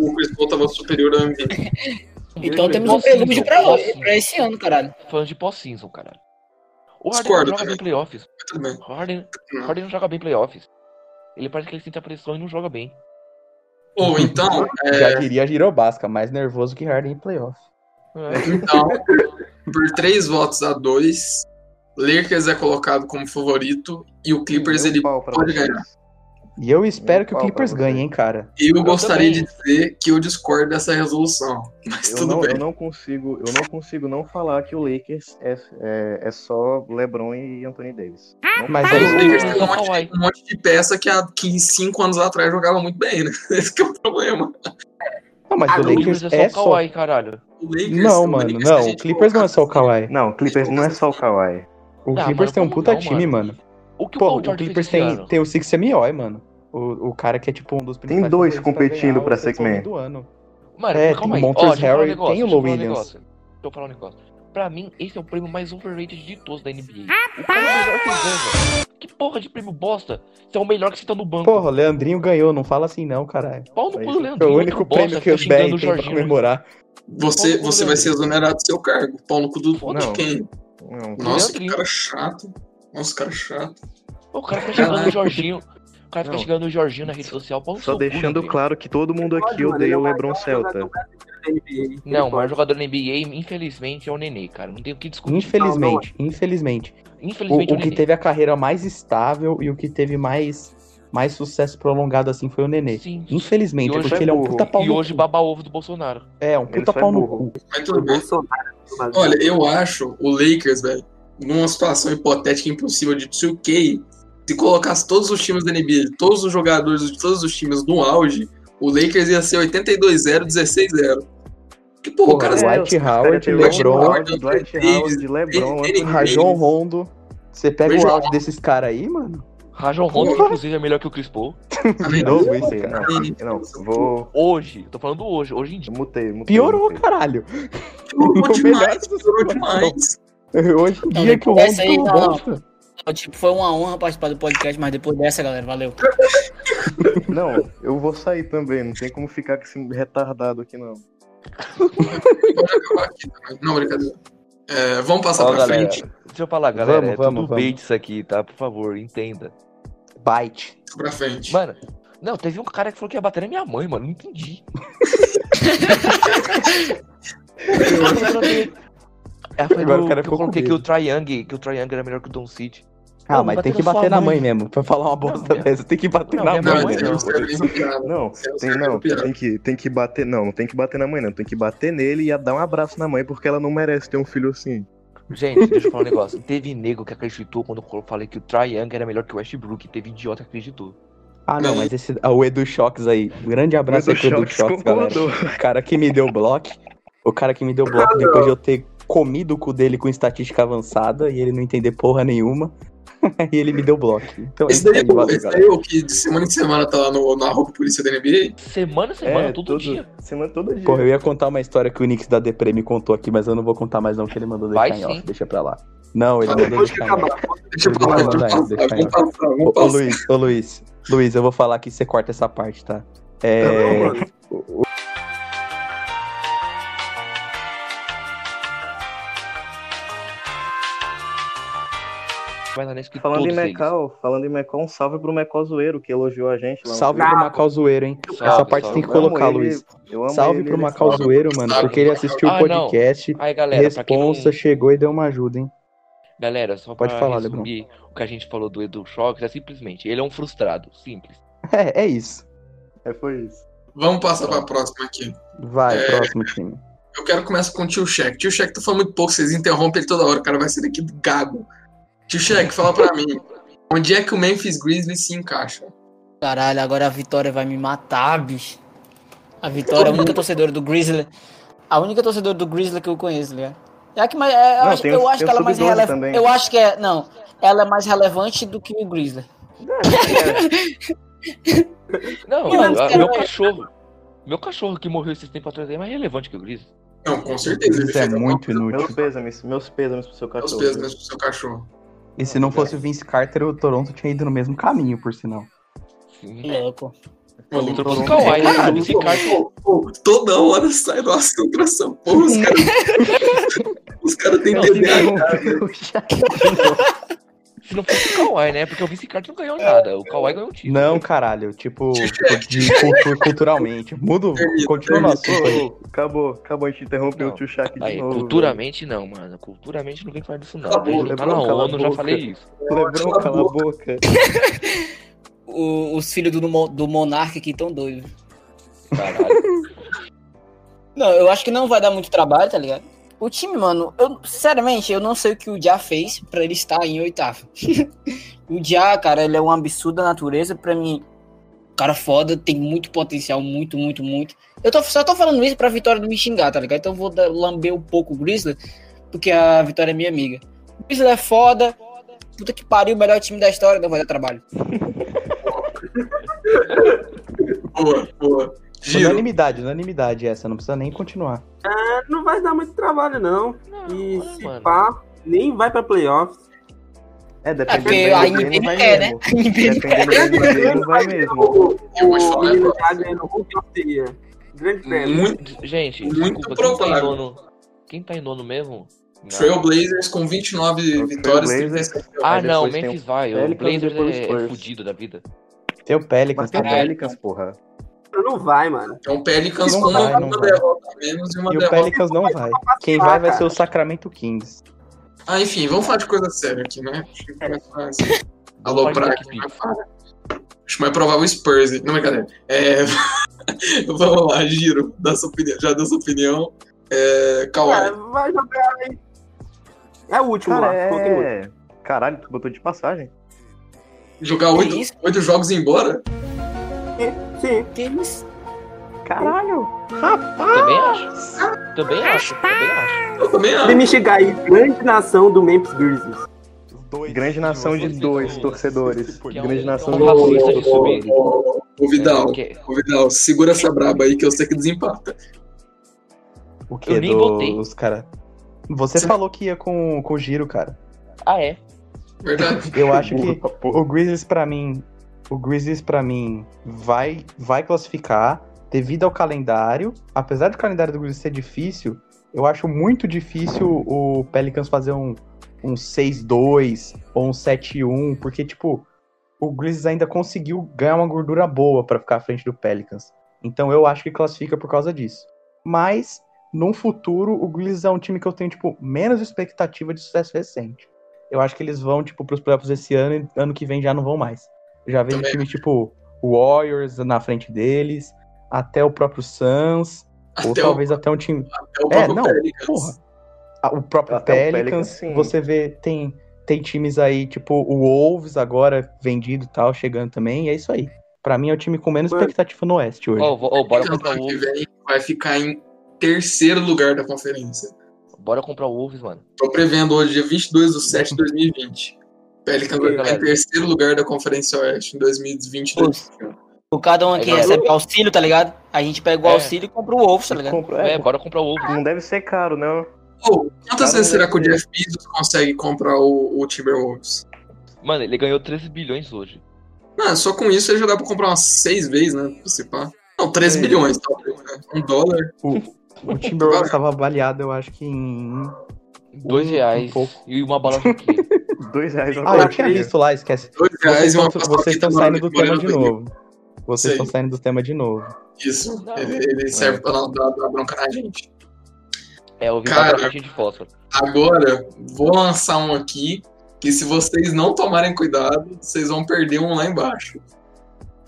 Speaker 1: O Chris Paul tava superior ao MVP.
Speaker 6: Então temos um
Speaker 2: Possível,
Speaker 6: prelúdio pra,
Speaker 2: possível.
Speaker 6: pra esse ano, caralho.
Speaker 2: Falando de pós-season, caralho. O Harden
Speaker 1: Discordo,
Speaker 2: não joga bem
Speaker 1: cara. Hum.
Speaker 2: playoffs.
Speaker 1: Tudo bem.
Speaker 2: O Harden, o
Speaker 1: Não.
Speaker 2: Harden não joga bem playoffs. Ele parece que ele sente a pressão e não joga bem.
Speaker 1: Ou então,
Speaker 5: Já diria Girobasca, mais nervoso que Harden em playoff.
Speaker 1: Então, por três votos a dois, Lakers é colocado como favorito e o Clippers ele
Speaker 3: pau pra
Speaker 1: pode
Speaker 3: vocês.
Speaker 1: ganhar.
Speaker 5: E eu espero que É, o
Speaker 3: Qual pra
Speaker 5: Clippers
Speaker 3: você?
Speaker 5: ganhe, hein, cara.
Speaker 1: Eu, gostaria de
Speaker 2: também.
Speaker 1: dizer que eu discordo dessa resolução, mas
Speaker 3: Eu
Speaker 1: tudo
Speaker 3: não,
Speaker 1: bem.
Speaker 3: eu não consigo, eu não consigo não falar que o Lakers é, é, é só LeBron e Anthony Davis. Não
Speaker 5: Mas é
Speaker 1: Os
Speaker 5: aí,
Speaker 1: Lakers têm um monte,
Speaker 2: Kawhi.
Speaker 1: um monte de peça que há 15, 5 anos atrás jogava muito bem, né? Esse que é o problema.
Speaker 5: não, mas o
Speaker 4: Ah,
Speaker 2: O
Speaker 5: Lakers é só.
Speaker 2: Kawhi, caralho.
Speaker 1: O Lakers,
Speaker 5: Não,
Speaker 1: o
Speaker 5: mano,
Speaker 1: Lakers que a
Speaker 5: não. O
Speaker 1: gente
Speaker 5: Clippers não é só o
Speaker 1: coloca-
Speaker 5: Kawhi.
Speaker 3: Não, Clippers não é só o Kawhi.
Speaker 5: O
Speaker 2: Ah,
Speaker 5: Clippers
Speaker 2: mano,
Speaker 5: tem um
Speaker 2: como
Speaker 5: puta
Speaker 2: não,
Speaker 5: time,
Speaker 2: mano?
Speaker 5: mano.
Speaker 2: O que
Speaker 5: Pô,
Speaker 2: Paul
Speaker 5: o
Speaker 2: George
Speaker 5: Clippers
Speaker 2: fez esse
Speaker 5: tem,
Speaker 2: ano?
Speaker 5: tem o Six MIOI, mano. O, o cara que é tipo um dos principais
Speaker 3: dois
Speaker 5: favoritos pra
Speaker 3: competindo
Speaker 5: ganhar o
Speaker 3: pra
Speaker 5: Defensive
Speaker 3: Sixth Man.
Speaker 5: do ano.
Speaker 2: Mano,
Speaker 5: É,
Speaker 2: calma
Speaker 5: tem o
Speaker 2: aí.
Speaker 5: Montrezl
Speaker 2: Ó, deixa eu falar um
Speaker 5: Harrell,
Speaker 2: negócio,
Speaker 5: tem o
Speaker 2: deixa eu falar um
Speaker 5: Lou
Speaker 2: negócio. Deixa eu falar um negócio. Pra mim, esse é o prêmio mais overrated de todos da NBA. O cara é o melhor que ganha. Que porra de prêmio bosta? Você é o melhor que você tá no banco.
Speaker 5: Porra, o Leandrinho ganhou, não fala assim não, caralho.
Speaker 2: Pau no
Speaker 3: Mas
Speaker 2: cu do
Speaker 3: é
Speaker 5: Foi
Speaker 2: Leandro.
Speaker 5: o único prêmio que os 10 têm pra comemorar.
Speaker 1: Você, você
Speaker 5: é.
Speaker 1: vai ser exonerado do seu cargo. Pau no cu do, de
Speaker 3: Não.
Speaker 1: quem?
Speaker 3: Não,
Speaker 5: é
Speaker 1: Nossa, que
Speaker 2: Leandrinho.
Speaker 1: cara chato. Nossa, cara chato.
Speaker 2: O cara fica xingando o Jorginho. O cara fica
Speaker 3: Não.
Speaker 2: xingando o Jorginho na rede social. Pau no
Speaker 3: só
Speaker 2: seu cu,
Speaker 3: deixando
Speaker 2: Leandrinho.
Speaker 3: claro que todo mundo aqui
Speaker 4: Mano, ele
Speaker 3: odeia
Speaker 4: é
Speaker 3: o
Speaker 4: maior
Speaker 3: LeBron
Speaker 4: jogador
Speaker 3: Celta.
Speaker 4: da NBA.
Speaker 2: Não, o maior jogador da NBA, infelizmente, é o Nenê, cara. Não tem o que discutir.
Speaker 5: Infelizmente, infelizmente. O,
Speaker 2: Infelizmente, é
Speaker 5: o
Speaker 2: o
Speaker 5: que
Speaker 2: Nenê.
Speaker 5: teve a carreira mais estável e o que teve mais, mais sucesso prolongado assim foi o Nenê.
Speaker 2: Sim.
Speaker 5: Infelizmente,
Speaker 2: E hoje
Speaker 5: porque
Speaker 3: é
Speaker 5: ele é um
Speaker 3: burro.
Speaker 5: puta pau
Speaker 2: E hoje
Speaker 5: no cu.
Speaker 2: baba ovo do Bolsonaro.
Speaker 5: É, um
Speaker 3: Ele
Speaker 5: puta
Speaker 3: só é
Speaker 5: pau no
Speaker 3: burro.
Speaker 5: cu.
Speaker 1: Mas
Speaker 4: O
Speaker 1: tudo bem.
Speaker 4: Bolsonaro. mas-
Speaker 1: Olha, eu acho o Lakers, velho, numa situação hipotética e impossível de 2K, se colocasse todos os times da NBA, todos os jogadores de todos os times no auge, o Lakers ia ser 82-0, 16-0. Que porra, o
Speaker 5: Porra,
Speaker 1: cara
Speaker 5: Dwight Howard, LeBron,
Speaker 3: Howard, Dwight Howard, LeBron,
Speaker 1: ele-
Speaker 3: Anthony Davis.
Speaker 5: Rajon Rondo. Você pega
Speaker 1: Veja-
Speaker 5: o auge desses caras aí, mano?
Speaker 2: Rajon Rondo,
Speaker 1: Porra.
Speaker 2: inclusive, é melhor que o Chris Paul.
Speaker 1: tá
Speaker 5: De
Speaker 1: vendo?
Speaker 5: novo isso,
Speaker 3: Mutei,
Speaker 5: cara.
Speaker 3: Não, não, vou...
Speaker 2: Hoje, eu tô falando hoje, hoje em dia.
Speaker 3: Mutei, mutei.
Speaker 5: Piorou,
Speaker 3: mutei.
Speaker 5: caralho.
Speaker 1: Piorou
Speaker 5: melhor
Speaker 1: demais,
Speaker 5: dessa
Speaker 1: piorou
Speaker 5: situação.
Speaker 1: demais.
Speaker 5: Hoje em
Speaker 6: Não,
Speaker 8: Então,
Speaker 5: dia que o Rondo
Speaker 6: essa aí
Speaker 5: tá um
Speaker 6: não.
Speaker 5: bosta.
Speaker 6: Tipo, foi uma honra participar do podcast, mas depois dessa, galera, valeu.
Speaker 3: Não, eu vou sair também, não tem como ficar com esse retardado aqui não.
Speaker 1: Pode acabar aqui também. Não, brincadeira. É, vamos passar
Speaker 2: Ó,
Speaker 1: pra
Speaker 2: galera,
Speaker 1: frente.
Speaker 2: Deixa eu falar, galera,
Speaker 5: Vamos,
Speaker 2: é
Speaker 5: vamos,
Speaker 2: tudo
Speaker 5: vamos.
Speaker 2: bait isso aqui, tá? Por favor, entenda.
Speaker 5: Bite.
Speaker 1: Pra frente.
Speaker 2: Mano, não, teve um cara que falou que ia bater na minha mãe, mano, não entendi. Eu coloquei- Ah, foi
Speaker 5: Agora
Speaker 2: no-
Speaker 5: o cara
Speaker 2: que eu
Speaker 5: ficou com
Speaker 2: coloquei que
Speaker 5: medo.
Speaker 2: o Triang, que o Triang era melhor que o Don City.
Speaker 5: Ah,
Speaker 2: Não,
Speaker 5: mas
Speaker 2: bater
Speaker 5: tem que
Speaker 2: na sua
Speaker 5: bater na
Speaker 2: mãe.
Speaker 5: mãe mesmo. Pra falar uma bosta
Speaker 2: Não,
Speaker 5: dessa, tem que bater
Speaker 2: Não,
Speaker 5: na
Speaker 2: minha
Speaker 1: Não,
Speaker 5: mãe
Speaker 2: mãe
Speaker 1: isso aí
Speaker 5: é mesmo.
Speaker 1: não serve nem pra piada.
Speaker 3: Não,
Speaker 1: Isso aí não
Speaker 3: tem,
Speaker 1: serve pra
Speaker 3: não,
Speaker 1: piada.
Speaker 3: tem que, tem que bater, não, tem que bater na mãe não, tem que bater nele e a dar um abraço na mãe porque ela não merece ter um filho assim.
Speaker 2: Gente, deixa eu falar um negócio. Teve nego que acreditou quando eu falei que o Triang era melhor que o Westbrook. Teve idiota que acreditou.
Speaker 5: Ah, não, mas esse. ah, o Edu Shocks aí. Um grande abraço aí
Speaker 3: Mas o
Speaker 5: pro Edu
Speaker 3: Shox
Speaker 5: Shocks, galera.
Speaker 3: concordou.
Speaker 5: O cara que me deu bloco. O cara que me deu bloco depois de eu ter comido o cu dele com estatística avançada e ele não entender porra nenhuma. Aí ele me deu bloco. Então é
Speaker 1: Esse daí,
Speaker 5: isso
Speaker 1: é
Speaker 5: aí,
Speaker 1: o-
Speaker 5: valeu,
Speaker 1: esse
Speaker 5: galera.
Speaker 1: daí é o que de semana em semana tá lá no, na roupa polícia da NBA?
Speaker 2: Semana a semana,
Speaker 3: É,
Speaker 2: todo,
Speaker 3: todo-
Speaker 2: dia.
Speaker 3: Semana todo
Speaker 1: é
Speaker 3: dia.
Speaker 5: Porra, eu ia contar uma história que o Knicks da Depre me contou aqui, mas eu não vou contar mais não, que ele mandou deixar
Speaker 2: Vai
Speaker 5: em off.
Speaker 2: sim.
Speaker 5: Deixa pra lá. Não, ele
Speaker 1: Ah,
Speaker 5: mandou
Speaker 4: Depois que
Speaker 5: deixar em off.
Speaker 4: acabar.
Speaker 1: Deixa eu falar, deixa eu
Speaker 5: Deixa
Speaker 1: passar,
Speaker 5: eu falar,
Speaker 1: vamos passar,
Speaker 5: Ô,
Speaker 1: vamos
Speaker 5: ô,
Speaker 1: passar.
Speaker 5: Luiz, ô Luiz, Luiz, eu vou falar aqui, você corta essa parte, tá?
Speaker 3: Tá bom,
Speaker 5: É,
Speaker 3: mano.
Speaker 2: Vai lá nesse que
Speaker 3: Falando em
Speaker 2: todos eles.
Speaker 3: Mecau, falando em Mecau, um salve pro Mecau Zoeiro que elogiou a gente lá. no
Speaker 5: salve
Speaker 3: Twitter.
Speaker 5: pro Macau Zoeiro, hein?
Speaker 2: Salve,
Speaker 5: Essa parte
Speaker 2: salve.
Speaker 5: tem que
Speaker 3: Eu amo
Speaker 5: colocar,
Speaker 3: ele,
Speaker 5: Luiz.
Speaker 3: eu amo
Speaker 5: Salve
Speaker 3: ele,
Speaker 5: pro
Speaker 3: ele
Speaker 5: Macau
Speaker 3: salve.
Speaker 5: Zoeiro, mano,
Speaker 1: Salve.
Speaker 5: porque ele assistiu o
Speaker 2: Ah, não.
Speaker 5: podcast,
Speaker 2: Aí, galera, pra quem não...
Speaker 5: responsa, chegou e deu uma ajuda, hein?
Speaker 2: Galera, só
Speaker 5: Pode
Speaker 2: pra
Speaker 5: falar,
Speaker 2: resumir o que a gente falou do Edu Shox, é simplesmente, ele é um frustrado, simples.
Speaker 5: É, é isso.
Speaker 3: É, foi isso.
Speaker 1: Vamos passar pra próxima aqui.
Speaker 5: Vai,
Speaker 1: É.
Speaker 5: próximo time.
Speaker 1: Eu quero começar com o tio Shaq. Tio Shaq, tu fala muito pouco, vocês interrompem ele toda hora, o cara vai sair daqui gago. Tio Shaq, fala pra mim. Onde é que o Memphis Grizzlies se encaixa?
Speaker 8: Caralho, agora a Vitória vai me matar, bicho. A Vitória é a única torcedora do Grizzly. A única torcedora do Grizzly que eu conheço, ligado? É a que mais, é, eu
Speaker 3: Não,
Speaker 8: acho,
Speaker 3: tem
Speaker 8: eu
Speaker 3: o-
Speaker 8: acho
Speaker 3: tem
Speaker 8: que
Speaker 3: o
Speaker 8: ela é mais
Speaker 3: Sub-12
Speaker 8: relevante.
Speaker 3: também.
Speaker 8: Eu acho que é. Não, ela é mais relevante do que o Grizzly.
Speaker 2: Não,
Speaker 8: Não,
Speaker 2: a-
Speaker 8: cara,
Speaker 2: meu
Speaker 8: é-
Speaker 2: cachorro, meu cachorro que morreu esses tempos atrás é mais relevante que o Gris.
Speaker 1: Não, com certeza. Ele
Speaker 5: Isso é
Speaker 1: fez alguma
Speaker 5: muito
Speaker 1: coisa
Speaker 5: inútil.
Speaker 3: Meus pêsames, meus pêsames pro seu
Speaker 5: Tá
Speaker 1: aos
Speaker 3: cachorro.
Speaker 5: né?
Speaker 1: pesos mesmo pro seu cachorro.
Speaker 5: E se não fosse o Vince Carter, o Toronto tinha ido no mesmo caminho, por sinal.
Speaker 2: Sim.
Speaker 8: Louco.
Speaker 1: Maluco.
Speaker 2: Trocou o Kawhi, né,
Speaker 5: Ah,
Speaker 2: cara? Esse cara
Speaker 1: Pô, pô, Toda hora sai do assunto essa porra. Os caras os caras têm TDAH.
Speaker 2: Se não fosse o Kawhi, né? Porque o Vince Carter não ganhou nada. O Kawhi ganhou o título.
Speaker 5: Não, caralho, tipo, de cultu- culturalmente. Muda, o-
Speaker 1: Termina,
Speaker 5: continua no
Speaker 1: termina.
Speaker 5: assunto aí.
Speaker 3: Ô, ô, Acabou, acabou, a gente interrompeu
Speaker 2: Não.
Speaker 3: o tio Shaq de
Speaker 2: Aí,
Speaker 3: novo.
Speaker 2: culturalmente não, mano. Culturamente ninguém faz isso, não.
Speaker 1: Cala a boca,
Speaker 2: Tá na
Speaker 3: Bruno, cala a
Speaker 2: ONU, já
Speaker 3: boca.
Speaker 2: falei isso.
Speaker 3: velho. Lebron,
Speaker 1: Cala a
Speaker 3: cala a boca.
Speaker 6: O- os filhos do, Mo- do Monark aqui tão doidos.
Speaker 2: Caralho.
Speaker 8: Não, eu acho que não vai dar muito trabalho, tá ligado? O time, mano, eu, sinceramente, eu não sei o que o Já fez pra ele estar em oitavo. o Já, cara, ele é um absurdo da natureza pra mim. Cara foda, tem muito potencial, muito, muito, muito. Eu tô, só tô falando isso pra Vitória não me xingar, tá ligado? Então eu vou dar- lamber um pouco o Grizzly, porque a Vitória é minha amiga. O Grizzly é foda, puta que pariu, o melhor time da história, não vai dar trabalho.
Speaker 1: Boa, boa. Giro.
Speaker 5: Tipo, Unanimidade, unanimidade essa, não precisa nem continuar.
Speaker 4: É, não vai dar muito trabalho, não.
Speaker 2: Não,
Speaker 4: E
Speaker 2: é,
Speaker 4: se
Speaker 2: mano.
Speaker 4: pá, nem vai pra playoffs.
Speaker 3: É,
Speaker 8: porque
Speaker 3: dependendo
Speaker 8: a
Speaker 3: do NBA,
Speaker 8: NBA
Speaker 3: não vai
Speaker 8: quer,
Speaker 3: mesmo.
Speaker 8: A NBA
Speaker 3: Dependendo do NBA, não vai É mesmo.
Speaker 1: Eu vou te
Speaker 4: O
Speaker 1: falar, é
Speaker 4: menino tá ganhando o que eu seria. Grande
Speaker 3: Hum.
Speaker 4: prêmio.
Speaker 1: Muito
Speaker 2: Gente,
Speaker 1: Muito
Speaker 2: desculpa, quem tá em
Speaker 1: provável.
Speaker 2: nono? Quem tá em nono mesmo? Não.
Speaker 1: Trailblazers com
Speaker 5: É
Speaker 1: 29
Speaker 3: O
Speaker 1: vitórias.
Speaker 3: Trailblazers-
Speaker 1: 37
Speaker 2: Ah,
Speaker 3: Aí depois
Speaker 2: não,
Speaker 3: tem
Speaker 2: Memphis vai. O
Speaker 3: Pelicans
Speaker 2: Blazers
Speaker 3: e depois
Speaker 2: é, é
Speaker 3: Spurs.
Speaker 2: fudido da vida.
Speaker 5: Tem o
Speaker 3: Mas
Speaker 5: Pelicans
Speaker 2: É.
Speaker 3: tem o
Speaker 5: também.
Speaker 3: Pelicans, porra.
Speaker 4: Não vai, mano.
Speaker 1: É um Pelicans
Speaker 5: Não
Speaker 1: com
Speaker 5: vai,
Speaker 1: uma,
Speaker 5: não
Speaker 1: uma
Speaker 5: vai.
Speaker 1: derrota a menos e uma
Speaker 5: E o
Speaker 1: derrota.
Speaker 5: Pelicans não vai. Quem vai vai ser o Sacramento Kings.
Speaker 1: Ah, enfim, vamos falar de coisa séria aqui, né? Deixa eu começar assim. Aloprar
Speaker 2: Pode
Speaker 1: aqui
Speaker 2: dar
Speaker 1: na fala. Acho mais provável o Spurs. hein? Não, brincadeira. É... vamos lá, Giro. Dá sua opinião. Já deu sua opinião. É...
Speaker 4: Cara,
Speaker 1: Kawhi.
Speaker 4: vai jogar aí. É o último
Speaker 3: Cara,
Speaker 4: lá. coloquei o último.
Speaker 3: é... Caralho, tu botou de passagem.
Speaker 1: Jogar
Speaker 6: Que
Speaker 1: oito,
Speaker 6: isso?
Speaker 1: oito jogos e ir embora?
Speaker 4: Sim.
Speaker 6: Que isso?
Speaker 3: Caralho.
Speaker 2: Também acho. Também acho. Também acho.
Speaker 1: Eu também
Speaker 4: Vem
Speaker 1: acho.
Speaker 4: me xingar aí. Grande nação do Memphis Grizzlies.
Speaker 3: Grande nação de dois torcedores.
Speaker 2: Que é um-
Speaker 3: Grande nação
Speaker 2: é um
Speaker 3: de
Speaker 1: Ô,
Speaker 2: racista
Speaker 1: ô,
Speaker 2: de
Speaker 3: dois.
Speaker 1: ô,
Speaker 2: subir.
Speaker 1: ô, ô, Vidal,
Speaker 2: É, que-
Speaker 1: ô, Vidal, segura essa braba aí que eu sei que desempata.
Speaker 5: O que?
Speaker 2: Eu nem botei.
Speaker 5: Os cara... Você
Speaker 1: Você-
Speaker 5: falou que ia com, com o Giro, cara.
Speaker 2: Ah, é.
Speaker 1: Verdade.
Speaker 5: Eu acho que Tipo, o Grizzlies pra mim, o Grizzlies para mim vai vai classificar devido ao calendário. Apesar do calendário do Grizzlies ser difícil, eu acho muito difícil o Pelicans fazer um um 6-2 ou um 7-1, porque tipo, o Grizzlies ainda conseguiu ganhar uma gordura boa pra ficar à frente do Pelicans. Então eu acho que classifica por causa disso. Mas num futuro o Grizzlies é um time que eu tenho tipo menos expectativa de sucesso recente eu acho que eles vão, tipo, pros playoffs esse ano e ano que vem já não vão mais. Já vejo
Speaker 1: Também.
Speaker 5: time, tipo, Warriors na frente deles, até o próprio Suns, ou
Speaker 1: Até o,
Speaker 5: talvez até um time.
Speaker 1: até o
Speaker 5: É,
Speaker 1: próprio
Speaker 5: não,
Speaker 1: Pelicans.
Speaker 5: porra. Ah, O próprio
Speaker 3: Até o
Speaker 5: Pelicans,
Speaker 3: Pelicans, sim.
Speaker 5: você vê, tem, tem times aí, tipo, o Wolves agora vendido e tal, chegando também, e é isso aí. Pra mim é o time com menos
Speaker 4: Mano.
Speaker 5: expectativa no Oeste hoje.
Speaker 2: Ó, vo- ó, bora
Speaker 1: Então,
Speaker 2: comprar o
Speaker 1: ano que
Speaker 2: Wolves.
Speaker 1: vem vai ficar em terceiro lugar da conferência.
Speaker 2: Bora comprar o Wolves, mano.
Speaker 1: Tô prevendo hoje, dia 22 de 7 de 2020. Pelicans vai ficar tá em terceiro lugar da Conferência Oeste em 2020.
Speaker 8: Os- O cada um aqui
Speaker 2: É,
Speaker 8: recebe auxílio, tá ligado? A gente pega o
Speaker 2: É.
Speaker 8: auxílio e compra o ovo, tá ligado?
Speaker 3: Compra-
Speaker 2: É,
Speaker 3: é,
Speaker 2: bora comprar o Wolves.
Speaker 3: Não deve ser caro, né? não.
Speaker 1: Pô, quantas
Speaker 3: Cara,
Speaker 1: vezes será que o
Speaker 3: não deve
Speaker 1: Jeff Bezos consegue comprar o, o Timberwolves?
Speaker 2: Mano, ele ganhou 13 bilhões hoje.
Speaker 1: Não, Ah, só com isso ele já dá pra comprar umas seis vezes, né? Se pá. Não, 13
Speaker 3: É.
Speaker 1: bilhões, talvez, né? Um dólar.
Speaker 5: O Timberwolves estava avaliado, eu acho que em.
Speaker 2: 2
Speaker 5: Um-
Speaker 2: reais
Speaker 5: um pouco.
Speaker 2: e uma bola de quê?
Speaker 3: Dois reais
Speaker 5: Ah, eu
Speaker 3: uma
Speaker 5: tinha visto lá, esquece.
Speaker 1: Dois
Speaker 5: Vocês,
Speaker 1: reais e uma
Speaker 5: estão-
Speaker 1: paçoquita
Speaker 5: vocês estão
Speaker 1: Morena-
Speaker 5: saindo do tema
Speaker 1: Morena
Speaker 5: de
Speaker 1: Domingo.
Speaker 5: novo. Vocês
Speaker 1: Sei.
Speaker 5: estão saindo do tema de novo.
Speaker 6: Um
Speaker 1: Isso,
Speaker 2: Não.
Speaker 1: ele, ele serve pra dar, dar bronca na gente.
Speaker 2: É, eu vi
Speaker 1: Cara.
Speaker 2: bastante de fósforo.
Speaker 1: Agora, vou lançar um aqui, que se vocês não tomarem cuidado, vocês vão perder um lá embaixo.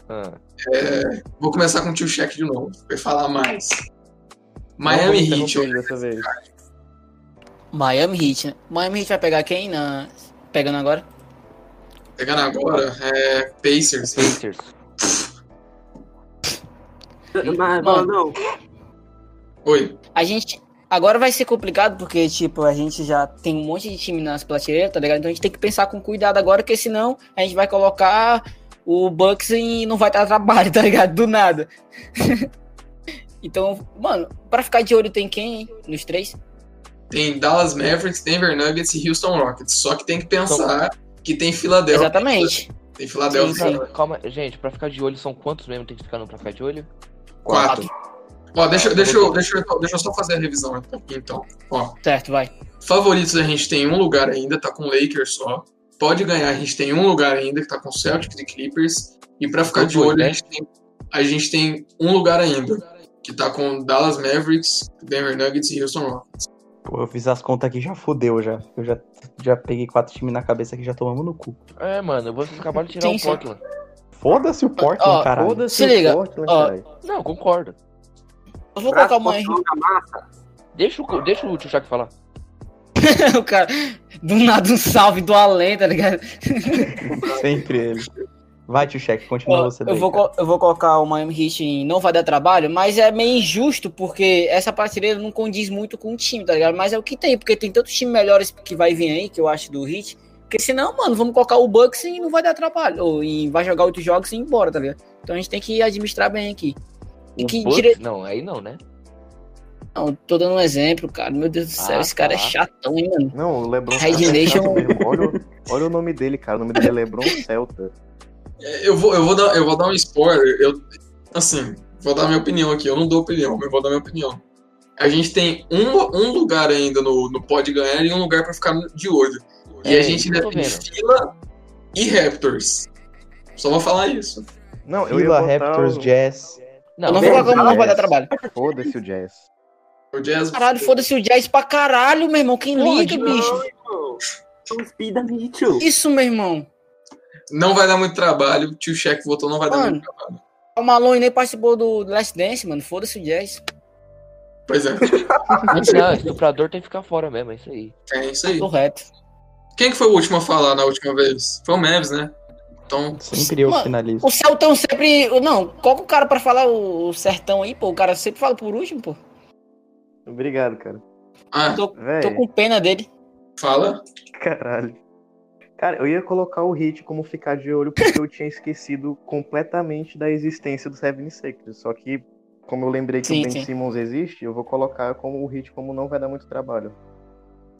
Speaker 2: Ah.
Speaker 1: É, vou começar com o tio Check de novo, vai falar mais.
Speaker 3: Não vou
Speaker 1: Miami Heat,
Speaker 3: interromper ele dessa vez.
Speaker 6: Miami Heat, né? Miami Heat vai pegar quem na... Pegando agora?
Speaker 1: pegando agora, é Pacers.
Speaker 2: Pacers.
Speaker 4: Mas, Valandão,
Speaker 1: Oi,
Speaker 6: A gente... Agora vai ser complicado porque, tipo, a gente já tem um monte de time nas prateleiras, tá ligado? Então a gente tem que pensar com cuidado agora, porque senão a gente vai colocar o Bucks e não vai dar trabalho, tá ligado? Do nada. então, mano, pra ficar de olho tem quem, hein? Nos três?
Speaker 1: tem Dallas Mavericks, Denver Nuggets e Houston Rockets. Só que tem que pensar que tem Filadélfia.
Speaker 6: Exatamente.
Speaker 1: Tem Filadélfia.
Speaker 6: Sim, sim.
Speaker 2: Calma, gente, pra ficar de olho, são quantos mesmo tem que ficar no pra ficar de olho?
Speaker 1: Quatro. Ó, deixa, deixa, eu- deixa, eu- deixa eu só fazer a revisão aqui, então. Ó,
Speaker 6: Certo, vai.
Speaker 1: Favoritos a gente tem um lugar ainda, tá com o Lakers só. Pode ganhar, a gente tem um lugar ainda, que tá com Celtics e Clippers. E pra ficar de
Speaker 2: Dois,
Speaker 1: olho,
Speaker 2: né?
Speaker 1: a gente, tem, a gente tem um lugar ainda, que tá com Dallas Mavericks, Denver Nuggets e Houston Rockets.
Speaker 5: Pô, eu fiz as contas aqui já fudeu já. Eu já, já peguei quatro times na cabeça aqui já tomamos no cu.
Speaker 2: É, mano, vocês acabaram de tirar
Speaker 6: Sim,
Speaker 2: o
Speaker 6: sim.
Speaker 2: Portland.
Speaker 5: Foda-se o Portland,
Speaker 6: Ó,
Speaker 5: caralho.
Speaker 3: Foda-se
Speaker 6: Se
Speaker 3: o
Speaker 6: liga,
Speaker 3: Portland,
Speaker 6: ó.
Speaker 3: caralho.
Speaker 2: Não, concordo.
Speaker 6: Eu vou
Speaker 4: braço,
Speaker 6: colocar o Miami
Speaker 4: portão, camassa.
Speaker 2: Deixa o, deixa o tio Shaq falar.
Speaker 6: O cara, do nada um salve do além, tá ligado?
Speaker 5: Sempre ele. Vai, tio Cheque, continua
Speaker 6: Ó,
Speaker 5: você daí.
Speaker 6: eu, vou,
Speaker 5: cara.
Speaker 6: co- eu vou colocar o Miami Heat em não vai dar trabalho, mas é meio injusto porque essa parceria não condiz muito com o time, tá ligado? Mas é o que tem, porque tem tantos times melhores que vai vir aí, que eu acho do Heat, porque senão, mano, vamos colocar o Bucks e não vai dar trabalho, ou e vai jogar outros jogos e ir embora, tá ligado? Então a gente tem que administrar bem aqui. E
Speaker 2: O
Speaker 6: que
Speaker 2: Bucks?
Speaker 6: dire...
Speaker 2: Não, aí não, né?
Speaker 6: Não, tô dando um exemplo, cara. Meu Deus do céu,
Speaker 2: Ah,
Speaker 6: esse cara é
Speaker 2: tá.
Speaker 6: chatão, hein, mano?
Speaker 3: Não, o Lebron
Speaker 6: Red
Speaker 3: Celta é
Speaker 6: Nation.
Speaker 3: chato mesmo. Olha, o- olha o nome dele, cara. O nome dele é Lebron Celta.
Speaker 1: É, Eu vou, eu vou, dar, eu vou dar um spoiler. Eu, assim, vou dar minha opinião aqui. Eu não dou opinião, mas vou dar minha opinião. A gente tem um, um lugar ainda no, no Pode Ganhar e um lugar pra ficar de olho. E
Speaker 2: É,
Speaker 1: a gente
Speaker 2: eu
Speaker 1: ainda
Speaker 2: tô
Speaker 1: tem
Speaker 2: vendo.
Speaker 1: Fila e Raptors. Só vou falar isso.
Speaker 3: Não, eu ia
Speaker 5: Fila,
Speaker 3: botar
Speaker 5: Raptors,
Speaker 3: o...
Speaker 5: Jazz.
Speaker 2: Não,
Speaker 6: Eu não
Speaker 2: bem,
Speaker 6: vou colocar o não vai dar
Speaker 3: Jazz.
Speaker 6: trabalho.
Speaker 3: Foda-se o Jazz.
Speaker 1: O Jazz
Speaker 6: Caralho, foda-se o Jazz pra caralho, meu irmão. Quem liga,
Speaker 2: Pode,
Speaker 6: bicho?
Speaker 4: Não, irmão. Speed Mitchell.
Speaker 6: Isso, meu irmão.
Speaker 1: não vai dar muito trabalho. Tio Cheque votou, não vai dar
Speaker 6: Mano.
Speaker 1: muito trabalho.
Speaker 6: O Malone nem participou do Last Dance, mano. Foda-se o Jazz.
Speaker 1: Pois é,
Speaker 2: não, estuprador tem que ficar fora mesmo, é isso aí.
Speaker 1: é isso aí.
Speaker 6: Correto.
Speaker 1: Quem que foi o último a falar na última vez? Foi o Mavis, né? Então,
Speaker 5: Sempre eu
Speaker 6: Mano,
Speaker 5: finalizo.
Speaker 6: O Celtão sempre. Não, coloca o cara pra falar o o Sertão aí, pô. O cara sempre fala por último, pô.
Speaker 3: Obrigado, cara.
Speaker 1: ah,
Speaker 6: Tô, tô
Speaker 3: Véi,
Speaker 6: com pena dele.
Speaker 1: fala.
Speaker 3: caralho. Cara, eu ia colocar o Hit como ficar de olho porque eu tinha esquecido completamente da existência do Seven Sixers. Só que, como eu lembrei que
Speaker 6: Sim,
Speaker 3: o Ben
Speaker 6: sim.
Speaker 3: Simmons existe, eu vou colocar como o Hit como não vai dar muito trabalho.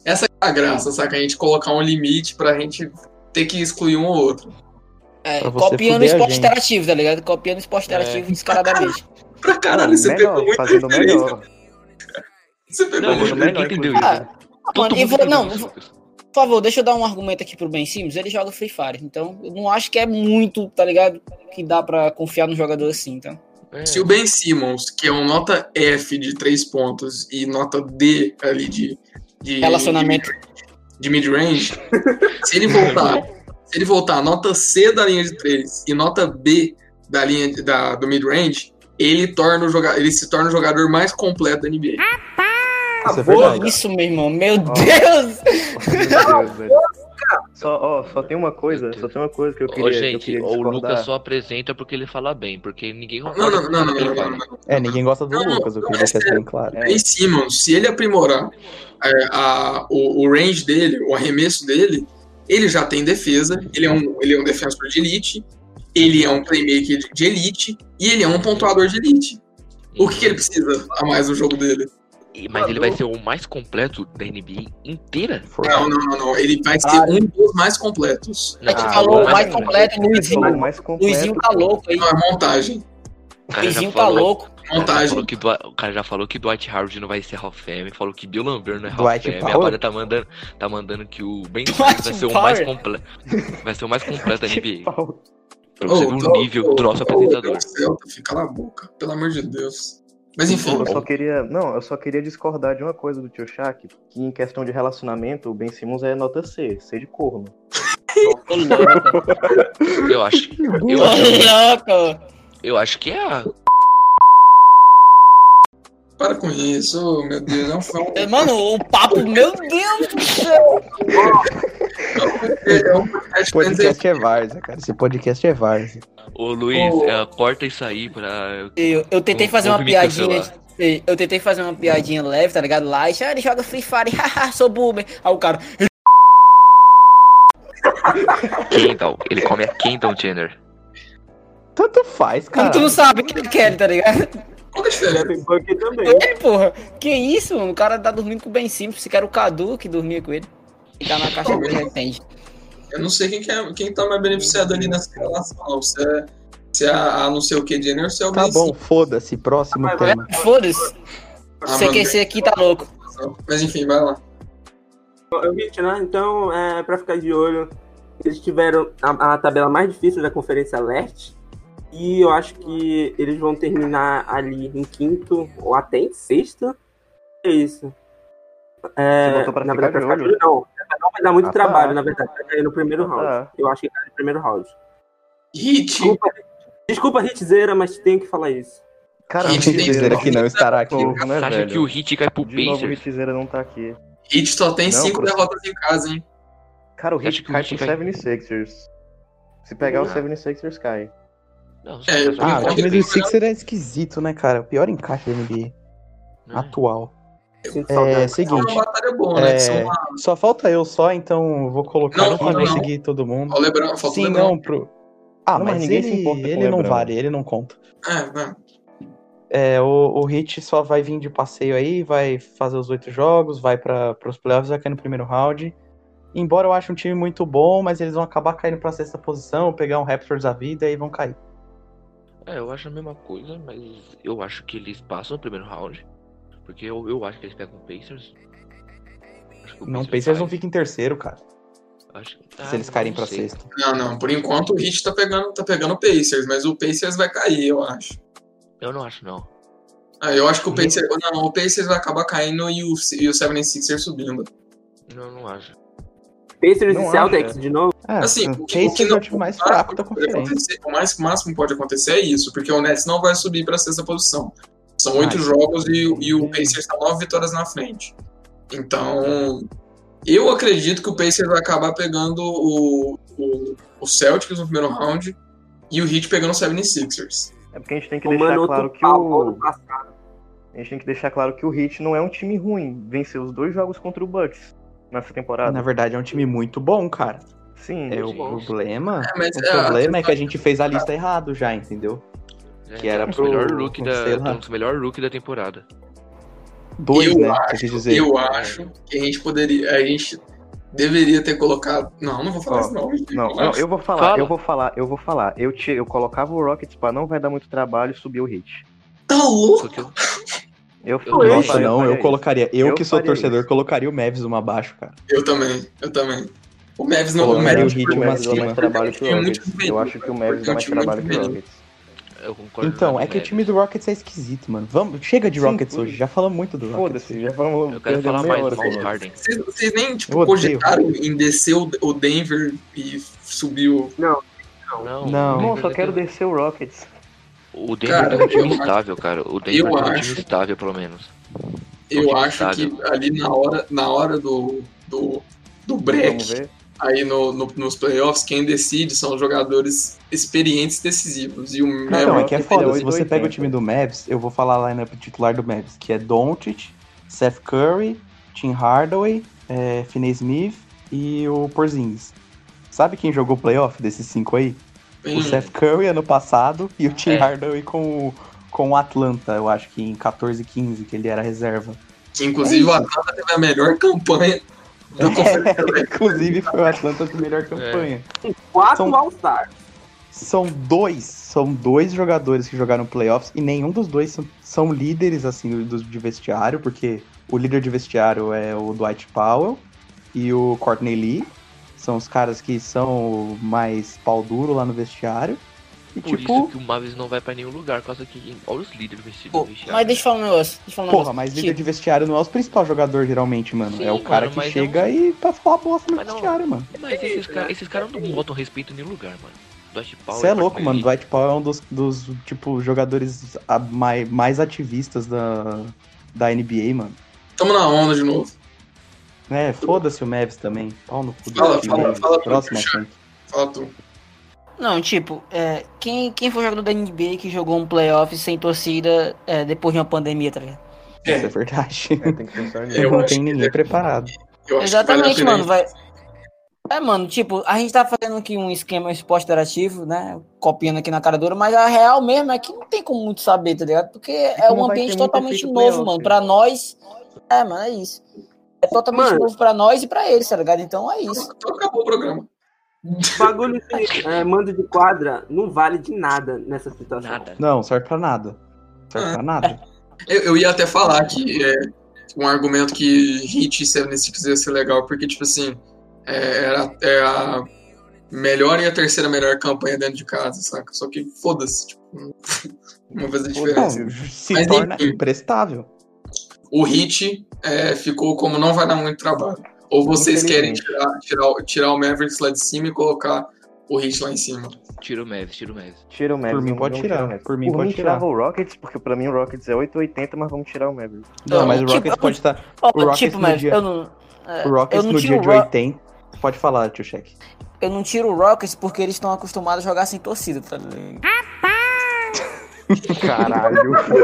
Speaker 1: Essa é a graça, saca? A gente colocar um limite pra gente ter que excluir um ou outro.
Speaker 6: É,
Speaker 5: Pra você
Speaker 6: copiando o
Speaker 5: fuder a
Speaker 6: esporte
Speaker 5: gente.
Speaker 6: interativo, tá ligado? Copiando o esporte
Speaker 1: É.
Speaker 6: interativo descaradamente.
Speaker 1: Pra caralho, você
Speaker 3: melhor,
Speaker 1: pegou muito.
Speaker 3: fazendo
Speaker 1: referência.
Speaker 3: melhor.
Speaker 1: Você pegou
Speaker 2: Não,
Speaker 1: muito.
Speaker 2: mas ninguém entendeu isso.
Speaker 6: Ah,
Speaker 2: Todo
Speaker 6: mano, e
Speaker 2: mundo
Speaker 6: vou-
Speaker 2: entendeu
Speaker 6: não,
Speaker 2: isso,
Speaker 6: vou-
Speaker 2: Lucas.
Speaker 6: por favor, deixa eu dar um argumento aqui pro Ben Simmons. Ele joga Free Fire, então eu não acho que é muito, tá ligado? Que dá pra confiar no jogador assim, então.
Speaker 2: É.
Speaker 1: Se o Ben Simmons, que é um nota F de três pontos e nota D ali de. de
Speaker 6: Relacionamento.
Speaker 1: de mid-range, se ele voltar, se ele voltar nota C da linha de 3 e nota B da linha de- da, do mid-range, ele torna o joga ele se torna o jogador mais completo da NBA.
Speaker 5: Isso é verdade.
Speaker 6: Isso, meu irmão. Meu
Speaker 3: Ó.
Speaker 6: Deus!
Speaker 3: Meu Deus, velho. Só, ó, só tem uma coisa, só tem uma coisa que eu queria,
Speaker 2: Ô,
Speaker 3: que eu
Speaker 2: gente,
Speaker 3: queria
Speaker 2: o Lucas
Speaker 3: discordar.
Speaker 2: só apresenta porque ele fala bem, porque ninguém
Speaker 1: Não, não, não, não, não, não, não.
Speaker 5: É, ninguém gosta do
Speaker 1: Não, não,
Speaker 5: Lucas, eu
Speaker 1: não,
Speaker 5: queria
Speaker 1: é
Speaker 5: deixar isso
Speaker 1: sério.
Speaker 5: bem claro.
Speaker 3: É.
Speaker 1: Ben Simmons, se ele aprimorar é, a, o, o range dele, o arremesso dele, ele já tem defesa, ele é um, ele é um defensor de elite, ele é um playmaker de, de elite e ele é um pontuador de elite. O que, que ele precisa a mais no jogo dele?
Speaker 2: E- Mas ele vai ser o mais completo da NBA inteira?
Speaker 1: Não, não, não, não. Ele vai ser um dos mais completos.
Speaker 6: A gente
Speaker 2: Ah,
Speaker 1: é
Speaker 6: falou o
Speaker 2: mas-
Speaker 6: mais completo,
Speaker 3: Falou
Speaker 6: Luizinho.
Speaker 3: mais completo.
Speaker 6: Luizinho tá louco aí.
Speaker 1: Não, é montagem.
Speaker 2: O cara Ah, já
Speaker 6: Luizinho tá
Speaker 2: falou-
Speaker 6: louco.
Speaker 2: o cara já
Speaker 1: Montagem.
Speaker 2: falou que Dwi- O cara já falou que Dwight Howard não vai ser Hall of Fame, falou que Bill Lambert não é Hall of
Speaker 5: Dwight
Speaker 2: Fame,
Speaker 5: Powell?
Speaker 2: agora tá mandando, tá mandando que o Ben Simmons vai ser o mais
Speaker 6: Powell?
Speaker 2: completo. Vai ser o mais completo da NBA.
Speaker 3: Paulo,
Speaker 2: Pra você ver
Speaker 1: Ô,
Speaker 2: o
Speaker 1: tô-
Speaker 2: nível
Speaker 1: ô,
Speaker 2: do nosso
Speaker 1: ô,
Speaker 2: apresentador.
Speaker 1: Celta, fica na boca, pelo amor de Deus. Mas enfim.
Speaker 3: Eu só queria, não, eu só queria discordar de uma coisa do tio Shaq, que em questão de relacionamento, o Ben Simmons é nota C, C de corno.
Speaker 8: Ô, louco.
Speaker 2: Eu acho,
Speaker 8: Ô,
Speaker 2: eu acho,
Speaker 8: louco.
Speaker 2: eu acho que é a.
Speaker 1: Para com isso, oh, meu Deus, não foi um.
Speaker 8: Mano, o papo, meu Deus do céu.
Speaker 1: É um podcast
Speaker 5: Podcast é Varza, cara. Esse podcast é Varza.
Speaker 2: Ô Luiz,
Speaker 1: Ô.
Speaker 2: é, corta isso aí pra.
Speaker 8: Eu, eu tentei
Speaker 2: Vou-
Speaker 8: fazer
Speaker 2: vou
Speaker 8: uma
Speaker 2: me
Speaker 8: piadinha.
Speaker 2: cancelar.
Speaker 8: Eu eu tentei fazer uma piadinha leve, tá ligado? Lá, e ah, ele joga Free Fire, haha, sou boomer. Aí o cara,
Speaker 2: Kendall. Ele come a Kendall Jenner.
Speaker 5: Tanto faz,
Speaker 8: como
Speaker 5: cara.
Speaker 8: tu não sabe o que ele quer, tá ligado?
Speaker 1: Qual que é a diferença?
Speaker 4: Tem punk também.
Speaker 8: É, porra. Que isso, mano? O cara tá dormindo com o Ben Simples. Se quer o Cadu que dormia com ele. Tá na caixa de repente.
Speaker 1: Eu não sei quem, que é, quem tá mais beneficiado ali nessa relação. não. Se é, se é a, a não sei o que Jenner ou se é o
Speaker 5: Tá
Speaker 1: Ben
Speaker 5: bom, foda-se. Próximo
Speaker 4: Mas vai-
Speaker 6: é
Speaker 5: tema.
Speaker 8: Foda-se.
Speaker 1: Ah, mano,
Speaker 8: CQC aqui tá louco.
Speaker 1: Simmons. Mas enfim, vai lá.
Speaker 4: Eu vi, né? Então, é, pra ficar de olho, eles tiveram a, a tabela mais difícil da Conferência Leste. E eu acho que eles vão terminar ali em quinto ou até em sexto. É isso. É,
Speaker 3: Você botou pra
Speaker 4: na
Speaker 3: ficar
Speaker 4: verdade,
Speaker 3: de
Speaker 4: pra ficar de
Speaker 3: olho?
Speaker 4: olho, não. Não vai dar muito
Speaker 3: Ah, tá.
Speaker 4: trabalho, na verdade, pra cair no primeiro
Speaker 3: Ah,
Speaker 4: round.
Speaker 3: tá.
Speaker 4: Eu acho que cai no primeiro round.
Speaker 1: Hit!
Speaker 4: Desculpa, desculpa Hitzeira, mas tem que falar isso.
Speaker 3: Cara,
Speaker 1: Gente,
Speaker 5: Quem dizer aqui não é estará aqui.
Speaker 3: Povo, né,
Speaker 2: Você acha que o
Speaker 3: velho?
Speaker 2: Hit cai pro
Speaker 3: De novo o
Speaker 2: Pacers?
Speaker 3: Hitzeira não tá aqui.
Speaker 1: Hit só tem
Speaker 3: Não,
Speaker 1: cinco
Speaker 3: Bruce.
Speaker 1: derrotas em casa, hein?
Speaker 3: Cara, o
Speaker 2: Você acha
Speaker 3: Hit
Speaker 2: que o
Speaker 3: cai
Speaker 2: Hit
Speaker 3: pro
Speaker 2: cai?
Speaker 3: 76ers. Se pegar o
Speaker 2: Ah.
Speaker 3: 76ers, cai.
Speaker 2: Não,
Speaker 1: É,
Speaker 2: você
Speaker 5: Ah,
Speaker 2: tá
Speaker 5: o
Speaker 1: Enquanto
Speaker 5: time
Speaker 1: ele
Speaker 5: do
Speaker 1: tá melhorando-
Speaker 5: Sixer é esquisito, né, cara? O pior encaixe da NBA
Speaker 2: zoando.
Speaker 5: atual.
Speaker 4: Sinto
Speaker 5: É,
Speaker 4: saudade.
Speaker 1: É uma
Speaker 5: seguinte.
Speaker 1: batalha boa, né?
Speaker 5: É.
Speaker 1: Que são uma...
Speaker 5: Só falta eu só, então eu vou colocar
Speaker 1: Não,
Speaker 5: não, pra
Speaker 1: não, não.
Speaker 5: conseguir todo mundo.
Speaker 1: Ó, o Lebron, falta o
Speaker 5: Sim,
Speaker 1: Lebron.
Speaker 5: não, pro. Ah,
Speaker 3: Não,
Speaker 5: mas,
Speaker 3: mas ninguém
Speaker 5: ele,
Speaker 3: se importa com o
Speaker 5: ele não
Speaker 3: Lebron.
Speaker 5: vale, ele não conta.
Speaker 1: É, né?
Speaker 5: É, o, o Hit só vai vir de passeio aí, vai fazer os oito jogos, vai para os playoffs, vai cair no primeiro round. Embora eu ache um time muito bom, mas eles vão acabar caindo pra sexta posição, pegar um Raptors da vida e vão cair.
Speaker 2: É, eu acho a mesma coisa, mas eu acho que eles passam no primeiro round. Porque eu, eu acho que eles pegam o Pacers. Acho que o
Speaker 5: Não, o Pacers não
Speaker 2: cai.
Speaker 5: fica em terceiro, cara,
Speaker 2: Acho que-
Speaker 5: se
Speaker 2: Ah,
Speaker 5: eles caírem
Speaker 2: não
Speaker 5: pra
Speaker 2: sei.
Speaker 5: sexta.
Speaker 1: Não, não. Por enquanto o Hit tá pegando, tá pegando o Pacers, mas o Pacers vai cair, eu acho.
Speaker 2: Eu não acho, não.
Speaker 1: Ah, eu
Speaker 5: Uhum.
Speaker 1: acho que o Pacers. Não, o Pacers vai acabar caindo e o, e o 76ers subindo.
Speaker 2: Eu não acho.
Speaker 4: Pacers
Speaker 3: Não
Speaker 4: e
Speaker 3: acho,
Speaker 4: Celtics de novo.
Speaker 5: É,
Speaker 1: Assim,
Speaker 5: o
Speaker 1: o que- o que
Speaker 5: Pacers é
Speaker 1: não-
Speaker 5: o time mais fraco da
Speaker 1: Tá, pode
Speaker 5: conferência.
Speaker 1: acontecer- O mais o máximo que pode acontecer é isso, porque o Nets não vai subir pra sexta posição. São
Speaker 5: Vai.
Speaker 1: oito jogos e, e
Speaker 5: Hum.
Speaker 1: o Pacers tá nove vitórias na frente. Então, eu acredito que o Pacers vai acabar pegando o, o, o Celtics no primeiro round e o Heat pegando o 76ers.
Speaker 3: É porque a gente tem que
Speaker 4: O
Speaker 3: deixar
Speaker 4: Manu
Speaker 3: claro que
Speaker 4: pau
Speaker 3: o.
Speaker 4: no passado.
Speaker 3: A gente tem que deixar claro que o Heat não é um time ruim. Venceu os dois jogos contra o Bucks nessa temporada.
Speaker 5: Na verdade, é um time muito bom, cara.
Speaker 3: Sim.
Speaker 5: É, o
Speaker 2: Sim.
Speaker 5: problema.
Speaker 1: É, mas
Speaker 5: o
Speaker 1: é,
Speaker 5: problema é que a gente fez a lista errado já, entendeu?
Speaker 2: É,
Speaker 5: Que
Speaker 2: tem
Speaker 5: era
Speaker 2: um dos
Speaker 5: pro-
Speaker 2: melhor look
Speaker 5: não sei
Speaker 2: da,
Speaker 5: lá.
Speaker 2: tem um dos melhor look da temporada.
Speaker 5: Dois,
Speaker 1: Eu
Speaker 5: né?
Speaker 1: acho,
Speaker 5: você quis dizer.
Speaker 1: Eu acho que a gente poderia. A gente deveria ter colocado. Não, não vou falar
Speaker 3: Ó,
Speaker 1: isso, não. gente.
Speaker 3: Não, não, eu vou falar,
Speaker 2: Fala.
Speaker 3: eu vou falar, eu vou falar. Eu, te, eu colocava o Rockets pra não vai dar muito trabalho subir o Heat.
Speaker 1: Tá louco?
Speaker 2: Só que eu-
Speaker 3: Eu
Speaker 2: Nossa,
Speaker 5: Nossa, não, eu
Speaker 3: faria
Speaker 5: colocaria. Eu,
Speaker 3: Eu
Speaker 5: que sou
Speaker 3: faria
Speaker 5: torcedor,
Speaker 3: isso.
Speaker 5: colocaria o Mavis uma abaixo, cara.
Speaker 1: Eu também, eu também. O Mavis não. O
Speaker 5: Colocaria
Speaker 1: Mavis
Speaker 5: o Heat
Speaker 3: isso. O
Speaker 5: uma
Speaker 3: Mavis dá
Speaker 5: acima.
Speaker 3: mais trabalho que
Speaker 1: É
Speaker 3: o
Speaker 1: muito
Speaker 3: Rockets. Eu acho que o Mavis dá mais
Speaker 1: Porque é um time
Speaker 3: trabalho que o
Speaker 1: muito
Speaker 3: Rockets.
Speaker 2: eu concordo.
Speaker 5: Então,
Speaker 2: com
Speaker 5: é que o
Speaker 2: Neves.
Speaker 5: time do Rockets é esquisito, mano. Vamos, chega de
Speaker 3: Sim,
Speaker 5: Rockets
Speaker 3: tudo.
Speaker 5: hoje, já falamos muito do Rockets.
Speaker 3: Foda-se, já vamos
Speaker 2: Eu quero
Speaker 3: perder
Speaker 2: falar
Speaker 3: meia
Speaker 2: mais
Speaker 3: hora
Speaker 2: do Miles
Speaker 3: falando.
Speaker 2: Harden.
Speaker 1: Vocês, vocês nem, tipo,
Speaker 5: Eu odeio.
Speaker 1: cogitaram em descer o, o Denver e subir o.
Speaker 2: Não,
Speaker 5: Não.
Speaker 2: o
Speaker 3: Não,
Speaker 2: Denver
Speaker 3: só quero
Speaker 2: tem-
Speaker 3: descer o Rockets.
Speaker 2: O Denver tem
Speaker 1: Cara,
Speaker 2: um time
Speaker 1: eu acho-
Speaker 2: estável, cara. O Denver tem um
Speaker 1: acho-
Speaker 2: time estável, pelo menos.
Speaker 1: Eu
Speaker 2: Onde
Speaker 1: acho
Speaker 2: tá,
Speaker 1: que
Speaker 2: né?
Speaker 1: ali na hora, na hora do, do, do
Speaker 3: Vamos
Speaker 1: break,
Speaker 3: ver.
Speaker 1: aí no, no- nos playoffs, quem decide são os jogadores experientes e decisivos. E o
Speaker 5: Não,
Speaker 1: Mavis.
Speaker 5: então, é
Speaker 3: Rockets
Speaker 5: que é
Speaker 3: ele é
Speaker 5: foda. Se
Speaker 3: 8,
Speaker 5: você
Speaker 3: 80.
Speaker 5: pega o time do Mavs, eu vou falar a lineup titular do Mavs, que é Doncic, Seth Curry, Tim Hardaway, é, Finney Smith e o Porzingis. Sabe quem jogou playoff desses cinco aí?
Speaker 1: tem-
Speaker 5: O Seth Curry ano passado e o Tim
Speaker 2: É.
Speaker 5: Hardaway com o, com o Atlanta, eu acho que em 14 15, que ele era reserva.
Speaker 1: que,
Speaker 3: É
Speaker 1: inclusive o Atlanta teve a melhor campanha da conferência.
Speaker 5: Inclusive foi o Atlanta com a melhor campanha.
Speaker 4: Quatro
Speaker 5: São-
Speaker 4: All-Stars.
Speaker 5: São dois, são dois jogadores que jogaram playoffs e nenhum dos dois são, são líderes assim do, de vestiário, porque o líder de vestiário é o Dwight Powell e o Courtney Lee. São os caras que são mais pau duro lá no vestiário. E,
Speaker 2: Por isso
Speaker 5: tipo,
Speaker 2: que o Mavis não vai pra nenhum lugar, por causa que olha os líderes vestidos.
Speaker 6: Pô,
Speaker 2: vestiário.
Speaker 11: Mas deixa eu falar um negócio. Deixa eu falar um
Speaker 5: porra,
Speaker 11: negócio.
Speaker 5: mas líder
Speaker 11: Tipo,
Speaker 5: de vestiário não é os principal jogador, geralmente, mano.
Speaker 2: Sim,
Speaker 5: é o cara
Speaker 2: mano,
Speaker 5: que
Speaker 2: mas
Speaker 5: chega
Speaker 2: não-
Speaker 5: e tá falar bosta no
Speaker 2: Mas não-
Speaker 5: vestiário, mano.
Speaker 2: Mas esses
Speaker 1: né?
Speaker 2: caras esses caras não botam respeito em nenhum lugar, mano. Dwight Powell,
Speaker 5: Você é louco,
Speaker 2: Martin
Speaker 5: mano.
Speaker 2: Lee,
Speaker 5: Dwight Powell é um dos, dos tipo, jogadores a- mai- mais ativistas da, da NBA, mano.
Speaker 1: Tamo na onda de novo.
Speaker 5: É, foda-se o Mavis também. Pau no cu do
Speaker 1: Fala,
Speaker 5: time,
Speaker 1: fala,
Speaker 5: Mavis.
Speaker 1: fala pra
Speaker 5: Próximo
Speaker 1: mim,
Speaker 5: assunto.
Speaker 1: Fala tu.
Speaker 6: Não, tipo, é, quem, quem foi jogador da NBA que jogou um playoff sem torcida é, depois de uma pandemia, tá ligado?
Speaker 5: Isso é verdade.
Speaker 3: É, tem que pensar nisso.
Speaker 1: Eu
Speaker 5: não
Speaker 1: acho que
Speaker 5: tem
Speaker 1: é.
Speaker 5: ninguém
Speaker 1: deve-
Speaker 5: preparado.
Speaker 1: Eu acho
Speaker 6: Exatamente,
Speaker 1: que vale a
Speaker 6: mano.
Speaker 1: pena.
Speaker 6: Vai... É, mano, tipo, a gente tá fazendo aqui um esquema esporte interativo, né? Copiando aqui na cara dura, mas a real mesmo é que não tem como muito saber, tá ligado? Porque é
Speaker 3: não vai
Speaker 6: um
Speaker 3: ter
Speaker 6: ambiente
Speaker 3: muito
Speaker 6: totalmente
Speaker 3: efeito
Speaker 6: novo,
Speaker 3: playoff. né?
Speaker 6: mano. Pra nós. É, mano, é isso. É totalmente
Speaker 4: Mano.
Speaker 6: novo pra nós e pra eles, tá ligado? Então é isso.
Speaker 1: Então acabou o programa.
Speaker 4: Bagulho de é, mando de quadra não vale de nada nessa situação.
Speaker 2: Nada.
Speaker 5: Não, serve pra nada. Serve
Speaker 1: Ah,
Speaker 5: pra nada.
Speaker 1: Eu, eu ia até falar que é um argumento que Hit e 76 ia ser legal, porque, tipo assim, é, era é a melhor e a terceira melhor campanha dentro de casa, saca? Só que foda-se, tipo, não faz a
Speaker 5: Não,
Speaker 1: diferença.
Speaker 5: se
Speaker 1: é, Mas
Speaker 5: torna
Speaker 1: enfim.
Speaker 5: imprestável.
Speaker 1: O Hit é, ficou como não vai dar muito trabalho. Ou vocês querem tirar, tirar, o- tirar o Mavericks lá de cima e colocar o Hit lá em cima?
Speaker 2: Tira o Mavis, tira o Mavis.
Speaker 3: Tira o Mavericks.
Speaker 5: mim
Speaker 3: não
Speaker 5: pode
Speaker 3: vamos
Speaker 5: tirar,
Speaker 3: o Mavericks.
Speaker 5: por mim
Speaker 3: Por
Speaker 5: pode
Speaker 3: mim
Speaker 5: tirar.
Speaker 3: tirava o Rockets, porque pra mim o Rockets é 8,80, mas vamos tirar o Mavericks.
Speaker 5: Não, mas o
Speaker 6: tipo,
Speaker 5: Rockets
Speaker 6: eu-
Speaker 5: pode estar.
Speaker 6: Ó,
Speaker 5: O Rockets
Speaker 6: tipo,
Speaker 5: no
Speaker 6: mas
Speaker 5: dia-
Speaker 6: eu não. é,
Speaker 5: O Rockets
Speaker 6: eu não
Speaker 5: no
Speaker 6: tiro
Speaker 5: dia
Speaker 6: o
Speaker 5: de
Speaker 6: Ro-
Speaker 5: 80. Pode falar, tio Cheque.
Speaker 6: Eu não tiro o Rockets porque eles estão acostumados a jogar sem torcida, tá ligado?
Speaker 3: Caralho.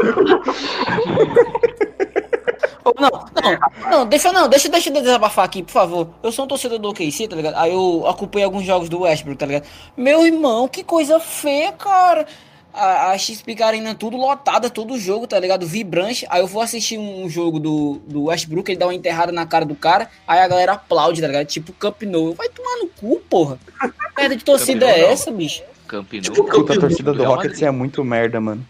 Speaker 6: Ou Não, não, não, deixa não, deixa, deixa eu desabafar aqui, por favor. Eu sou um torcedor do OKC, tá ligado? Aí eu acompanhei alguns jogos do Westbrook, tá ligado? Meu irmão, que coisa feia, cara. A, a XP Arena é tudo lotada, todo jogo, tá ligado? Vibrante. Aí eu vou assistir um jogo do, do Westbrook, ele dá uma enterrada na cara do cara, aí a galera aplaude, tá ligado? Tipo Cup No. Vai tomar no cu, porra. Que Merda de torcida
Speaker 2: Campeão
Speaker 6: é
Speaker 2: não.
Speaker 6: essa, bicho?
Speaker 2: Campinou.
Speaker 1: Tipo,
Speaker 5: Puta, a
Speaker 1: Campinou.
Speaker 5: torcida do Rockets é muito merda, mano.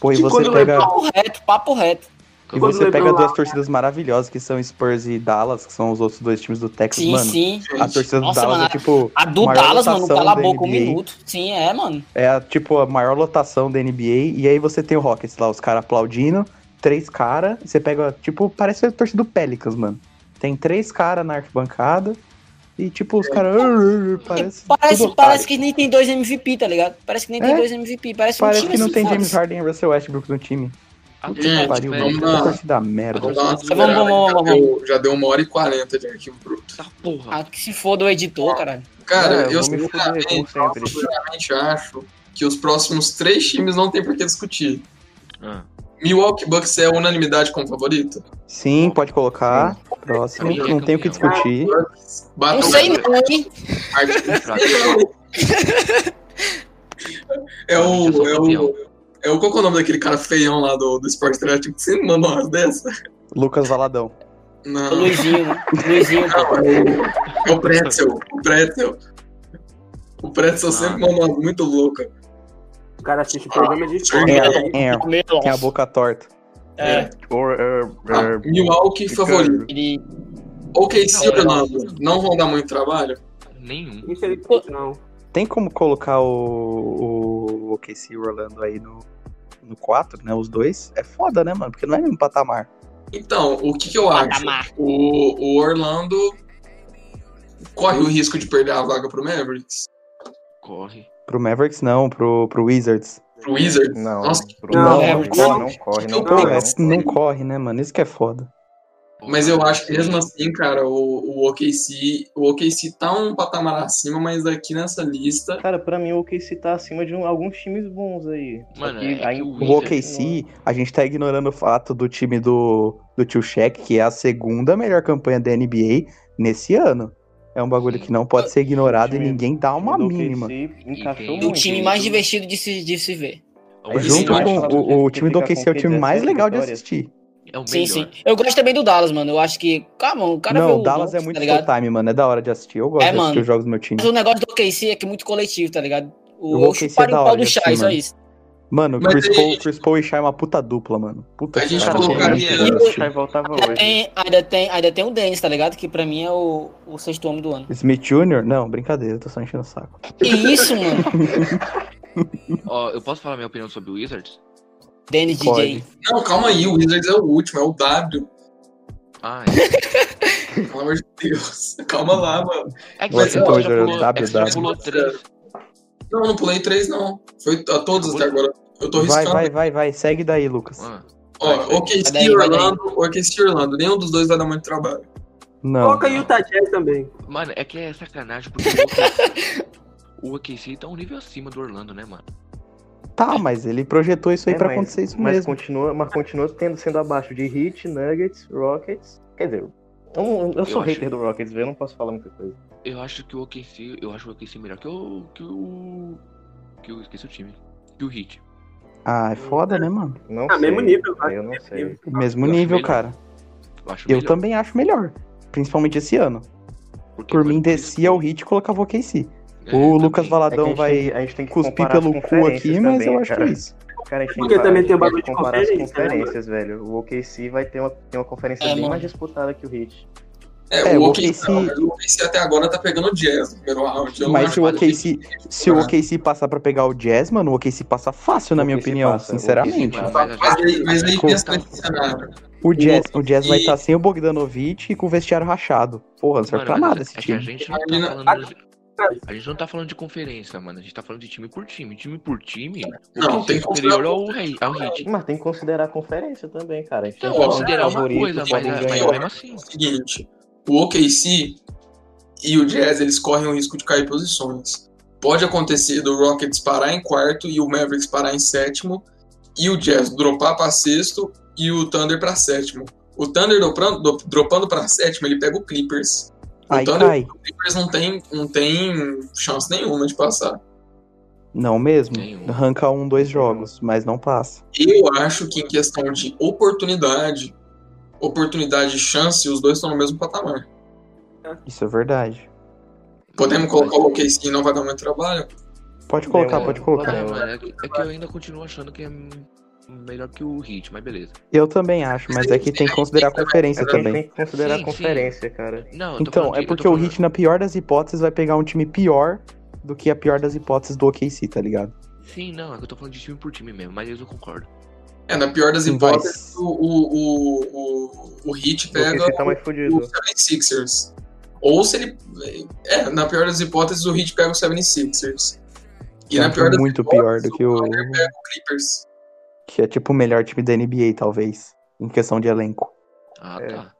Speaker 5: Pô, e
Speaker 4: Que
Speaker 5: você
Speaker 4: Tipo, quando
Speaker 5: pega,
Speaker 4: levou-
Speaker 6: Papo reto, papo reto.
Speaker 5: e
Speaker 4: quando
Speaker 5: você
Speaker 4: o
Speaker 5: pega
Speaker 4: LeBron
Speaker 5: duas
Speaker 4: lá-
Speaker 5: torcidas maravilhosas, que são Spurs e Dallas, que são os outros dois times do Texas,
Speaker 6: Sim,
Speaker 5: mano.
Speaker 6: sim.
Speaker 5: A torcida do
Speaker 6: Nossa,
Speaker 5: Dallas
Speaker 6: mano,
Speaker 5: é tipo.
Speaker 6: A do
Speaker 5: Maior
Speaker 6: Dallas, mano,
Speaker 5: lotação
Speaker 6: cala a
Speaker 5: da
Speaker 6: boca um
Speaker 5: NBA.
Speaker 6: minuto. Sim, é, mano.
Speaker 5: É a, tipo a maior lotação da NBA. E aí você tem o Rockets lá, os caras aplaudindo, três caras. Você pega, tipo, parece a torcida do Pelicans, mano. Tem três caras na arquibancada. E tipo, os caras.
Speaker 6: É,
Speaker 5: Parece,
Speaker 6: Parece,
Speaker 5: tudo
Speaker 6: parece
Speaker 5: otário.
Speaker 6: que nem tem dois MVP, tá ligado? Parece que nem tem
Speaker 5: É.
Speaker 6: dois MVP. Parece, um
Speaker 5: Parece
Speaker 6: time
Speaker 5: que não
Speaker 6: assim,
Speaker 5: tem James
Speaker 6: foda-se.
Speaker 5: Harden e Russell Westbrook no time.
Speaker 2: A torcida
Speaker 1: Gente,
Speaker 2: do
Speaker 5: Pariu,
Speaker 1: vamos
Speaker 5: mano.
Speaker 2: Mavericks-
Speaker 1: lá.
Speaker 5: Que torcida merda.
Speaker 1: Vamos dar é uma
Speaker 2: Vamos,
Speaker 1: acelerada,
Speaker 6: vamos,
Speaker 1: já,
Speaker 6: vamos,
Speaker 1: deu, já deu uma hora e quarenta de arquivo bruto.
Speaker 2: Tá porra.
Speaker 6: Ah, que se foda o editor, cara.
Speaker 1: Cara,
Speaker 3: É,
Speaker 1: eu
Speaker 3: vou me fuder,
Speaker 1: sinceramente,
Speaker 3: como sempre.
Speaker 1: eu sinceramente acho que os próximos três times não tem por que discutir.
Speaker 2: Ah.
Speaker 1: Milwaukee Bucks é unanimidade como favorito?
Speaker 5: Sim, pode colocar. Próximo.
Speaker 1: É,
Speaker 5: Não tem o que discutir.
Speaker 1: Bucks
Speaker 6: Não
Speaker 1: bateu
Speaker 6: sei não, hein?
Speaker 2: Ah,
Speaker 1: É
Speaker 2: Eu sou
Speaker 1: o. É
Speaker 2: campeão.
Speaker 1: o. É o qual que é o nome daquele cara feião lá do, do Sport Atlético? Você me mandou umas dessa?
Speaker 5: Lucas Valadão.
Speaker 1: Não,
Speaker 6: O Luizinho, né? O Luizinho. pô.
Speaker 1: não, é o, é o Pretzel. O Pretzel. O
Speaker 2: Ah.
Speaker 1: Pretzel sempre manda umas muito louca.
Speaker 4: O cara assiste o programa de
Speaker 5: É,
Speaker 4: esporte.
Speaker 5: é,
Speaker 11: Meu,
Speaker 5: tem a boca torta.
Speaker 11: é,
Speaker 3: Or, er,
Speaker 1: Ah,
Speaker 3: er,
Speaker 1: Milwaukee
Speaker 3: Chicago.
Speaker 1: favorito.
Speaker 11: ele-
Speaker 1: Ok, sim,
Speaker 2: Não,
Speaker 1: Orlando. Não vão dar muito trabalho?
Speaker 2: Nenhum.
Speaker 4: Infelizmente não.
Speaker 5: Tem como colocar o, o OKC e o Orlando aí no, no 4, né? Os dois. É foda, né, mano? Porque não é mesmo patamar.
Speaker 1: Então, o que, que eu acho?
Speaker 6: Patamar.
Speaker 1: O, o Orlando corre o risco de perder a vaga pro Mavericks?
Speaker 2: Corre.
Speaker 5: Pro Mavericks, não. Pro, pro Wizards.
Speaker 1: Pro Wizards?
Speaker 3: Não.
Speaker 1: Nossa,
Speaker 3: Bruno,
Speaker 4: Não,
Speaker 3: não,
Speaker 4: é,
Speaker 3: não
Speaker 4: o-
Speaker 3: corre, não corre, não
Speaker 5: Pô,
Speaker 1: Não,
Speaker 5: é,
Speaker 3: corre.
Speaker 5: não,
Speaker 3: não corre.
Speaker 5: corre, né, mano? Isso que é foda.
Speaker 1: Mas
Speaker 2: Ah,
Speaker 1: eu acho que mesmo assim, cara, o, o OKC, o OKC tá um patamar acima, mas aqui nessa lista.
Speaker 3: Cara, pra mim o OKC tá acima de um- alguns times bons aí. Só
Speaker 2: Mano,
Speaker 3: que
Speaker 2: é que
Speaker 3: aí-
Speaker 2: o
Speaker 5: O OKC, a gente tá ignorando o fato do time do, do Tio Shaq, que é a segunda melhor campanha da NBA nesse ano. É um bagulho que não pode ser ignorado e
Speaker 3: Time-
Speaker 5: ninguém dá é uma
Speaker 3: o OKC
Speaker 5: mínima.
Speaker 3: encaixou
Speaker 2: E tem-
Speaker 6: O
Speaker 3: muito.
Speaker 6: time mais divertido de se, de se ver.
Speaker 2: É o
Speaker 1: Esse
Speaker 5: Junto
Speaker 1: time
Speaker 2: melhor.
Speaker 5: com
Speaker 3: mais
Speaker 5: o, o
Speaker 3: favorito
Speaker 5: time do
Speaker 3: fica
Speaker 5: OKC é o
Speaker 3: com
Speaker 5: time mais
Speaker 3: 17
Speaker 5: legal de
Speaker 3: vitórias.
Speaker 5: assistir.
Speaker 2: É o
Speaker 6: Sim,
Speaker 2: melhor.
Speaker 6: sim. Eu gosto também do Dallas, mano. Eu acho que. Calma, o cara vê
Speaker 5: não,
Speaker 6: o
Speaker 5: Dallas
Speaker 6: Nuggets,
Speaker 5: é muito
Speaker 6: tá ligado?
Speaker 5: showtime, mano. É da hora de assistir. Eu gosto
Speaker 6: É,
Speaker 5: de assistir
Speaker 6: mano.
Speaker 5: os jogos do meu time.
Speaker 6: Mas o negócio do OKC é que é muito coletivo, tá ligado?
Speaker 5: O
Speaker 6: O, eu
Speaker 5: OKC é
Speaker 6: chuparia
Speaker 5: da
Speaker 6: o
Speaker 5: hora
Speaker 6: pau do
Speaker 5: de
Speaker 6: Shai,
Speaker 5: assistir,
Speaker 6: só
Speaker 5: mano.
Speaker 6: isso.
Speaker 5: Mano,
Speaker 1: Mas
Speaker 5: Chris
Speaker 1: aí-
Speaker 5: Paul, Chris Paul e Shai é uma puta dupla, mano. é Puta
Speaker 1: A
Speaker 5: que
Speaker 1: gente
Speaker 5: pariu.
Speaker 1: colocaria-
Speaker 3: O
Speaker 2: né?
Speaker 3: Shai voltava
Speaker 6: Ainda
Speaker 3: hoje.
Speaker 6: tem, ainda, tem, ainda tem o Dennis, tá ligado? Que pra mim é o, o sexto homem do ano.
Speaker 5: Smith Jr.? Não, brincadeira, eu tô só enchendo o saco.
Speaker 6: Que isso, mano?
Speaker 2: Ó, eu posso falar minha opinião sobre o Wizards?
Speaker 8: Danny DJ.
Speaker 1: Não, calma aí, o Wizards é o último, é o W.
Speaker 2: Ah, é.
Speaker 1: Pelo amor de Deus. Calma lá, mano.
Speaker 2: É que
Speaker 1: Você
Speaker 2: você
Speaker 1: pode
Speaker 2: já
Speaker 5: jogar
Speaker 2: pulou,
Speaker 5: W,
Speaker 2: é que você já
Speaker 5: W.
Speaker 2: pulou três.
Speaker 1: Não, eu não pulei três, não. Foi a todos até agora. Eu tô
Speaker 5: Vai,
Speaker 1: riscando.
Speaker 5: vai, vai, vai. Segue daí, Lucas.
Speaker 2: Ah,
Speaker 1: Ó, OKC
Speaker 8: Vai daí, vai daí.
Speaker 1: Orlando, OKC Orlando. Nenhum dos dois vai dar muito trabalho.
Speaker 5: Não.
Speaker 4: Coloca aí o Tajé também.
Speaker 2: Mano, é que é sacanagem, porque o OKC, o OKC tá um nível acima do Orlando, né, mano?
Speaker 5: Tá, mas ele projetou isso aí
Speaker 3: É,
Speaker 5: pra
Speaker 3: mas-
Speaker 5: acontecer isso
Speaker 3: Mas
Speaker 5: mesmo.
Speaker 3: continua, mas continua tendo, sendo abaixo de Heat, Nuggets, Rockets. Quer dizer, eu, eu- eu sou
Speaker 2: Eu
Speaker 3: hater
Speaker 2: acho-
Speaker 3: do Rockets, eu não posso falar muita coisa.
Speaker 2: Eu acho que o OKC, eu acho o OKC melhor que o... que o... que o... esqueci o time. Que o Heat.
Speaker 5: Ah, é foda, né, mano?
Speaker 3: Não sei,
Speaker 4: Ah, mesmo nível, vai.
Speaker 3: Eu não sei.
Speaker 5: Mesmo
Speaker 2: Ah, eu acho
Speaker 5: nível,
Speaker 2: melhor.
Speaker 5: cara.
Speaker 2: Eu acho
Speaker 5: Eu
Speaker 2: melhor.
Speaker 5: também acho melhor. Principalmente esse ano.
Speaker 2: porque,
Speaker 5: Por
Speaker 2: mano,
Speaker 5: mim,
Speaker 2: por isso
Speaker 5: descia o
Speaker 2: que-
Speaker 5: hit e colocava o KC.
Speaker 2: é,
Speaker 5: O
Speaker 2: também.
Speaker 5: Lucas Valadão
Speaker 3: É que a gente
Speaker 5: vai
Speaker 3: tem- a gente tem que
Speaker 5: cuspir
Speaker 3: comparar
Speaker 5: pelo
Speaker 3: as
Speaker 5: cu aqui,
Speaker 3: conferências
Speaker 5: mas
Speaker 3: também,
Speaker 5: eu acho
Speaker 3: cara.
Speaker 5: que é isso.
Speaker 3: Cara, a gente
Speaker 4: Porque
Speaker 3: que
Speaker 4: também
Speaker 3: parar
Speaker 4: tem o bagulho
Speaker 3: de
Speaker 4: de
Speaker 3: comparar as
Speaker 4: conferência, né,
Speaker 3: conferências, velho. O OKC vai ter uma, tem uma conferência
Speaker 6: É,
Speaker 3: bem
Speaker 6: mano.
Speaker 3: mais disputada que o Heat.
Speaker 1: É,
Speaker 5: É,
Speaker 1: o
Speaker 5: o
Speaker 1: OKC,
Speaker 5: OKC
Speaker 1: mas o OKC até agora tá pegando o Jazz no primeiro round. Eu não
Speaker 5: Mas
Speaker 1: acho
Speaker 5: se o
Speaker 1: nada
Speaker 5: OKC,
Speaker 1: difícil,
Speaker 5: se o
Speaker 1: né?
Speaker 5: OKC passar pra pegar o Jazz, mano, o OKC passa fácil, na minha
Speaker 3: OKC
Speaker 5: opinião,
Speaker 3: passa, o
Speaker 5: sinceramente.
Speaker 2: Mano, mas a
Speaker 1: Mas
Speaker 2: gente-
Speaker 1: aí, mas aí é
Speaker 5: Desculpa.
Speaker 1: pensa nesse cenário. é
Speaker 5: O Jazz, o Jazz vai
Speaker 1: E-
Speaker 5: estar sem o Bogdanovich e com o vestiário rachado. Porra, não serve
Speaker 2: Mano,
Speaker 5: pra
Speaker 2: mas
Speaker 5: nada
Speaker 2: é
Speaker 5: esse
Speaker 2: que
Speaker 5: time.
Speaker 2: A gente, não
Speaker 1: Imagina-
Speaker 2: tá falando de, a gente não tá falando de conferência, mano. A gente tá falando de time por time. Time por time,
Speaker 1: Não,
Speaker 2: o que
Speaker 1: tem
Speaker 2: é
Speaker 1: que
Speaker 2: superior
Speaker 1: considerar-
Speaker 2: ao, Rei- ao Heat.
Speaker 3: Mas tem que considerar a conferência também, cara. A gente
Speaker 2: Então,
Speaker 3: tem que
Speaker 2: considerar uma
Speaker 3: favorito,
Speaker 2: coisa, mas,
Speaker 3: podem
Speaker 2: mas
Speaker 3: ganhar.
Speaker 2: mesmo assim.
Speaker 1: o seguinte: o OKC e o Jazz eles correm o risco de cair posições. Pode acontecer do Rockets parar em quarto e o Mavericks parar em sétimo, e o Jazz dropar para sexto e o Thunder para sétimo. O Thunder dropando, do- dropando para sétimo, ele pega o Clippers. O
Speaker 5: Aí
Speaker 1: Thunder,
Speaker 5: cai.
Speaker 1: o Clippers não tem, não tem chance nenhuma de passar.
Speaker 5: Não mesmo.
Speaker 2: Nenhum.
Speaker 5: Arranca um, dois jogos, mas não passa.
Speaker 1: Eu acho que em questão de oportunidade, oportunidade e chance, os dois estão no mesmo patamar.
Speaker 5: Isso é verdade.
Speaker 1: Podemos colocar o OKC e não vai dar muito trabalho?
Speaker 5: Pode colocar,
Speaker 3: Não,
Speaker 5: Tá, pode colocar.
Speaker 2: Mano, mano, é, que, é que eu ainda continuo achando que é melhor que o Heat, mas beleza.
Speaker 5: Eu também acho, mas é que tem que considerar a conferência
Speaker 3: Mas a gente
Speaker 5: também.
Speaker 3: tem que considerar
Speaker 2: Sim,
Speaker 3: a
Speaker 2: sim.
Speaker 3: conferência, cara.
Speaker 2: Não, eu tô
Speaker 5: Então,
Speaker 2: falando de-
Speaker 5: é
Speaker 2: eu tô
Speaker 5: porque o
Speaker 2: falando-
Speaker 5: Heat, na pior das hipóteses, vai pegar um time pior do que a pior das hipóteses do OKC, tá ligado?
Speaker 2: Sim, não, é que eu tô falando de time por time mesmo, mas eu concordo.
Speaker 1: É, na pior das
Speaker 5: Sim,
Speaker 1: hipóteses,
Speaker 5: vai.
Speaker 1: o, o, o, o, o Heat
Speaker 3: O
Speaker 1: pega
Speaker 3: OKC tá mais
Speaker 1: o
Speaker 3: fudido.
Speaker 1: 76ers. Ou se ele. É, na pior das hipóteses, o Heat pega o 76ers. E na
Speaker 5: É
Speaker 1: pior das
Speaker 5: muito pior
Speaker 1: hipóteses,
Speaker 5: do que o.
Speaker 1: Thunder pega o Clippers.
Speaker 5: Que é tipo o melhor time da NBA, talvez. Em questão de elenco.
Speaker 2: Ah,
Speaker 3: É.
Speaker 2: tá.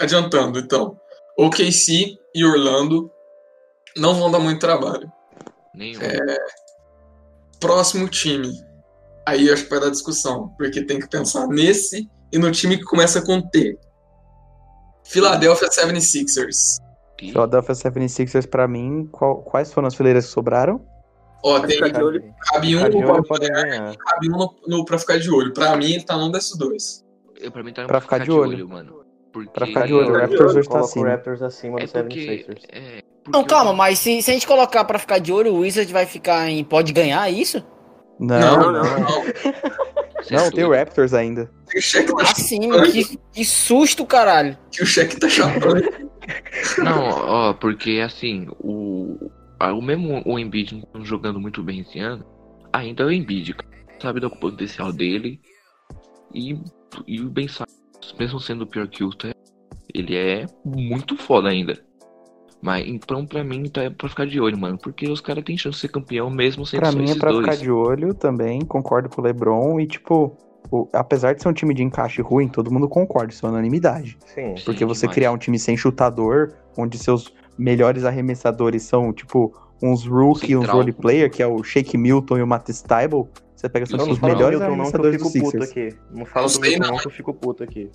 Speaker 1: Adiantando, então. OKC e Orlando não vão dar muito trabalho.
Speaker 2: Nenhum.
Speaker 1: Próximo time. Aí acho que vai dar discussão, porque tem que pensar nesse e no time que começa com T. Philadelphia 76ers.
Speaker 2: Que-
Speaker 5: Philadelphia 76ers, pra mim, qual- quais foram as fileiras que sobraram?
Speaker 1: Ó, tem,
Speaker 4: Fica de olho.
Speaker 1: cabe um
Speaker 3: Cara, de
Speaker 1: no
Speaker 3: olho
Speaker 1: Paul
Speaker 3: podem ganhar.
Speaker 1: cabe um no, no- pra ficar de olho. Pra mim, ele tá num desses dois.
Speaker 2: Eu, pra mim tá
Speaker 5: Pra ficar de olho.
Speaker 2: mano. Porque...
Speaker 5: Pra ficar de olho, o Raptors hoje tá
Speaker 3: Coloca o
Speaker 5: assim.
Speaker 3: Raptors acima
Speaker 2: É
Speaker 3: do
Speaker 2: porque...
Speaker 3: 76ers.
Speaker 2: É, porque
Speaker 8: Não, calma,
Speaker 2: eu-
Speaker 8: mas se, se a gente colocar pra ficar de olho, o Wizard vai ficar em. Pode ganhar isso?
Speaker 5: Não, não, não.
Speaker 2: Você é
Speaker 5: tem o
Speaker 2: doido.
Speaker 5: Raptors ainda.
Speaker 1: O cheque tá,
Speaker 8: Assim, mano, que, que susto, caralho.
Speaker 1: o cheque tá chapando.
Speaker 2: Não, ó, porque assim, o, a- o mesmo o Embiid não tá jogando muito bem esse ano, ainda é o Embiid, cara. sabe do potencial dele. E, e o Ben Simmons, mesmo sendo pior que o Utah, ele é muito foda ainda. Mas então pra mim tá é pra ficar de olho, mano, porque os caras têm chance de ser campeão mesmo sem
Speaker 5: Pra
Speaker 2: só
Speaker 5: mim é
Speaker 2: esses
Speaker 5: pra
Speaker 2: dois.
Speaker 5: ficar de olho também, concordo com o LeBron. E, tipo, o- apesar de ser um time de encaixe ruim, todo mundo concorda, isso é unanimidade.
Speaker 3: Sim.
Speaker 2: Sim,
Speaker 5: Porque você
Speaker 2: demais.
Speaker 5: criar um time sem chutador, onde seus melhores arremessadores são, tipo, uns rookie, uns
Speaker 2: Central.
Speaker 5: role player, que é o Shake Milton e o Matt Stiebel, você pega
Speaker 3: Não,
Speaker 5: são
Speaker 3: não
Speaker 5: os
Speaker 3: fala do
Speaker 5: melhores
Speaker 3: Milton não que eu
Speaker 5: arremessadores
Speaker 3: fico
Speaker 5: do
Speaker 3: puto
Speaker 5: Sixers.
Speaker 3: aqui. Não fala do
Speaker 1: Não sei,
Speaker 3: Milton não que eu fico puto aqui.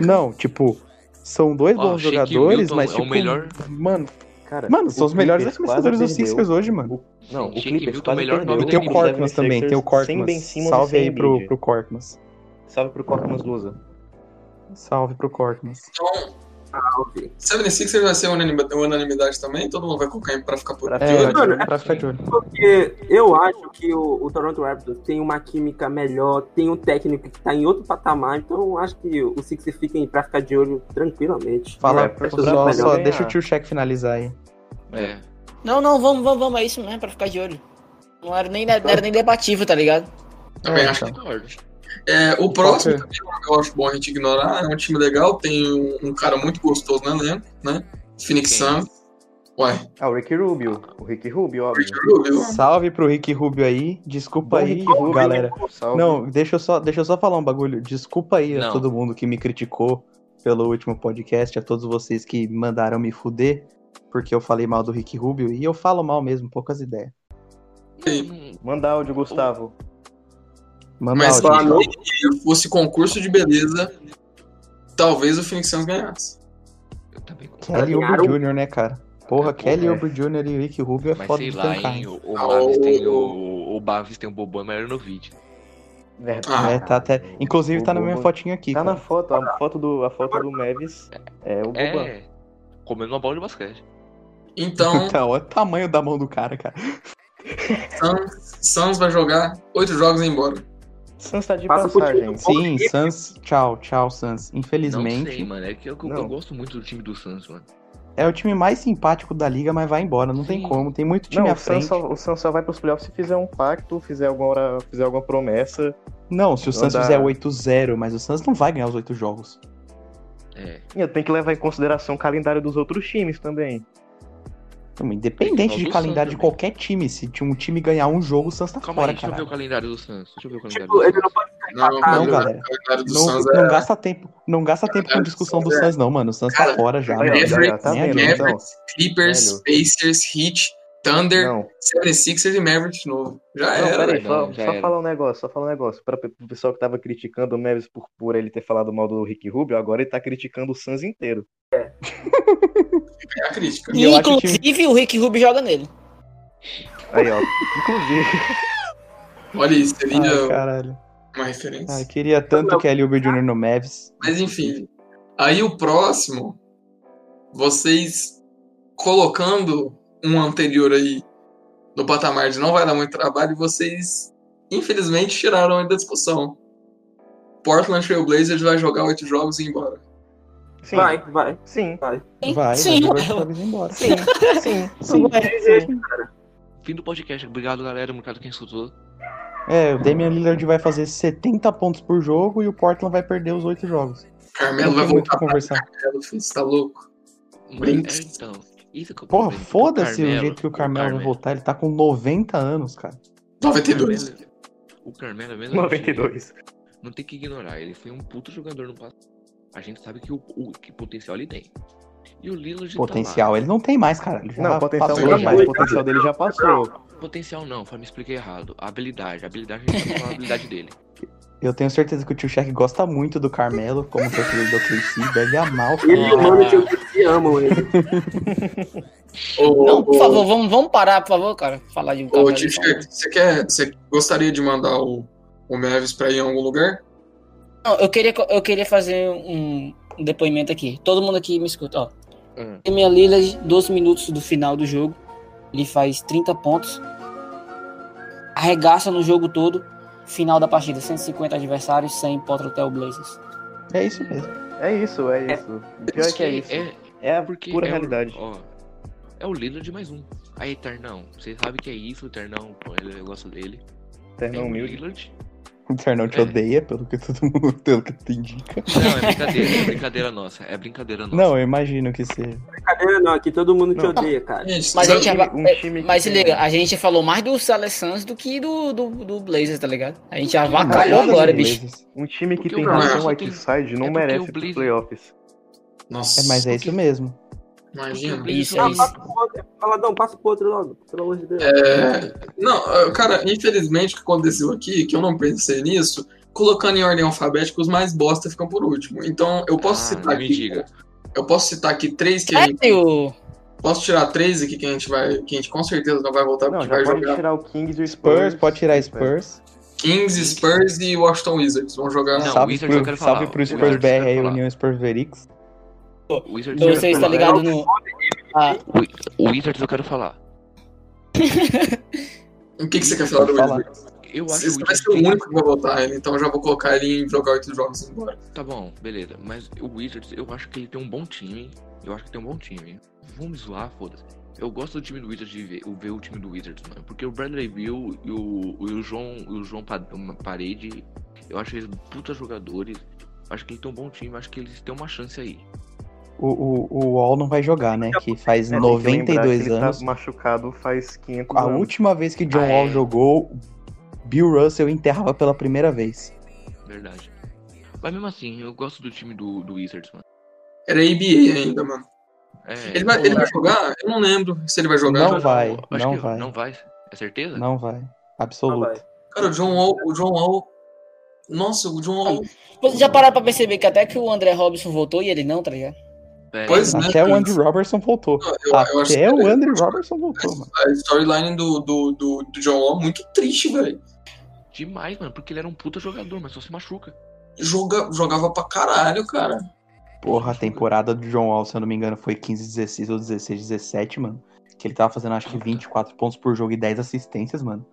Speaker 5: Não, tipo, são dois
Speaker 2: Ó,
Speaker 5: bons
Speaker 2: Shake
Speaker 5: jogadores,
Speaker 2: Milton
Speaker 5: mas
Speaker 2: é Ah, o
Speaker 5: tipo,
Speaker 2: melhor-
Speaker 5: mano,
Speaker 3: Cara,
Speaker 5: mano, são
Speaker 3: o
Speaker 5: os melhores
Speaker 3: Clippers
Speaker 5: arremessadores
Speaker 3: quase
Speaker 5: dos Sixers hoje, mano.
Speaker 3: O- Não,
Speaker 2: Sim,
Speaker 3: o
Speaker 2: Shake
Speaker 3: Clippers
Speaker 2: Milton,
Speaker 3: quase
Speaker 2: melhor
Speaker 3: perdeu.
Speaker 2: nome
Speaker 5: E
Speaker 2: da
Speaker 5: tem o
Speaker 2: NBA.
Speaker 5: Cortmas também, tem o
Speaker 3: Sem Ben
Speaker 5: Cortmas.
Speaker 3: Simmons
Speaker 5: Salve
Speaker 3: e sem
Speaker 5: aí pro,
Speaker 3: Embiid.
Speaker 5: pro Cortmas.
Speaker 3: Salve pro Cortmas Lusa.
Speaker 5: Salve pro Cortmas.
Speaker 1: Então,
Speaker 4: ok.
Speaker 1: 76ers vai ser unanima- unanimidade também? Todo mundo vai colocar ele pra ficar por
Speaker 3: Pra
Speaker 1: de
Speaker 3: ficar
Speaker 1: olho?
Speaker 3: de
Speaker 4: Mano, é
Speaker 5: Pra ficar de olho.
Speaker 4: Porque eu acho que o, o Toronto Raptors tem uma química melhor, tem um técnico que tá em outro patamar, então eu acho que o Sixers fica aí pra ficar de olho tranquilamente.
Speaker 5: Fala,
Speaker 3: Raptors
Speaker 5: só,
Speaker 3: vai
Speaker 5: só
Speaker 3: ganhar.
Speaker 5: deixa o tio Check finalizar aí.
Speaker 2: É.
Speaker 8: Não, não, vamos, vamos, vamos, é isso mesmo, pra ficar de olho. Não era nem, não era nem debatível, tá ligado?
Speaker 1: Também
Speaker 5: Então.
Speaker 1: acho que tá ótimo. É, o próximo também, eu acho bom a gente ignorar, é um time legal, tem um, um cara muito gostoso no elenco, né? Phoenix
Speaker 2: Quem?
Speaker 1: Suns. Ué,
Speaker 3: Ah, o Ricky Rubio. O Ricky Rubio, óbvio.
Speaker 1: Richard Rubio.
Speaker 5: Salve pro Rick Rubio aí. Desculpa
Speaker 3: Bom
Speaker 5: aí,
Speaker 3: Ricky Rubio, né?
Speaker 5: galera.
Speaker 3: Salve.
Speaker 5: Não, deixa eu, só, deixa eu só falar um bagulho. Desculpa aí a
Speaker 2: Não.
Speaker 5: todo mundo que me criticou pelo último podcast, a todos vocês que mandaram me fuder, porque eu falei mal do Rick Rubio, e eu falo mal mesmo, poucas ideias.
Speaker 3: Manda áudio, Gustavo.
Speaker 5: Manda
Speaker 1: Mas
Speaker 5: áudio,
Speaker 1: se
Speaker 5: pessoal.
Speaker 1: fosse concurso de beleza, talvez o Phoenix Suns ganhasse.
Speaker 2: Eu também concordo.
Speaker 5: Kelly
Speaker 4: Ganharam.
Speaker 5: Oubre Jr., né, cara? Porra, Kelly
Speaker 3: é.
Speaker 5: Oubre Jr. e Rick Rubio é
Speaker 2: Mas
Speaker 5: foda
Speaker 2: sei
Speaker 5: de
Speaker 2: lá,
Speaker 5: tancar,
Speaker 2: hein?
Speaker 5: hein?
Speaker 2: O, o
Speaker 1: Ah,
Speaker 2: Mavis
Speaker 1: o-
Speaker 2: tem o. O Mavis tem o Bobão melhor no vídeo.
Speaker 3: Verdade,
Speaker 5: É, tá até...
Speaker 3: cara.
Speaker 5: Inclusive tá na
Speaker 3: O
Speaker 5: minha
Speaker 3: Boban-
Speaker 5: fotinho aqui.
Speaker 3: Tá na
Speaker 5: cara.
Speaker 3: foto, a foto do, a foto do Mavis é o Boban.
Speaker 2: É. Comendo uma bola de basquete.
Speaker 1: Então,
Speaker 5: Então, olha o tamanho da mão do cara, cara.
Speaker 1: Suns, Suns vai jogar oito jogos e ir embora.
Speaker 3: Suns tá de
Speaker 4: Passa por
Speaker 3: passagem.
Speaker 5: Sim, Sans. Tchau, tchau, Sans.
Speaker 2: Não
Speaker 5: Infelizmente.
Speaker 2: sei, mano. É que eu, eu
Speaker 3: Não.
Speaker 2: gosto muito do time do Santos, mano.
Speaker 5: É o time mais simpático da liga, mas vai embora. Não tem
Speaker 2: Sim.
Speaker 5: como. Tem muito time
Speaker 3: Não,
Speaker 5: à
Speaker 3: o Suns,
Speaker 5: frente.
Speaker 3: só, o Suns só vai pros playoffs se fizer um pacto, fizer alguma, hora- fizer alguma promessa.
Speaker 5: Não, se
Speaker 3: Não
Speaker 5: o Suns
Speaker 3: dá.
Speaker 5: fizer 8-0, mas o Suns não vai ganhar os 8 jogos.
Speaker 2: É.
Speaker 3: E eu tenho que levar em consideração o calendário dos outros times também.
Speaker 5: Então,
Speaker 2: Tem
Speaker 5: Independente de
Speaker 2: que ganhar do
Speaker 5: calendário
Speaker 2: Suns
Speaker 5: de
Speaker 2: também.
Speaker 5: qualquer time, se t- um time ganhar um jogo, o Suns tá
Speaker 2: Calma
Speaker 5: fora,
Speaker 2: aí, deixa eu ver
Speaker 5: cara.
Speaker 2: o calendário do Santos. Deixa eu ver o calendário
Speaker 4: Tipo, ele
Speaker 2: do
Speaker 4: não
Speaker 2: Santos.
Speaker 4: pode ficar
Speaker 1: Não,
Speaker 5: Não,
Speaker 4: empatado.
Speaker 1: cara.
Speaker 5: galera.
Speaker 1: O calendário do
Speaker 5: Não,
Speaker 1: Suns
Speaker 5: não
Speaker 1: é
Speaker 5: gasta tempo, não gasta tempo com
Speaker 1: Cara,
Speaker 5: discussão do
Speaker 1: é.
Speaker 5: Suns, não, mano. O Suns
Speaker 1: Cara, é
Speaker 5: tá fora já.
Speaker 3: Aí, ó,
Speaker 5: mano.
Speaker 1: Mavericks,
Speaker 3: já tá
Speaker 5: né,
Speaker 3: vendo,
Speaker 5: Mavericks,
Speaker 3: então?
Speaker 1: Clippers, Pacers, Heat, Thunder,
Speaker 3: Não,
Speaker 1: 76ers e Mavericks de novo. é, Já
Speaker 3: não,
Speaker 1: era.
Speaker 3: peraí,
Speaker 2: não,
Speaker 3: só,
Speaker 2: já
Speaker 3: só
Speaker 2: era.
Speaker 3: falar um negócio, só falar um negócio. Pra, pro pessoal que tava criticando o Mavis por, por ele ter falado mal do Rick Rubio, agora ele tá criticando o Suns inteiro.
Speaker 1: É a crítica.
Speaker 5: E eu acho que-
Speaker 8: Inclusive, o Rick Rubio joga nele.
Speaker 3: Aí, ó. Inclusive,
Speaker 1: Olha isso, seria
Speaker 5: então. Ai, caralho.
Speaker 1: uma referência.
Speaker 5: Ai, queria tanto que é Kelly Uber Jr. no Mavs.
Speaker 1: Mas enfim. Aí o próximo, vocês colocando um anterior aí no patamar de não vai dar muito trabalho, vocês infelizmente tiraram ele da discussão. Portland Trail Blazers vai jogar oito jogos e ir embora.
Speaker 3: sim,
Speaker 4: Vai, vai.
Speaker 3: sim,
Speaker 5: Vai,
Speaker 8: Sim,
Speaker 5: vai
Speaker 8: ué.
Speaker 5: jogar os embora.
Speaker 8: Sim,
Speaker 3: sim.
Speaker 5: Sim.
Speaker 2: Fim do podcast. Obrigado, galera. Obrigado quem escutou.
Speaker 5: É, o Damian Lillard vai fazer 70 pontos por jogo e o Portland vai perder os 8 jogos.
Speaker 1: Carmelo
Speaker 5: Não
Speaker 1: vai
Speaker 5: tem muito
Speaker 1: voltar
Speaker 5: o que
Speaker 1: pra
Speaker 5: conversar.
Speaker 1: Carmelo, filho, você tá louco?
Speaker 2: Brinks. É, então. Isso que eu
Speaker 5: Porra, foda-se o jeito que o Carmelo, vai voltar. Ele tá com 90 anos, cara.
Speaker 1: 92.
Speaker 2: O Carmelo é mesmo.
Speaker 3: 92.
Speaker 2: Não tem que ignorar, ele foi um puto jogador no passado. A gente sabe que o, o- que potencial ele tem. E o Lillard tá
Speaker 5: Potencial. Ele não tem mais, cara. Ele já
Speaker 3: Não, potencial
Speaker 5: passou
Speaker 3: dele
Speaker 5: já.
Speaker 3: já, o potencial dele já passou.
Speaker 2: Tá lá. Potencial não, foi, me expliquei errado. A habilidade, a habilidade, a gente sabe qual é a habilidade dele.
Speaker 5: Eu tenho certeza que o Tio Shaq gosta muito do Carmelo, como torcedor do OKC. Deve amar o
Speaker 4: Ele e o
Speaker 5: Carmelo.
Speaker 4: Mano Tio que se amam, ele.
Speaker 1: Ô,
Speaker 8: Não, por
Speaker 1: ô,
Speaker 8: favor, vamos, vamos parar, por favor, cara. Falar de um
Speaker 1: Ô,
Speaker 8: cara.
Speaker 1: Tio Shaq, você quer. Você gostaria de mandar o, o Mavis pra ir em algum lugar?
Speaker 8: Não, eu queria, co- eu queria fazer um um depoimento aqui. Todo mundo aqui me escuta, ó.
Speaker 2: Hum.
Speaker 8: Damian Lillard, 12 minutos do final do jogo. Ele faz 30 pontos. Arregaça no jogo todo. Final da partida, 150 adversários, 100 Portland Trail Blazers.
Speaker 5: É isso mesmo.
Speaker 3: É isso, é isso. O pior é que é isso. É a
Speaker 2: porque
Speaker 3: pura
Speaker 2: é
Speaker 3: realidade.
Speaker 2: O, ó, é o Lillard mais um. Aí, Eternão, você sabe que é isso, o Eternão, pô, ele- eu gosto dele. É
Speaker 3: Termão
Speaker 2: o
Speaker 3: humilde.
Speaker 2: Lillard.
Speaker 5: O Carmelo te
Speaker 2: É.
Speaker 5: odeia, pelo que todo mundo pelo que tu indica.
Speaker 2: Não, é brincadeira, é brincadeira nossa, é brincadeira nossa.
Speaker 5: Não, eu imagino que seja.
Speaker 4: Brincadeira não, aqui todo mundo te
Speaker 3: Não.
Speaker 4: odeia, cara.
Speaker 1: Gente,
Speaker 8: Mas a gente é
Speaker 1: sabe-
Speaker 8: já-
Speaker 3: Um time que
Speaker 8: Mas se
Speaker 3: tem-
Speaker 8: liga, a gente falou mais do Salessans do que do, do, do Blazers, tá ligado? A gente
Speaker 5: Caralho,
Speaker 8: avacalhou
Speaker 3: Olha,
Speaker 8: agora,
Speaker 5: os
Speaker 8: bicho.
Speaker 5: ingleses.
Speaker 3: Um time que
Speaker 2: Porque
Speaker 3: tem
Speaker 1: o Blazers
Speaker 3: Ração
Speaker 2: só tem-
Speaker 3: Whiteside não
Speaker 2: é porque
Speaker 3: merece
Speaker 2: o
Speaker 3: os
Speaker 2: Blazers-
Speaker 3: playoffs.
Speaker 1: Nossa,
Speaker 5: É, mas é isso mesmo.
Speaker 1: imagina.
Speaker 8: Isso,
Speaker 4: Não,
Speaker 8: é isso.
Speaker 4: Ah, passa pro outro. Faladão, passa pro outro logo, pelo amor de Deus.
Speaker 1: É, não, eh, cara, infelizmente o que aconteceu aqui, que eu não pensei nisso, colocando em ordem alfabética, os mais bosta ficam por último. Então, eu posso
Speaker 2: Ah,
Speaker 1: citar
Speaker 2: não me
Speaker 1: aqui.
Speaker 2: diga.
Speaker 1: Eu posso citar aqui três
Speaker 8: É,
Speaker 6: É?
Speaker 1: que a gente,
Speaker 8: Sério?
Speaker 1: Posso tirar três aqui que a gente vai. Que a gente com certeza não vai voltar,
Speaker 3: Não,
Speaker 1: porque
Speaker 3: já
Speaker 1: vai
Speaker 3: pode
Speaker 1: jogar
Speaker 3: tirar o Kings
Speaker 5: Tá
Speaker 3: e o Spurs.
Speaker 5: Spurs, pode tirar Spurs.
Speaker 1: Kings, Spurs e Washington Wizards. Vão jogar.
Speaker 2: Não,
Speaker 5: salve,
Speaker 2: Wizards eu
Speaker 5: pro,
Speaker 2: quero
Speaker 5: salve
Speaker 2: falar.
Speaker 5: pro Spurs
Speaker 2: Wizards,
Speaker 5: BR aí,
Speaker 2: quero falar.
Speaker 5: União Spurs Verix.
Speaker 2: O Wizards, eu
Speaker 8: Você
Speaker 2: quero
Speaker 8: está
Speaker 6: tá
Speaker 2: falar.
Speaker 8: Então tá ligado no. Ah,
Speaker 2: O Wizards eu quero falar.
Speaker 1: O que, que você quer falar do
Speaker 5: Pode falar.
Speaker 1: Wizards?
Speaker 2: Eu acho
Speaker 1: Esse
Speaker 2: que o
Speaker 1: vai
Speaker 2: Wizards
Speaker 1: ser o
Speaker 2: tem-
Speaker 1: único que vai votar ele, então eu já vou colocar ele em jogar oito jogos e ir embora.
Speaker 2: Tá bom, beleza. Mas o Wizards, eu acho que ele tem um bom time. Eu acho que tem um bom time. Vamos zoar, foda-se. Eu gosto do time do Wizards de ver, o- ver o time do Wizards, mano. Porque o Bradley Bill e o, e o João, e o João Pa- uma Parede, eu acho eles puta jogadores. Acho que eles têm um bom time, acho que eles têm uma chance aí.
Speaker 5: O, o, o UOL não vai jogar, né? Que faz
Speaker 3: É, tem que lembrar que
Speaker 5: 92
Speaker 3: ele
Speaker 5: anos.
Speaker 3: Tá machucado faz 500
Speaker 5: A
Speaker 3: anos.
Speaker 5: última vez que John
Speaker 2: Ah, é.
Speaker 5: Wall jogou, Bill Russell enterrava pela primeira vez.
Speaker 2: Verdade. Mas mesmo assim, eu gosto do time do, do Wizards, mano.
Speaker 1: Era ABA ainda, mano.
Speaker 2: É,
Speaker 1: Ele vai, ele vai jogar? Eu não lembro se ele vai jogar.
Speaker 5: Não vai,
Speaker 2: acho
Speaker 5: não
Speaker 2: que
Speaker 5: vai.
Speaker 2: Não vai. É certeza?
Speaker 5: Não vai. Absoluto.
Speaker 1: Cara, o John Wall, o John Wall. Nossa, o John Wall.
Speaker 6: Vocês já pararam pra perceber que até que o André Robinson voltou e ele não, tá ligado?
Speaker 2: É,
Speaker 3: Ah,
Speaker 1: Pois né,
Speaker 5: Até o
Speaker 1: cara?
Speaker 5: Andy Robertson voltou.
Speaker 1: Eu- eu acho que
Speaker 5: Até o Andy Robertson voltou, mano.
Speaker 1: A storyline do, do, do, do John Wall é muito triste, velho.
Speaker 2: Demais, mano, porque ele era um puta jogador, mas só se machuca.
Speaker 1: Joga, jogava pra caralho, cara.
Speaker 5: Porra, a temporada do John Wall, se eu não me engano, foi 15, 16 ou 16, 17, mano. Que ele tava fazendo acho que 24 pontos por jogo e 10 assistências, mano.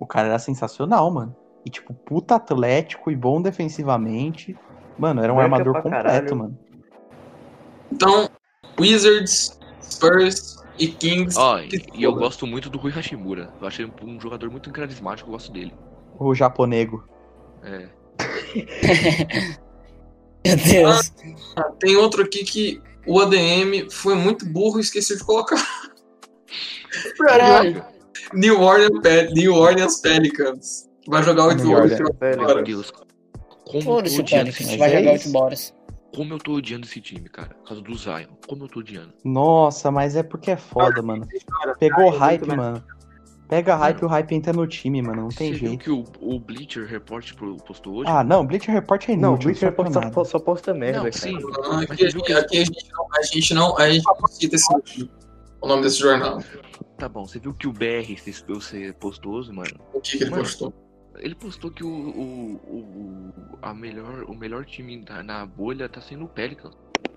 Speaker 5: O cara era sensacional, mano. E tipo, puta atlético e bom defensivamente. Mano, era um
Speaker 3: Branca
Speaker 5: armador
Speaker 3: pra
Speaker 5: completo,
Speaker 3: caralho.
Speaker 5: mano.
Speaker 1: Então, Wizards, Spurs e Kings.
Speaker 2: Ó, e,
Speaker 1: que
Speaker 2: e eu
Speaker 1: foda.
Speaker 2: gosto muito do Rui Hashimura. Eu achei um jogador muito carismático, eu gosto dele.
Speaker 5: O japonego.
Speaker 2: É.
Speaker 6: Meu Deus.
Speaker 1: Ah, Tem outro aqui que o ADM foi muito burro e esqueceu de colocar.
Speaker 6: Caralho.
Speaker 1: New Orleans, Pel- New Orleans Pelicans. Vai jogar
Speaker 5: New
Speaker 1: oito
Speaker 5: Orleans.
Speaker 1: horas.
Speaker 2: Meu
Speaker 1: Cara.
Speaker 2: Deus. Como eu,
Speaker 6: Foda-se
Speaker 2: tô
Speaker 6: o
Speaker 2: odiando
Speaker 6: Pelicans,
Speaker 2: esse,
Speaker 5: mas
Speaker 6: vai
Speaker 5: é
Speaker 6: jogar
Speaker 5: isso.
Speaker 6: oito bolas.
Speaker 2: como eu tô odiando esse time, cara. Por causa do Zion. Como eu tô odiando.
Speaker 5: Nossa, mas é porque é foda, mano.
Speaker 3: tá?
Speaker 5: Pegou hype, mano. Pega hype,
Speaker 3: Hum.
Speaker 5: o hype entra no time, mano. Não tem
Speaker 2: Você viu
Speaker 5: jeito.
Speaker 2: que o, o Bleacher Report pro- postou hoje?
Speaker 5: Ah, não, Bleacher Report é inútil.
Speaker 3: Não, o Bleacher
Speaker 5: não serve pra
Speaker 3: Report tá
Speaker 5: nada.
Speaker 3: só, só posta merda,
Speaker 2: não,
Speaker 3: cara.
Speaker 2: sim.
Speaker 1: Não,
Speaker 2: Mas
Speaker 1: aqui,
Speaker 2: você viu
Speaker 1: aqui-
Speaker 2: que-
Speaker 1: aqui a gente não, a gente não, a gente não cita esse, o nome desse jornal.
Speaker 2: Tá bom, você viu que o BR, se você postou, hoje, mano?
Speaker 1: O que, que ele postou?
Speaker 2: Ele postou que o, o, o, o- a melhor, o melhor time da- na bolha tá sendo o Pelicans.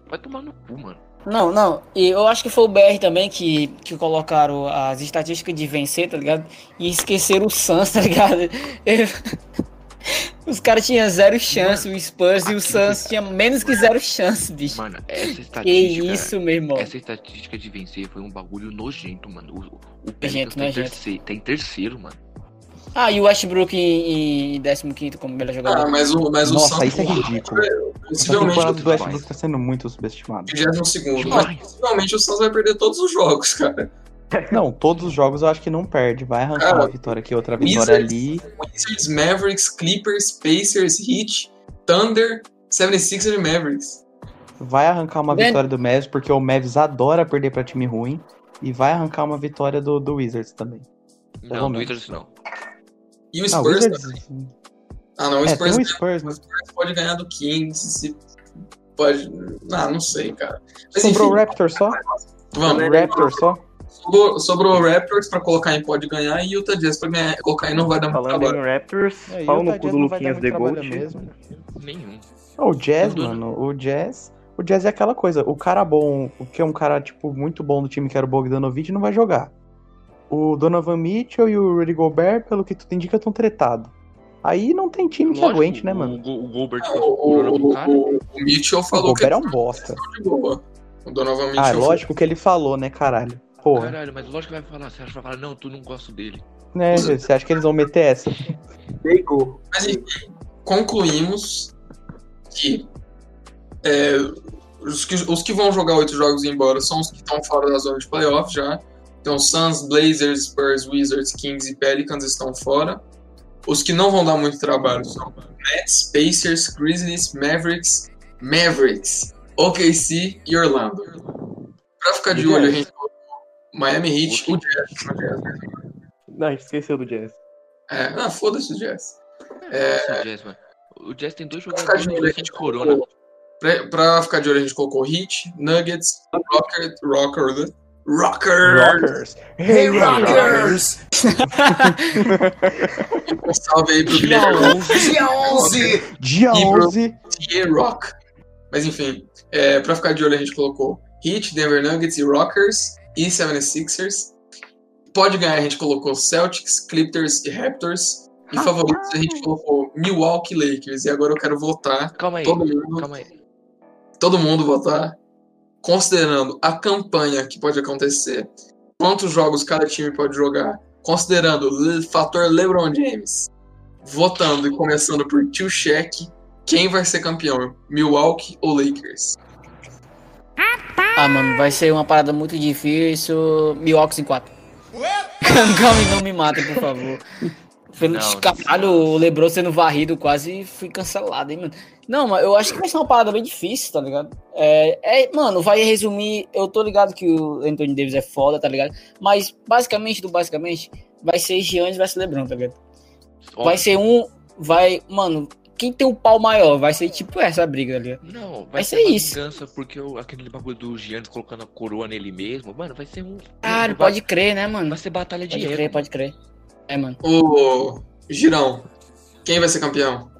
Speaker 2: Vai tomar no cu, mano.
Speaker 6: Não, não. E eu acho que foi o BR também que, que colocaram as estatísticas de vencer, tá ligado? E esqueceram o Suns, tá ligado? Eu- Os caras tinham zero chance, o Spurs e o Suns tinham menos que zero chance, bicho.
Speaker 2: Mano, essa
Speaker 6: Que
Speaker 2: estatística.
Speaker 6: isso, meu irmão.
Speaker 5: É.
Speaker 2: Essa estatística de vencer foi um bagulho nojento, mano. O, o
Speaker 6: Nojento,
Speaker 2: Pelicans tá, em
Speaker 6: nojento.
Speaker 2: terceiro, tá em terceiro, mano.
Speaker 6: Ah, e o Westbrook em, em 15 como melhor
Speaker 1: Ah,
Speaker 6: jogador.
Speaker 1: mas o, mas o
Speaker 5: Nossa,
Speaker 1: Santos
Speaker 5: isso é ridículo. Essa
Speaker 1: possivelmente
Speaker 5: temporada do
Speaker 2: demais.
Speaker 5: Westbrook tá sendo muito subestimada.
Speaker 1: 22
Speaker 2: Demais.
Speaker 1: Mas possivelmente o Santos vai perder todos os jogos, cara.
Speaker 5: Não, todos os jogos eu acho que não perde. Vai arrancar
Speaker 1: Cara,
Speaker 5: uma vitória aqui, outra vitória
Speaker 1: Wizards-
Speaker 5: ali.
Speaker 1: Wizards, Mavericks, Clippers, Pacers, Heat, Thunder, 76ers e Mavericks.
Speaker 5: Vai arrancar uma
Speaker 6: Gan-
Speaker 5: vitória do Mavs, porque o Mavs adora perder pra time ruim. E vai arrancar uma vitória do, do Wizards também.
Speaker 2: Não,
Speaker 5: menos.
Speaker 2: no Wizards não.
Speaker 1: E o
Speaker 5: Ah, o
Speaker 1: Spurs.
Speaker 5: Wizards.
Speaker 1: Ah, não, o
Speaker 5: É,
Speaker 1: Spurs
Speaker 5: tem um o Spurs, mas
Speaker 1: pode ganhar do Kings. Se pode. Ah, não sei, cara. Mas
Speaker 5: sobrou o
Speaker 1: enfim,
Speaker 5: Raptor só?
Speaker 1: vamos.
Speaker 5: O né? Raptor só?
Speaker 1: Sobrou, sobrou o Raptors pra colocar em pode ganhar e o Utah Jazz pra ganhar, colocar em não vai dar muito
Speaker 3: Falando
Speaker 1: trabalho.
Speaker 3: em Raptors,
Speaker 5: É, e
Speaker 3: pau
Speaker 5: o
Speaker 3: no
Speaker 5: Tadias
Speaker 3: cu do
Speaker 5: não vai dar
Speaker 3: Luquinhas
Speaker 5: muito
Speaker 3: The
Speaker 5: trabalho
Speaker 3: Gold.
Speaker 5: é mesmo.
Speaker 2: Nenhum.
Speaker 5: O Jazz,
Speaker 2: Os dois-
Speaker 5: mano, o Jazz. O Jazz é aquela coisa, o cara bom, o que é um cara, tipo, muito bom do time, que era o Bogdanovic, não vai jogar. O Donovan Mitchell e o Rudy Gobert, pelo que tudo indica, estão tretados. Aí não tem time que
Speaker 2: Lógico,
Speaker 5: aguente, né,
Speaker 2: o-
Speaker 5: mano?
Speaker 2: O, o Gobert
Speaker 1: Ah,
Speaker 2: passou
Speaker 1: O,
Speaker 2: por ano do
Speaker 1: o,
Speaker 2: cara.
Speaker 1: o, o Mitchell
Speaker 5: O
Speaker 1: falou que
Speaker 5: Gobert é
Speaker 1: é
Speaker 5: um bosta.
Speaker 1: de boa. O Donovan Mitchell.
Speaker 5: Ah, lógico que ele falou, né, caralho? Porra,
Speaker 2: Caralho, mas lógico que vai falar. Você acha que vai falar, não, tu não gosta dele.
Speaker 5: né, você acha que eles vão meter essa?
Speaker 4: Bacon.
Speaker 1: Mas enfim, concluímos que, é, os que os que vão jogar oito jogos e ir embora são os que estão fora da zona de playoff já. Então, Suns, Blazers, Spurs, Wizards, Kings e Pelicans estão fora. Os que não vão dar muito trabalho são Nets, Pacers, Grizzlies, Mavericks, Mavericks, OKC e Orlando. Pra ficar de
Speaker 3: E
Speaker 1: olho, a
Speaker 3: Jazz.
Speaker 1: gente colocou Miami Heat, o Jazz. o Jazz.
Speaker 3: Não, a gente esqueceu do Jazz.
Speaker 1: É, ah, foda-se o Jazz.
Speaker 6: É.
Speaker 2: Nossa, o Jazz, mano. O Jazz tem dois
Speaker 1: Pra ficar
Speaker 2: jogadores
Speaker 1: de olho, a
Speaker 2: que são
Speaker 1: gente
Speaker 2: de
Speaker 6: tipo,
Speaker 2: corona.
Speaker 1: colocou- Pra, pra ficar de olho, a gente colocou Heat, Nuggets, Rocker, Rocker, né? Rocker,
Speaker 5: Rockers!
Speaker 1: Hey Rockers! um salve aí pro
Speaker 6: é
Speaker 1: Guilherme
Speaker 6: um
Speaker 9: Dia 11!
Speaker 5: Dia
Speaker 1: E pro-
Speaker 5: 11,
Speaker 1: Rocker, Rock. Mas enfim, é, pra ficar de olho, a gente colocou Heat, Denver Nuggets e Rockers e 76ers. Pode ganhar, a gente colocou Celtics, Clippers e Raptors. E favoritos, a gente colocou Milwaukee Lakers. E agora eu quero votar
Speaker 2: Calma aí,
Speaker 1: Todo mundo.
Speaker 2: calma aí.
Speaker 1: todo mundo votar, considerando a campanha que pode acontecer, quantos jogos cada time pode jogar, considerando o fator LeBron James, votando e começando por Tio Check, quem vai ser campeão, Milwaukee ou Lakers?
Speaker 6: Ah, mano, vai ser uma parada muito difícil. Milwaukee em 4. Calma, não me matem, por favor. Pelo
Speaker 10: Não,
Speaker 6: caralho, o Lebron sendo varrido quase fui cancelado, hein, mano. Não, mas eu acho que vai ser uma parada bem difícil, tá ligado? É, é, mano, vai resumir. Eu tô ligado que o Anthony Davis é foda, tá ligado? Mas basicamente, do basicamente, vai ser Giannis versus Lebron, tá ligado? Vai ser um. Vai. Mano, quem tem o pau maior? Vai ser tipo essa briga, tá ligado?
Speaker 2: Não, vai,
Speaker 6: Vai
Speaker 2: ser,
Speaker 6: ser
Speaker 2: uma
Speaker 6: isso.
Speaker 2: vingança porque o- aquele bagulho do Giannis colocando a coroa nele mesmo. Mano, vai ser um.
Speaker 6: Caralho,
Speaker 2: vai-
Speaker 6: pode crer, né, mano?
Speaker 2: Vai ser batalha de
Speaker 6: Pode
Speaker 2: ego.
Speaker 6: crer, pode crer. É, mano.
Speaker 1: Ô, Girão, quem vai ser campeão?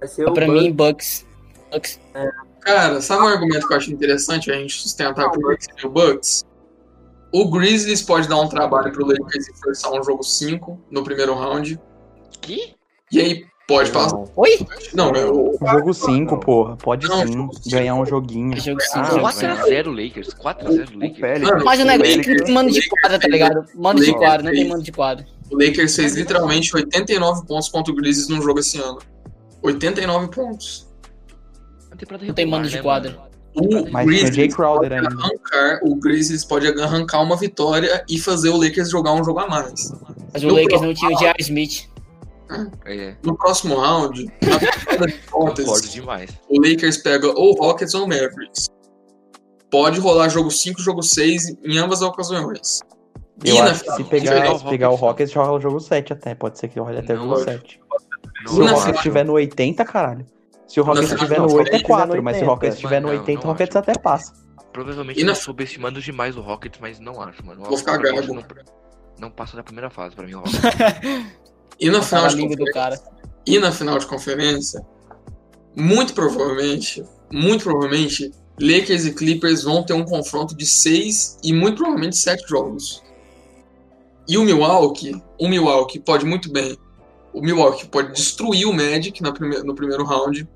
Speaker 4: Vai ser
Speaker 1: Então,
Speaker 4: o
Speaker 6: Tá Pra
Speaker 4: Bucks.
Speaker 6: mim, Bucks. Bucks.
Speaker 1: Cara, sabe um argumento que eu acho interessante a gente sustentar pro Bucks e o Bucks? O Grizzlies pode dar um trabalho pro Lakers e forçar um jogo 5 no primeiro round.
Speaker 2: Que?
Speaker 1: E aí pode passar.
Speaker 6: Oi?
Speaker 1: Não, é, eu,
Speaker 5: Jogo 5, porra. Pode
Speaker 1: Não,
Speaker 5: sim
Speaker 1: jogo cinco.
Speaker 5: ganhar um joguinho.
Speaker 6: Jogo sim,
Speaker 3: Ah,
Speaker 6: jogo
Speaker 3: vai.
Speaker 2: 4
Speaker 6: sim.
Speaker 2: a 0 Lakers, 4 a 0
Speaker 3: O
Speaker 2: Lakers.
Speaker 3: Pérez.
Speaker 1: Mano,
Speaker 6: Mas o negócio é
Speaker 1: Lakers-
Speaker 6: que tem mano de quadra, tá ligado? Mano de
Speaker 1: Lakers
Speaker 6: quadra, não tem
Speaker 1: fez.
Speaker 6: mano de quadra.
Speaker 1: o Lakers fez literalmente 89 pontos contra o Grizzlies num jogo esse ano. 89 pontos.
Speaker 2: Na temporada
Speaker 6: Não tem mano
Speaker 2: regular,
Speaker 6: de
Speaker 2: né,
Speaker 6: quadra.
Speaker 2: mano?
Speaker 1: O
Speaker 5: Mas tem o Jay
Speaker 1: Grizzlies
Speaker 5: Crowder
Speaker 1: pode
Speaker 5: ainda.
Speaker 1: arrancar, o Grizzlies pode arrancar uma vitória e fazer o Lakers jogar um jogo a mais.
Speaker 6: Mas o
Speaker 1: No
Speaker 6: Lakers não tinha o J.R. Smith.
Speaker 2: É,
Speaker 1: No próximo round, na pior das
Speaker 2: concordo
Speaker 1: hipóteses,
Speaker 2: demais.
Speaker 1: o Lakers pega ou Rockets ou Mavericks. Pode rolar jogo 5, jogo 6 em ambas as ocasiões.
Speaker 5: Eu
Speaker 1: na
Speaker 5: acho que
Speaker 1: final-
Speaker 5: se
Speaker 2: pegar
Speaker 5: pegar,
Speaker 2: o
Speaker 5: se pegar o
Speaker 2: Rockets,
Speaker 5: Rockets, joga o jogo 7 até. Pode ser que role até o jogo
Speaker 2: Não,
Speaker 5: 7.
Speaker 1: Não,
Speaker 5: Se o
Speaker 1: não,
Speaker 5: Rockets estiver no 80, caralho. Se o Rockets
Speaker 1: Não,
Speaker 5: estiver
Speaker 1: não,
Speaker 5: no
Speaker 1: se o
Speaker 5: 8 é
Speaker 3: Rockets tiver no
Speaker 5: 4, mas se o
Speaker 3: 80,
Speaker 5: Rockets estiver no
Speaker 2: mano,
Speaker 5: 80, o
Speaker 2: não
Speaker 5: Rockets
Speaker 2: acho.
Speaker 5: até passa.
Speaker 2: Provavelmente
Speaker 1: E
Speaker 2: eu
Speaker 1: na-
Speaker 2: tô subestimando demais o Rockets, mas não acho, mano.
Speaker 1: Vou ficar
Speaker 2: Eu acho
Speaker 1: gago.
Speaker 2: que Não, não passa da primeira fase pra mim, o Rockets.
Speaker 1: E na
Speaker 6: Tá
Speaker 1: final
Speaker 6: na
Speaker 1: de
Speaker 6: língua do cara.
Speaker 1: e na final de conferência, muito provavelmente, muito provavelmente, Lakers e Clippers vão ter um confronto de seis e muito provavelmente sete jogos. E o Milwaukee, o Milwaukee pode muito bem, o Milwaukee pode destruir o Magic na prime- no primeiro round,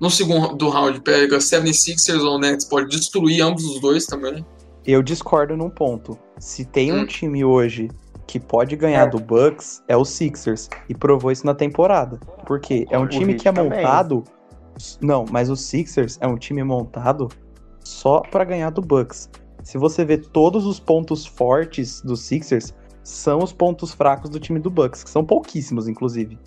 Speaker 1: no segundo do round pega 76ers ou Nets, pode destruir ambos os dois também.
Speaker 5: Eu discordo num ponto. Se tem
Speaker 1: Hum.
Speaker 5: um time hoje que pode ganhar do Bucks, é o Sixers. E provou isso na temporada. Por quê? É um
Speaker 3: O
Speaker 5: time
Speaker 3: Heat
Speaker 5: que é
Speaker 3: também.
Speaker 5: montado. Não, mas o Sixers é um time montado só pra ganhar do Bucks. Se você vê todos os pontos fortes do Sixers, são os pontos fracos do time do Bucks, que são pouquíssimos, inclusive.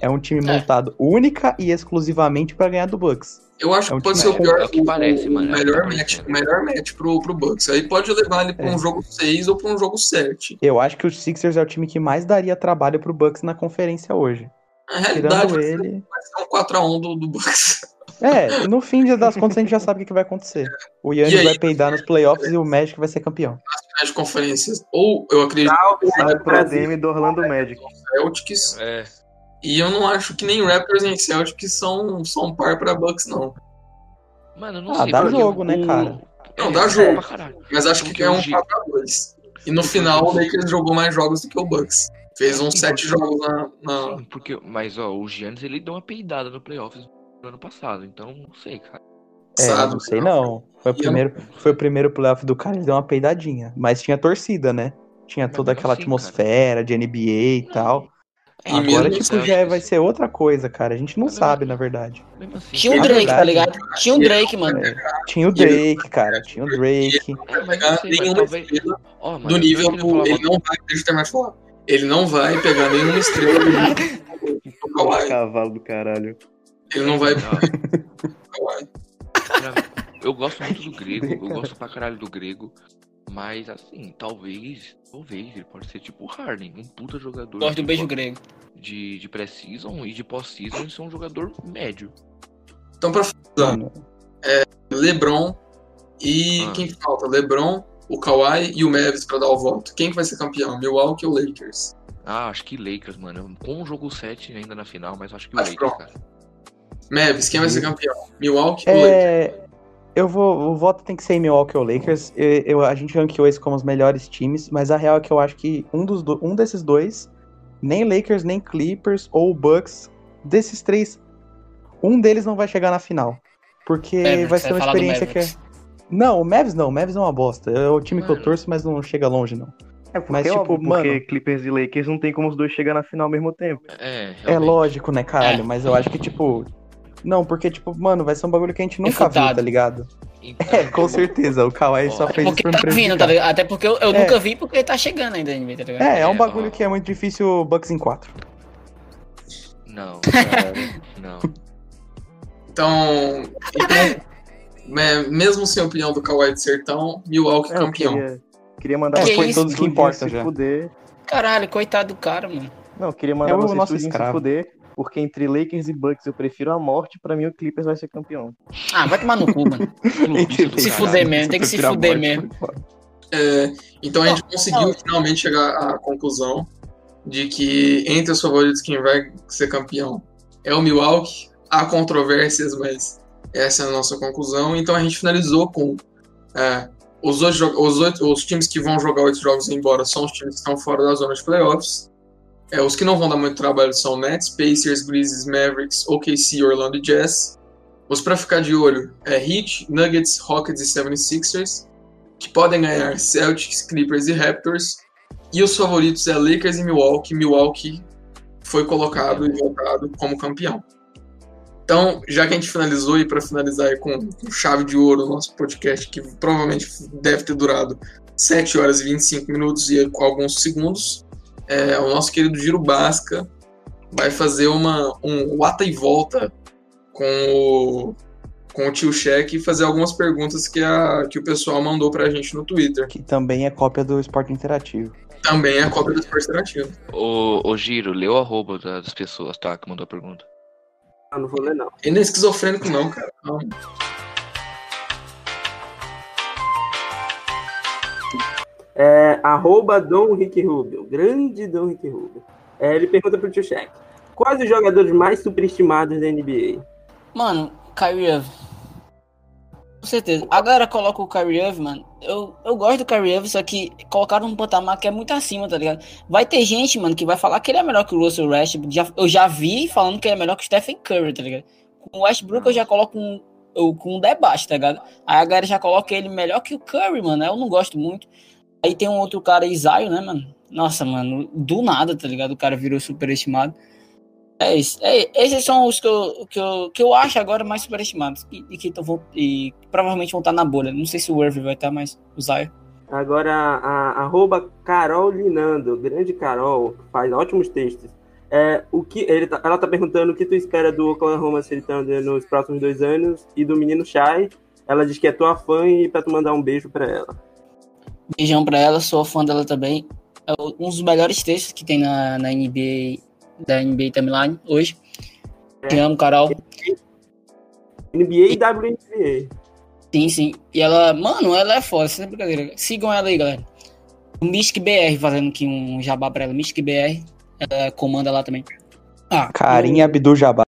Speaker 5: É um time
Speaker 6: É.
Speaker 5: montado única e exclusivamente pra ganhar do Bucks.
Speaker 1: Eu acho
Speaker 5: É o
Speaker 1: que pode
Speaker 5: time-
Speaker 1: ser o pior,
Speaker 2: é o que parece,
Speaker 1: o
Speaker 2: mano, é o que
Speaker 1: melhor
Speaker 2: tá
Speaker 1: match,
Speaker 2: parecendo.
Speaker 1: o melhor match pro, pro Bucks. Aí pode levar ele pra
Speaker 5: É.
Speaker 1: um jogo seis ou pra um jogo sete
Speaker 5: Eu acho que o Sixers é o time que mais daria trabalho pro Bucks na conferência hoje.
Speaker 1: Na
Speaker 5: Tirando
Speaker 1: realidade,
Speaker 5: ele.
Speaker 1: É um 4x1 do, do Bucks.
Speaker 5: É, no fim de- das contas a gente já sabe o que que vai acontecer. O
Speaker 1: E
Speaker 5: Yannis
Speaker 1: aí?
Speaker 5: vai peidar nos playoffs e o Magic vai ser campeão.
Speaker 1: Nas conferências. Ou eu acredito
Speaker 5: Tá.
Speaker 4: Salve,
Speaker 1: que
Speaker 3: Vai
Speaker 4: salve,
Speaker 3: pro
Speaker 4: Brasil.
Speaker 3: DM do Orlando Magic.
Speaker 1: o Celtics.
Speaker 2: É.
Speaker 1: E eu não acho que nem Raptors nem Celtics são, são par pra Bucks, não.
Speaker 2: Mano, eu não
Speaker 5: Ah,
Speaker 2: sei.
Speaker 5: dá
Speaker 2: porque
Speaker 5: jogo,
Speaker 2: o-
Speaker 5: né, cara?
Speaker 1: Não,
Speaker 2: É,
Speaker 1: dá jogo.
Speaker 2: pra caralho.
Speaker 1: Mas acho que é um 4x2. E no final né, o Lakers jogou mais jogos do que o Bucks. Fez uns 7 jogos na,
Speaker 5: É,
Speaker 1: na-
Speaker 2: Sim, porque, mas ó, o Giannis ele deu uma peidada no playoffs no ano passado, então não sei, cara.
Speaker 5: É, eu
Speaker 1: Sabe?
Speaker 5: não sei não. Foi
Speaker 1: E
Speaker 5: o
Speaker 1: eu
Speaker 5: primeiro, foi o primeiro playoff do cara, ele deu uma peidadinha. Mas tinha torcida, né? Tinha
Speaker 2: Mas
Speaker 5: toda
Speaker 2: mesmo
Speaker 5: aquela
Speaker 2: assim,
Speaker 5: atmosfera de NBA e tal.
Speaker 1: E
Speaker 5: Agora,
Speaker 1: mesmo
Speaker 5: tipo, já vai ser outra coisa, cara. A gente não
Speaker 2: Mas mesmo-
Speaker 5: sabe, na verdade.
Speaker 2: Mesmo assim,
Speaker 6: Tinha o
Speaker 5: Na
Speaker 2: cara.
Speaker 6: Drake, tá
Speaker 5: verdade,
Speaker 6: ligado?
Speaker 1: um
Speaker 6: Tinha o Drake, mano.
Speaker 5: Tinha o
Speaker 1: E ele-
Speaker 5: Drake, cara. Tinha o Drake.
Speaker 2: É, mas não
Speaker 1: pegar
Speaker 2: sei, mas
Speaker 1: nenhuma
Speaker 2: talvez.
Speaker 1: estrela
Speaker 2: Ó, mano,
Speaker 1: do
Speaker 2: eu
Speaker 1: um nível
Speaker 2: não
Speaker 1: do.
Speaker 2: falava-
Speaker 1: Ele não vai, deixa eu terminar de falar. Ele não vai pegar nenhuma estrela do nível do Kawhi.
Speaker 3: Cavalo do caralho.
Speaker 1: Ele não vai pegar
Speaker 2: Ó,
Speaker 1: Kawhi.
Speaker 2: Pra- Eu gosto muito do grego, eu gosto pra caralho do grego, mas assim, talvez, talvez ele pode ser tipo o Harden, um puta jogador
Speaker 6: Gosto do
Speaker 2: de,
Speaker 6: beijo grego.
Speaker 2: de, de pré-season e de pós-season e ser um jogador médio.
Speaker 1: Então, pra finalizar, é, LeBron e
Speaker 2: Ah.
Speaker 1: quem que falta? LeBron, o Kawhi e o Mavis pra dar o voto. Quem que vai ser campeão? Milwaukee ou Lakers?
Speaker 2: Ah, acho que Lakers, mano, com o jogo 7 ainda na final, mas acho que o
Speaker 1: Mas
Speaker 2: Lakers,
Speaker 1: pronto.
Speaker 2: cara.
Speaker 1: Mavis, quem vai ser campeão? Milwaukee ou Lakers?
Speaker 5: É, eu vou. O voto tem que ser em Milwaukee ou Lakers. Eu, eu- a gente ranqueou isso como os melhores times, mas a real é que eu acho que um, dos, do- um desses dois, nem Lakers, nem Clippers ou Bucks, desses três, um deles não vai chegar na final. Porque
Speaker 6: Mavericks,
Speaker 5: vai ser
Speaker 6: vai
Speaker 5: uma
Speaker 6: falar do
Speaker 5: experiência que é.
Speaker 6: Mavericks.
Speaker 5: Não, o Mavs não, o Mavs é uma bosta. É o time que eu torço, mas não chega longe, não.
Speaker 3: É porque,
Speaker 5: Mas, tipo,
Speaker 3: óbvio, porque
Speaker 5: mano-
Speaker 3: Clippers e Lakers não tem como os dois chegar na final ao mesmo tempo.
Speaker 2: É,
Speaker 5: É
Speaker 2: realmente.
Speaker 5: lógico, né, caralho?
Speaker 6: É.
Speaker 5: Mas eu acho que, tipo. Não, porque, tipo, mano, vai ser um bagulho que a gente
Speaker 6: É
Speaker 5: nunca viu,
Speaker 6: Refutado.
Speaker 5: tá ligado?
Speaker 2: Então,
Speaker 5: É, com certeza. O Kawhi só
Speaker 2: Ó,
Speaker 5: fez isso um
Speaker 6: Porque
Speaker 5: pra me
Speaker 6: tá vindo, tá
Speaker 5: prejudicar.
Speaker 6: ligado? Até porque eu, eu
Speaker 5: É.
Speaker 6: nunca vi porque ele tá chegando ainda em mim, tá ligado?
Speaker 5: É, é um
Speaker 2: É,
Speaker 5: bagulho
Speaker 2: ó.
Speaker 5: que é muito difícil Bucks em 4.
Speaker 2: Não, cara, não.
Speaker 1: Então, então, me- mesmo sem a opinião do Kawhi de Sertão, Milwaukee
Speaker 3: É, eu
Speaker 1: campeão.
Speaker 3: queria, queria mandar
Speaker 6: É,
Speaker 3: vocês
Speaker 6: foi
Speaker 5: todos que
Speaker 3: tudinho
Speaker 5: importa
Speaker 3: se
Speaker 5: já.
Speaker 3: fuder.
Speaker 6: Caralho, coitado do cara, mano.
Speaker 3: Não, eu queria mandar
Speaker 5: É o
Speaker 3: vocês
Speaker 5: nosso
Speaker 3: tudinho se
Speaker 5: escravo.
Speaker 3: fuder, porque entre Lakers e Bucks eu prefiro a morte, pra mim o Clippers vai ser campeão.
Speaker 6: Ah, vai tomar no cu, mano. Se fuder mesmo, tem que se fuder mesmo.
Speaker 1: É, então a gente conseguiu finalmente chegar à conclusão de que entre os favoritos quem vai ser campeão é o Milwaukee. Há controvérsias, mas essa é a nossa conclusão. Então a gente finalizou com é, os, oito, jo- os, oito- os times que vão jogar oito jogos e ir embora são os times que estão fora da zona de playoffs. É, os que não vão dar muito trabalho são Nets, Pacers, Grizzlies, Mavericks, OKC, Orlando e Jazz. Os para ficar de olho é Heat, Nuggets, Rockets e 76ers que podem ganhar Celtics, Clippers e Raptors. E os favoritos é Lakers e Milwaukee. Milwaukee foi colocado e votado como campeão. Então, já que a gente finalizou, e para finalizar aí com com chave de ouro o nosso podcast, que provavelmente deve ter durado 7 horas e 25 minutos e com alguns segundos, é, o nosso querido Giro Basca vai fazer uma, um lata e volta com o com o tio Cheque e fazer algumas perguntas que, a, que o pessoal mandou pra gente no Twitter.
Speaker 5: Que também é cópia do esporte interativo.
Speaker 1: Também é a cópia do Esporte Interativo.
Speaker 2: Ô, ô, Giro, leu o arroba das pessoas, tá? Que mandou a pergunta.
Speaker 4: Ah, não vou ler, não.
Speaker 1: Ele não é esquizofrênico, não, cara. Não.
Speaker 4: É, arroba Dom Rick Rubio, grande Dom Rick Rubio. É, ele pergunta pro tio Cheque, quais os jogadores mais superestimados da NBA?
Speaker 6: Mano, Kyrie Irving. Com certeza. A galera coloca o Kyrie Irving, mano. Eu, eu gosto do Kyrie Irving, só que colocaram um patamar que é muito acima, tá ligado? Vai ter gente, mano, que vai falar que ele é melhor que o Russell Westbrook. Já, eu já vi falando que ele é melhor que o Stephen Curry, tá ligado? Com o Westbrook eu já coloco um, eu, com um debate, tá ligado? Aí a galera já coloca ele melhor que o Curry, mano. Eu não gosto muito. Aí tem um outro cara, Isaio, né, mano? Nossa, mano, do nada, tá ligado? O cara virou superestimado. É isso. É, esses são os que eu, que, eu, que eu acho agora mais superestimados. E, e que tão- vão, e que provavelmente vão estar na bolha. Não sei se o Irving vai estar, mas o Zion.
Speaker 4: Agora, a, arroba Carol Linando, grande Carol, faz ótimos textos. É, o que, ele tá- ela tá perguntando o que tu espera do Oklahoma City Thunder nos próximos dois anos e do menino Shai. Ela diz que é tua fã e pra tu mandar um beijo pra ela.
Speaker 6: Beijão pra ela, sou fã dela também. É o- um dos melhores textos que tem na, na NBA, da NBA Timeline hoje. Te amo, Carol.
Speaker 4: NBA e WNBA.
Speaker 6: Sim, sim. E ela, mano, ela é foda, isso não é brincadeira. Sigam ela aí, galera. O Mystic BR, fazendo aqui um jabá pra ela. Mystic BR, ela comanda lá também. Ah,
Speaker 4: Hum.
Speaker 5: Carinha Abdul Jabbar.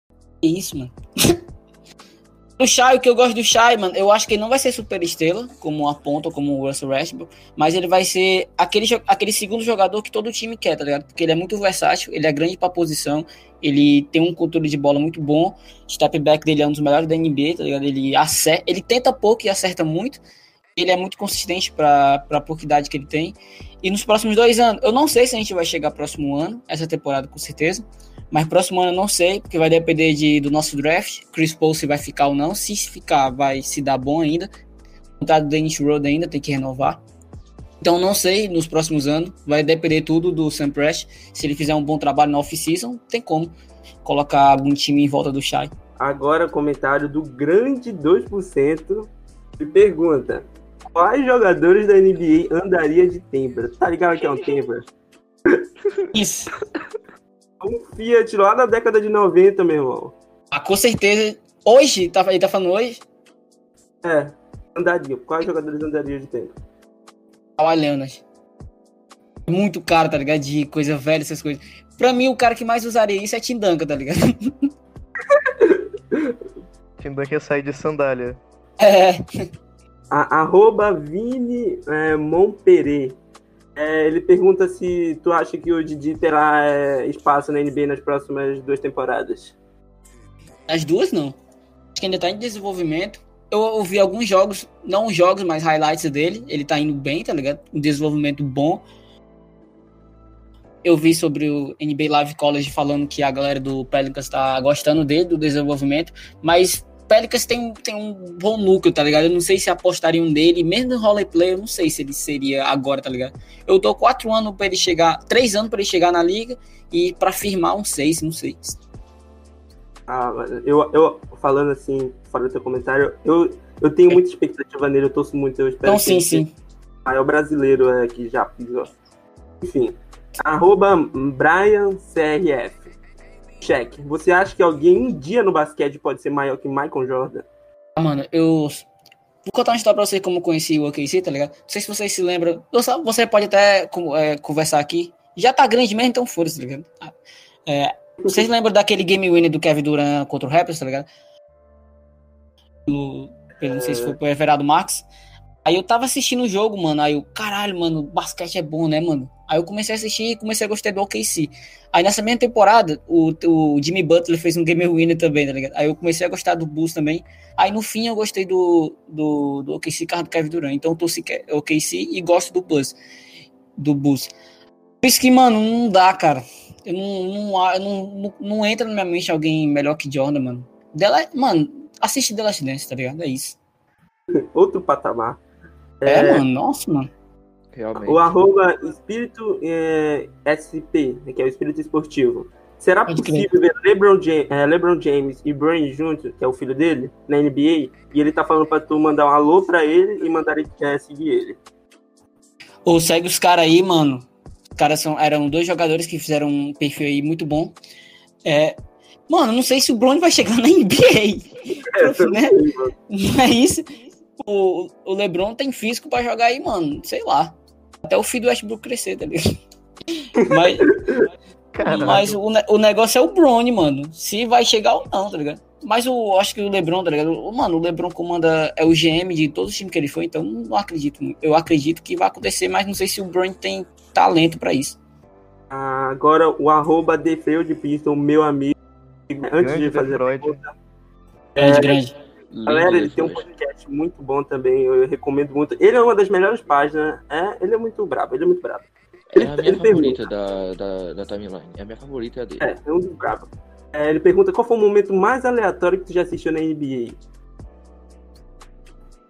Speaker 6: Que isso, mano. o Shai, o que eu gosto do Shai, mano, eu acho que ele não vai ser super estrela, como aponta, como o Russell Westbrook, mas ele vai ser aquele, jo- aquele segundo jogador que todo time quer, tá ligado? Porque ele é muito versátil, ele é grande pra posição, ele tem um controle de bola muito bom, o step back dele é um dos melhores da NBA, tá ligado? Ele, acerta, ele tenta pouco e acerta muito, ele é muito consistente pra, pra pouca idade que ele tem. E nos próximos dois anos, eu não sei se a gente vai chegar próximo ano, essa temporada com certeza, mas próximo ano eu não sei, porque vai depender de, do nosso draft. Chris Paul se vai ficar ou não. Se ficar, vai se dar bom ainda. O contrato do Dennis Road ainda tem que renovar. Então não sei nos próximos anos. Vai depender tudo do Sam Prest. Se ele fizer um bom trabalho na off-season, tem como colocar algum time em volta do Shai.
Speaker 4: Agora, comentário do grande 2% e pergunta: quais jogadores da NBA andaria de Tembra? Tá ligado que é um Tembra?
Speaker 6: Isso.
Speaker 4: Um Fiat lá da década de 90, meu irmão.
Speaker 6: Ah, com certeza. Hoje, tá, ele tá falando hoje,
Speaker 4: É, andaria. Quais jogadores andariam de Tembra?
Speaker 6: Kawhi Leonard. Muito caro, tá ligado? De coisa velha, essas coisas. Pra mim, o cara que mais usaria isso é Tim Duncan, tá ligado?
Speaker 3: Tim Duncan ia sair de sandália.
Speaker 6: É.
Speaker 4: A- Arroba Vini é, Montpere. É, ele pergunta se tu acha que o Didi terá é, espaço na NBA nas próximas duas temporadas.
Speaker 6: As duas não. Acho que ainda tá em desenvolvimento. eu ouvi alguns jogos, não os jogos, mas highlights dele. Ele tá indo bem, tá ligado? Um desenvolvimento bom. Eu vi sobre o NBA Live College falando que a galera do Pelicans tá gostando dele, do desenvolvimento, mas Pelicans tem, um- tem um bom núcleo, tá ligado? Eu não sei se apostariam nele, mesmo no roleplay, eu não sei se ele seria agora, tá ligado? Eu dou quatro anos pra ele chegar, três anos pra ele chegar na liga e pra firmar um seis, não sei.
Speaker 4: Ah, eu, eu falando assim, fora do teu comentário, eu, eu tenho muita expectativa nele, eu torço muito, eu espero
Speaker 6: Então
Speaker 4: que
Speaker 6: sim,
Speaker 4: ele
Speaker 6: sim.
Speaker 4: Ah, é o brasileiro é, que já pisou. Enfim. Arroba BrianCRF. Cheque. Você acha que alguém um dia no basquete pode ser maior que Michael Jordan?
Speaker 6: Ah, mano, eu. Vou contar uma história pra vocês como eu conheci o OKC, tá ligado? Não sei se vocês se lembram. Eu só- Você pode até com- é, conversar aqui. Já tá grande mesmo, então foda-se, tá ligado? Ah, é, vocês lembram daquele game winner do Kevin Durant contra o Raptors, tá ligado? Pelo, pelo- não sei se foi pelo Everardo Max. Aí eu tava assistindo o jogo, mano. Aí eu, caralho, mano, basquete é bom, né, mano? Aí eu comecei a assistir e comecei a gostar do OKC. Aí nessa mesma temporada, o, o Jimmy Butler fez um game winner também, tá ligado? Aí eu comecei a gostar do Bulls também. Aí no fim eu gostei do, do, do OKC carro do Kevin Durant. Então eu torci Ke- OKC e gosto do Buzz. Do Buzz. Por isso que, mano, não dá, cara. Eu não, não, a- eu não, não, não entra na minha mente alguém melhor que Jordan, mano. Dela, mano, assiste The Last Dance, tá ligado? É isso.
Speaker 4: Outro patamar.
Speaker 6: É, mano, nossa, mano.
Speaker 2: Realmente.
Speaker 4: O arroba espírito eh, SP, né, que é o espírito esportivo. Será
Speaker 6: Pode crer.
Speaker 4: possível ver LeBron James, LeBron James e Brian juntos, que é o filho dele, na NBA? E ele tá falando pra tu mandar um alô pra ele e mandar ele eh, seguir ele.
Speaker 6: Ou segue os caras aí, mano. Os caras são, eram dois jogadores que fizeram um perfil aí muito bom. É, mano, não sei se o Bronny vai chegar na NBA.
Speaker 4: É,
Speaker 6: né? Não é isso? O, tipo, o LeBron tem físico pra jogar aí, mano. Sei lá. Até o filho do Westbrook crescer, tá ligado? Mas, mas o, ne- o negócio é o Bronny, mano. Se vai chegar ou não, tá ligado? Mas eu acho que o LeBron, tá ligado? O- Mano, o LeBron comanda é o GM de todos os times que ele foi, então não acredito. muito. Eu acredito que vai acontecer, mas não sei se o Bronny tem talento pra isso.
Speaker 4: Ah, Agora o arroba Defeu de Piston, meu amigo. Antes
Speaker 3: Grande
Speaker 4: de fazer a
Speaker 3: Detroit.
Speaker 4: pergunta,
Speaker 6: Grande, grande.
Speaker 2: Lindo
Speaker 4: galera, ele
Speaker 2: desse
Speaker 4: tem um
Speaker 2: hoje.
Speaker 4: podcast muito bom também, eu recomendo muito. Ele é uma das melhores páginas, é, ele é muito brabo, ele é muito brabo.
Speaker 2: É a minha
Speaker 4: ele pergunta.
Speaker 2: favorita da, da, da timeline. É a minha favorita é a dele.
Speaker 4: É, é um dos brabo. É, ele pergunta qual foi o momento mais aleatório que tu já assistiu na NBA.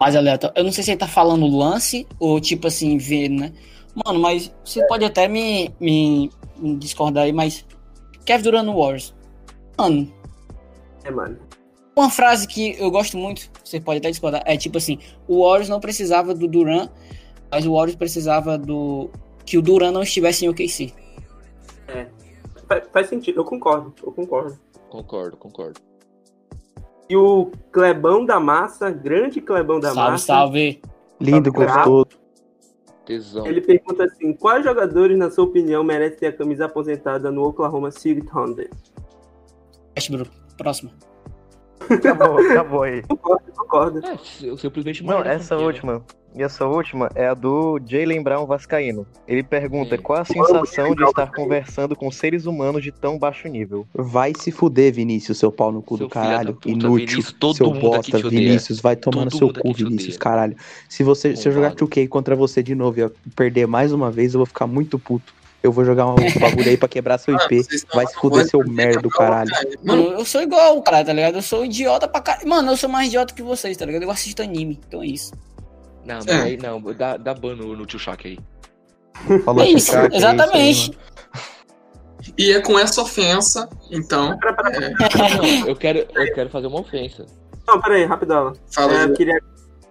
Speaker 6: mais aleatório. Eu não sei se ele tá falando lance ou tipo assim, ver, né? Mano, mas você pode até me, me, me discordar aí, mas. Kevin Durant no Warriors. Mano,
Speaker 4: É, mano.
Speaker 6: uma frase que eu gosto muito, você pode até discordar, é tipo assim: o Warriors não precisava do Durant, mas o Warriors precisava do. que o Durant não estivesse em OKC.
Speaker 4: Fa- faz sentido, eu concordo, eu concordo.
Speaker 2: Concordo, concordo.
Speaker 4: E o Clebão da Massa, grande Clebão da
Speaker 6: salve,
Speaker 4: Massa,
Speaker 6: salve.
Speaker 5: Lindo,
Speaker 4: Tá bravo.
Speaker 5: gostoso.
Speaker 2: Tesão.
Speaker 4: ele pergunta assim: quais jogadores, na sua opinião, merecem ter a camisa aposentada no Oklahoma City Thunder?
Speaker 6: Westbrook, próximo.
Speaker 3: Acabou, acabou aí.
Speaker 4: Concordo, concordo.
Speaker 2: É, eu simplesmente
Speaker 3: Não,
Speaker 2: moro
Speaker 3: essa
Speaker 2: aqui, né?
Speaker 3: última. E essa última é a do Jalen Brown Vascaíno. Ele pergunta
Speaker 2: Sim.
Speaker 3: qual a sensação de estar conversando com seres humanos de tão baixo nível.
Speaker 5: Vai se fuder, Vinícius, seu pau no cu
Speaker 2: Seu
Speaker 5: do
Speaker 2: filho da
Speaker 5: caralho.
Speaker 2: puta,
Speaker 5: inútil.
Speaker 2: Vinícius, todo
Speaker 5: seu
Speaker 2: mundo aqui
Speaker 5: bosta,
Speaker 2: te odeia.
Speaker 5: Vinícius. Vai tomar no
Speaker 2: Todo
Speaker 5: seu
Speaker 2: mundo
Speaker 5: cu,
Speaker 2: aqui te
Speaker 5: Vinícius,
Speaker 2: odeia.
Speaker 5: caralho. Se, você, se eu jogar
Speaker 2: Arrombado.
Speaker 5: 2K contra você de novo e eu perder mais uma vez, eu vou ficar muito puto. Eu vou jogar um bagulho aí pra quebrar seu IP. Vai se fuder, seu merda do caralho.
Speaker 1: Mano,
Speaker 6: Mano, eu sou igual, cara, tá ligado? Eu sou idiota pra caralho. Mano, eu sou mais idiota que vocês, tá ligado? Eu assisto anime, então é isso.
Speaker 2: Não, mas
Speaker 1: É.
Speaker 2: aí não, dá, dá ban no, no tio Shaq aí.
Speaker 5: Falou
Speaker 6: é isso,
Speaker 5: Chicago, é isso aí,
Speaker 6: exatamente.
Speaker 5: mano.
Speaker 1: e é com essa ofensa, então,
Speaker 2: Não, eu quero, eu quero fazer uma ofensa.
Speaker 4: Não, peraí, rapidão. É,
Speaker 1: fala.
Speaker 4: eu, queria,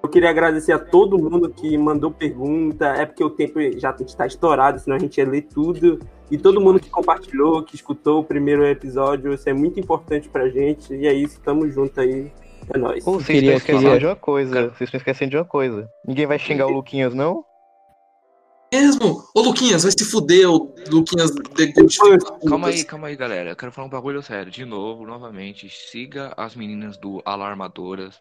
Speaker 4: eu queria agradecer a todo mundo que mandou pergunta. É porque o tempo já está estourado, senão a gente ia ler tudo. E todo mundo que compartilhou, que escutou o primeiro episódio, isso é muito importante pra gente. E é isso, tamo junto aí. É nóis.
Speaker 3: Pô, vocês estão
Speaker 5: queria-
Speaker 3: esquecendo
Speaker 5: queria-
Speaker 3: de uma coisa. Vocês estão esquecendo de uma coisa. Ninguém vai xingar o Luquinhas, não?
Speaker 1: Mesmo? Ô, Luquinhas, vai se fuder, ô, Luquinhas deguste.
Speaker 2: Calma aí, calma aí, galera. Eu quero falar um bagulho sério. De novo, novamente, siga as meninas do Alarmadoras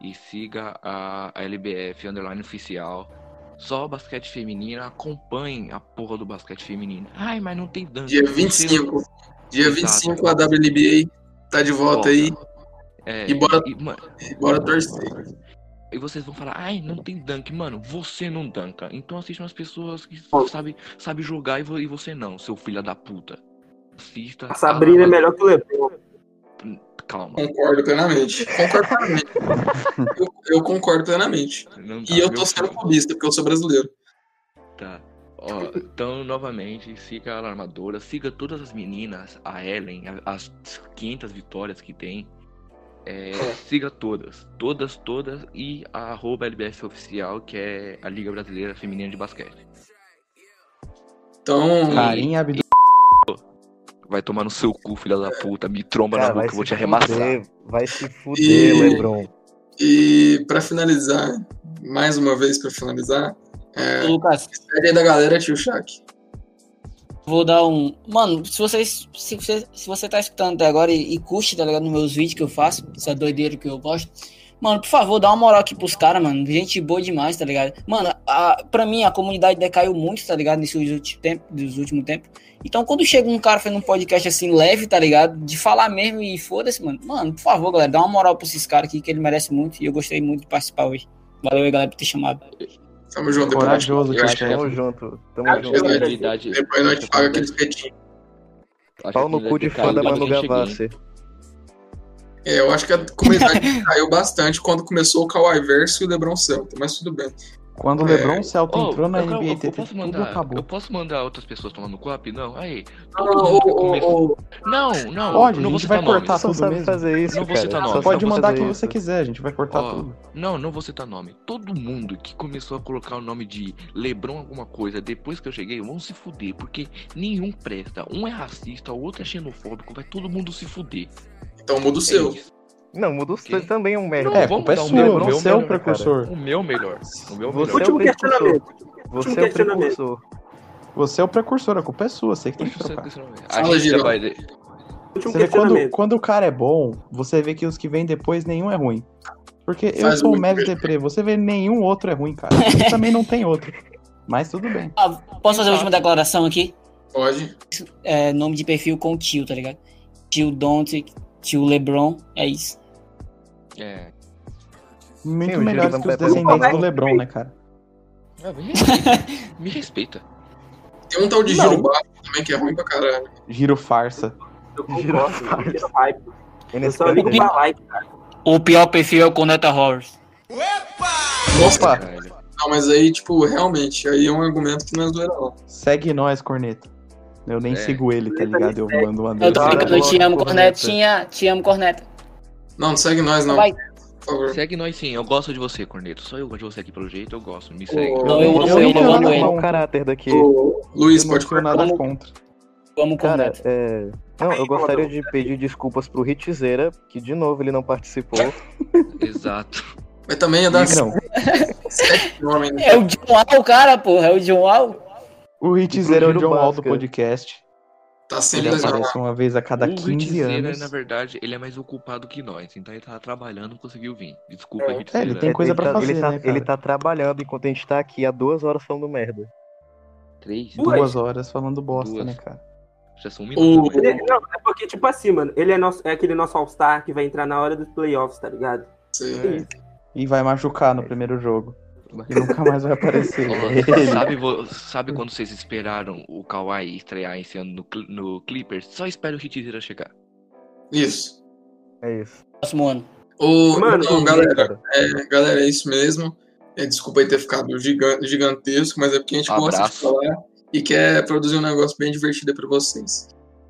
Speaker 2: e siga a a LBF Underline Oficial. Só basquete feminino, acompanhe a porra do basquete feminino. Ai, mas não tem dança.
Speaker 1: Dia
Speaker 2: não tem
Speaker 1: 25. Dia
Speaker 2: Exato.
Speaker 1: 25 a WNBA tá de volta aí
Speaker 2: É,
Speaker 1: E bora-
Speaker 2: e, mano,
Speaker 1: bora torcer.
Speaker 2: E vocês vão falar, ai, não tem dunk, mano, você não danca. Então assistam as pessoas que
Speaker 4: Ó.
Speaker 2: sabe, sabe jogar e vo- e você não, seu filho da puta. Assista.
Speaker 4: A Sabrina é
Speaker 2: calma,
Speaker 4: melhor que o Lebron.
Speaker 2: Calma,
Speaker 1: Concordo plenamente. Concordo plenamente. eu, eu concordo plenamente.
Speaker 2: não dá,
Speaker 1: É. E eu
Speaker 2: meu
Speaker 1: tô sendo
Speaker 2: filho.
Speaker 1: clubista, porque eu sou brasileiro.
Speaker 2: Tá. Ó, então, novamente, siga a alarmadora, siga todas as meninas, a Ellen, a- as 500 vitórias que tem. É, siga todas, todas, todas, e a arroba LBF Oficial, que é a Liga Brasileira Feminina de Basquete.
Speaker 1: Então,
Speaker 5: Carinha abdu...
Speaker 2: Vai tomar no seu cu, filha da puta, me tromba
Speaker 3: Cara,
Speaker 2: na rua
Speaker 3: Ah, vai
Speaker 2: que eu vou te
Speaker 3: se
Speaker 2: arremassar.
Speaker 3: fuder, Vai se
Speaker 1: E-
Speaker 3: fuder, Lebron.
Speaker 1: e pra finalizar, mais uma vez pra finalizar, é,
Speaker 6: Ô, Lucas,
Speaker 1: pede aí da galera, tio Shaq.
Speaker 6: vou dar um. Mano, se vocês. Se você, se você tá escutando até agora e, e curte, tá ligado? Nos meus vídeos que eu faço, essa doideira que eu gosto. Mano, por favor, dá uma moral aqui pros caras, mano. Gente boa demais, tá ligado? Mano, a, pra mim a comunidade decaiu muito, tá ligado? Nesse último tempo, dos últimos tempos. Então, quando chega um cara fazendo um podcast assim leve, tá ligado? De falar mesmo e foda-se, mano. Mano, por favor, galera, dá uma moral pra esses caras aqui que ele merece muito. E eu gostei muito de participar hoje. Valeu aí, galera, por ter chamado.
Speaker 1: Tamo junto. depois nós-
Speaker 5: Corajoso,
Speaker 1: eu acho
Speaker 2: é.
Speaker 5: Tio
Speaker 3: Tamo
Speaker 5: Shaq.
Speaker 3: junto.
Speaker 4: Ah,
Speaker 3: Tamo junto.
Speaker 1: verdade.
Speaker 2: Habilidade-
Speaker 1: Depois nós te paga aqueles petinhos.
Speaker 2: acho
Speaker 3: é Pau
Speaker 2: que
Speaker 3: no cu de
Speaker 2: caiu
Speaker 3: fã da
Speaker 2: bastante
Speaker 3: Manu
Speaker 2: em mim.
Speaker 3: Gavassi.
Speaker 1: É, eu acho que a comunidade caiu bastante quando começou o Kawhi Verso e o LeBron Celta, mas tudo bem.
Speaker 5: Quando o
Speaker 1: É.
Speaker 5: LeBron Celta
Speaker 2: Ô,
Speaker 5: entrou na
Speaker 2: eu- eu-
Speaker 5: NBA,
Speaker 2: eu,
Speaker 5: TT,
Speaker 2: posso
Speaker 5: tudo
Speaker 2: mandar, eu
Speaker 5: acabou.
Speaker 2: posso mandar outras pessoas tomar no cu rapidão? Aí.
Speaker 1: Não, não, não, ô, ô, ô,
Speaker 2: Não, não,
Speaker 5: Pode,
Speaker 2: não
Speaker 5: a
Speaker 2: vou
Speaker 5: gente vai
Speaker 2: citar nomes.
Speaker 5: cortar
Speaker 3: Só
Speaker 5: tudo
Speaker 3: sabe
Speaker 5: mesmo.
Speaker 3: fazer isso,
Speaker 2: Não vou
Speaker 3: cara.
Speaker 2: citar
Speaker 3: Só
Speaker 2: nomes.
Speaker 3: sabe
Speaker 5: Pode mandar
Speaker 3: fazer
Speaker 5: quem
Speaker 3: isso.
Speaker 5: você quiser, a gente vai cortar
Speaker 2: Ó,
Speaker 5: tudo.
Speaker 2: Não, não vou citar nome. Todo mundo que começou a colocar o nome de Lebron alguma coisa depois que eu cheguei, vão se fuder, porque nenhum presta. Um é racista, o outro é xenofóbico, vai todo mundo se fuder.
Speaker 1: Então muda o
Speaker 2: É
Speaker 1: seu.
Speaker 2: isso.
Speaker 3: Não, muda o seu
Speaker 2: Quem?
Speaker 3: também é um merda.
Speaker 2: Não,
Speaker 5: É,
Speaker 2: vamos
Speaker 5: culpa é
Speaker 2: dar um
Speaker 5: sua,
Speaker 2: meu, meu,
Speaker 5: você é o
Speaker 3: meu, cara.
Speaker 5: precursor.
Speaker 2: O meu melhor. O meu
Speaker 3: Você
Speaker 2: melhor.
Speaker 3: é o
Speaker 4: Último questionamento.
Speaker 3: precursor. Você é o
Speaker 4: Último questionamento.
Speaker 3: precursor.
Speaker 5: Você é o precursor, a culpa é sua, você que tem que
Speaker 2: Deixa eu
Speaker 5: trocar.
Speaker 2: ver se não é. A
Speaker 1: Fala,
Speaker 2: gente
Speaker 1: Girão.
Speaker 2: vai...
Speaker 4: Último
Speaker 5: Você vê quando,
Speaker 4: questionamento.
Speaker 5: quando o cara é bom, você vê que os que vêm depois, nenhum é ruim. Porque eu
Speaker 1: Faz
Speaker 5: sou o
Speaker 1: muito
Speaker 5: Mavis
Speaker 1: bem.
Speaker 5: Depre, você vê nenhum outro é ruim, cara. Você também não tem outro. Mas tudo bem.
Speaker 6: Ah, posso fazer a última declaração aqui?
Speaker 1: Pode.
Speaker 6: é, nome de perfil com tio, tá ligado? Tio Dante, tio Lebron, é isso.
Speaker 2: É.
Speaker 5: Muito
Speaker 3: Sim, o Jordan
Speaker 5: melhores que os
Speaker 3: Peterson
Speaker 5: descendentes do
Speaker 4: também.
Speaker 5: LeBron, né, cara?
Speaker 2: Ah, Me respeita. Me respeita.
Speaker 1: Tem um tal de
Speaker 5: Não.
Speaker 1: giro baixo também que é ruim pra caralho.
Speaker 5: Giro farsa.
Speaker 4: Eu concordo, mano. Tira o hype. Eu só ligo
Speaker 3: NSP.
Speaker 4: pra like, cara.
Speaker 6: O pior perfil é o Coneta Horrors.
Speaker 1: Nossa,
Speaker 2: Caralho.
Speaker 1: não, mas aí, tipo, realmente, aí é um argumento que não é zoeira, não.
Speaker 5: Segue nós, corneta. Eu nem
Speaker 2: É.
Speaker 5: sigo ele, tá ligado? Eu mando uma
Speaker 6: Eu
Speaker 5: dele.
Speaker 6: tô
Speaker 3: Cara,
Speaker 6: brincando, eu te amo,
Speaker 3: corneta.
Speaker 6: Cornetinha, te amo, Corneta.
Speaker 1: Não, não segue nós, não,
Speaker 6: Vai.
Speaker 1: por favor.
Speaker 2: Segue nós sim, eu gosto de você, Corneto. Só eu gosto de você aqui pelo jeito, eu gosto. Me segue.
Speaker 1: Ô,
Speaker 6: Não, eu amo
Speaker 2: é um
Speaker 5: eu
Speaker 6: ele,
Speaker 5: não um
Speaker 6: eu amo
Speaker 5: amo
Speaker 6: ele.
Speaker 3: mau caráter daqui.
Speaker 1: Ô, Luiz,
Speaker 5: Eu não
Speaker 1: pode
Speaker 5: tenho
Speaker 1: cortar.
Speaker 5: nada contra.
Speaker 6: Eu amo o
Speaker 3: Cara,
Speaker 6: Corneta.
Speaker 3: é... Não, eu gostaria de pedir desculpas pro Ritzeira, que de novo ele não participou.
Speaker 2: Exato.
Speaker 1: Mas também ia dar né?
Speaker 5: Não.
Speaker 1: sete homens.
Speaker 6: É o John Wall, cara, porra, é o John Wall.
Speaker 5: O Ritzer é o
Speaker 3: Giro
Speaker 5: John Wall do
Speaker 3: Basca.
Speaker 5: podcast.
Speaker 1: Tá sempre
Speaker 5: Ele
Speaker 1: lesionado.
Speaker 5: aparece uma vez a cada
Speaker 2: o
Speaker 5: 15
Speaker 2: Ritzeira,
Speaker 5: anos.
Speaker 2: na verdade, ele é mais ocupado que nós. Então ele tava trabalhando e conseguiu vir. Desculpa,
Speaker 1: É, ele
Speaker 2: Ritzeira.
Speaker 5: tem coisa
Speaker 3: ele
Speaker 5: pra
Speaker 3: tá,
Speaker 5: fazer,
Speaker 3: ele tá,
Speaker 5: né, cara?
Speaker 3: Ele tá trabalhando enquanto a gente tá aqui há duas horas falando merda.
Speaker 2: Três?
Speaker 5: Duas horas falando bosta,
Speaker 2: Duas.
Speaker 5: né, cara?
Speaker 2: Já são um
Speaker 1: O-
Speaker 2: minuto.
Speaker 4: Ele- não, é porque, tipo assim, mano, ele é, nosso, é aquele nosso All-Star que vai entrar na hora dos playoffs, tá ligado?
Speaker 1: Sei.
Speaker 5: E vai machucar
Speaker 2: É.
Speaker 5: no primeiro jogo. E nunca mais vai aparecer.
Speaker 2: Ó, sabe, vo- sabe quando vocês esperaram o Kawhi estrear esse ano no, Cl- no Clippers? Só espera o Ritzeira chegar.
Speaker 1: Isso.
Speaker 3: É isso.
Speaker 6: Próximo ano.
Speaker 1: Ô,
Speaker 4: Mano,
Speaker 1: então,
Speaker 4: não,
Speaker 1: galera,
Speaker 3: Cara,
Speaker 1: é, galera, é isso mesmo. É, desculpa aí ter ficado gigan- gigantesco, mas é porque a gente gosta de
Speaker 2: Abraço.
Speaker 1: falar e quer produzir um negócio bem divertido para vocês.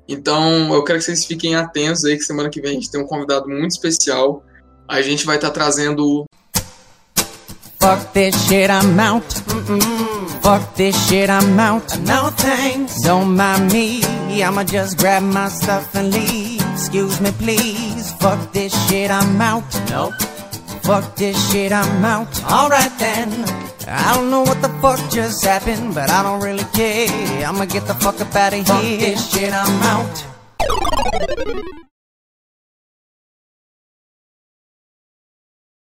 Speaker 1: Então, eu quero que vocês fiquem atentos aí, que semana que vem a gente tem um convidado muito especial. A gente vai estar trazendo
Speaker 10: Fuck this shit, I'm out. Fuck this shit, I'm out. No thanks. Don't mind me. I'ma just grab my stuff and leave. Excuse me, please. Fuck this shit, I'm out. Nope. Fuck this shit, I'm out. Alright then. I don't know what the fuck just happened, but I don't really care. I'ma get the fuck up out of here. Fuck this shit, I'm out.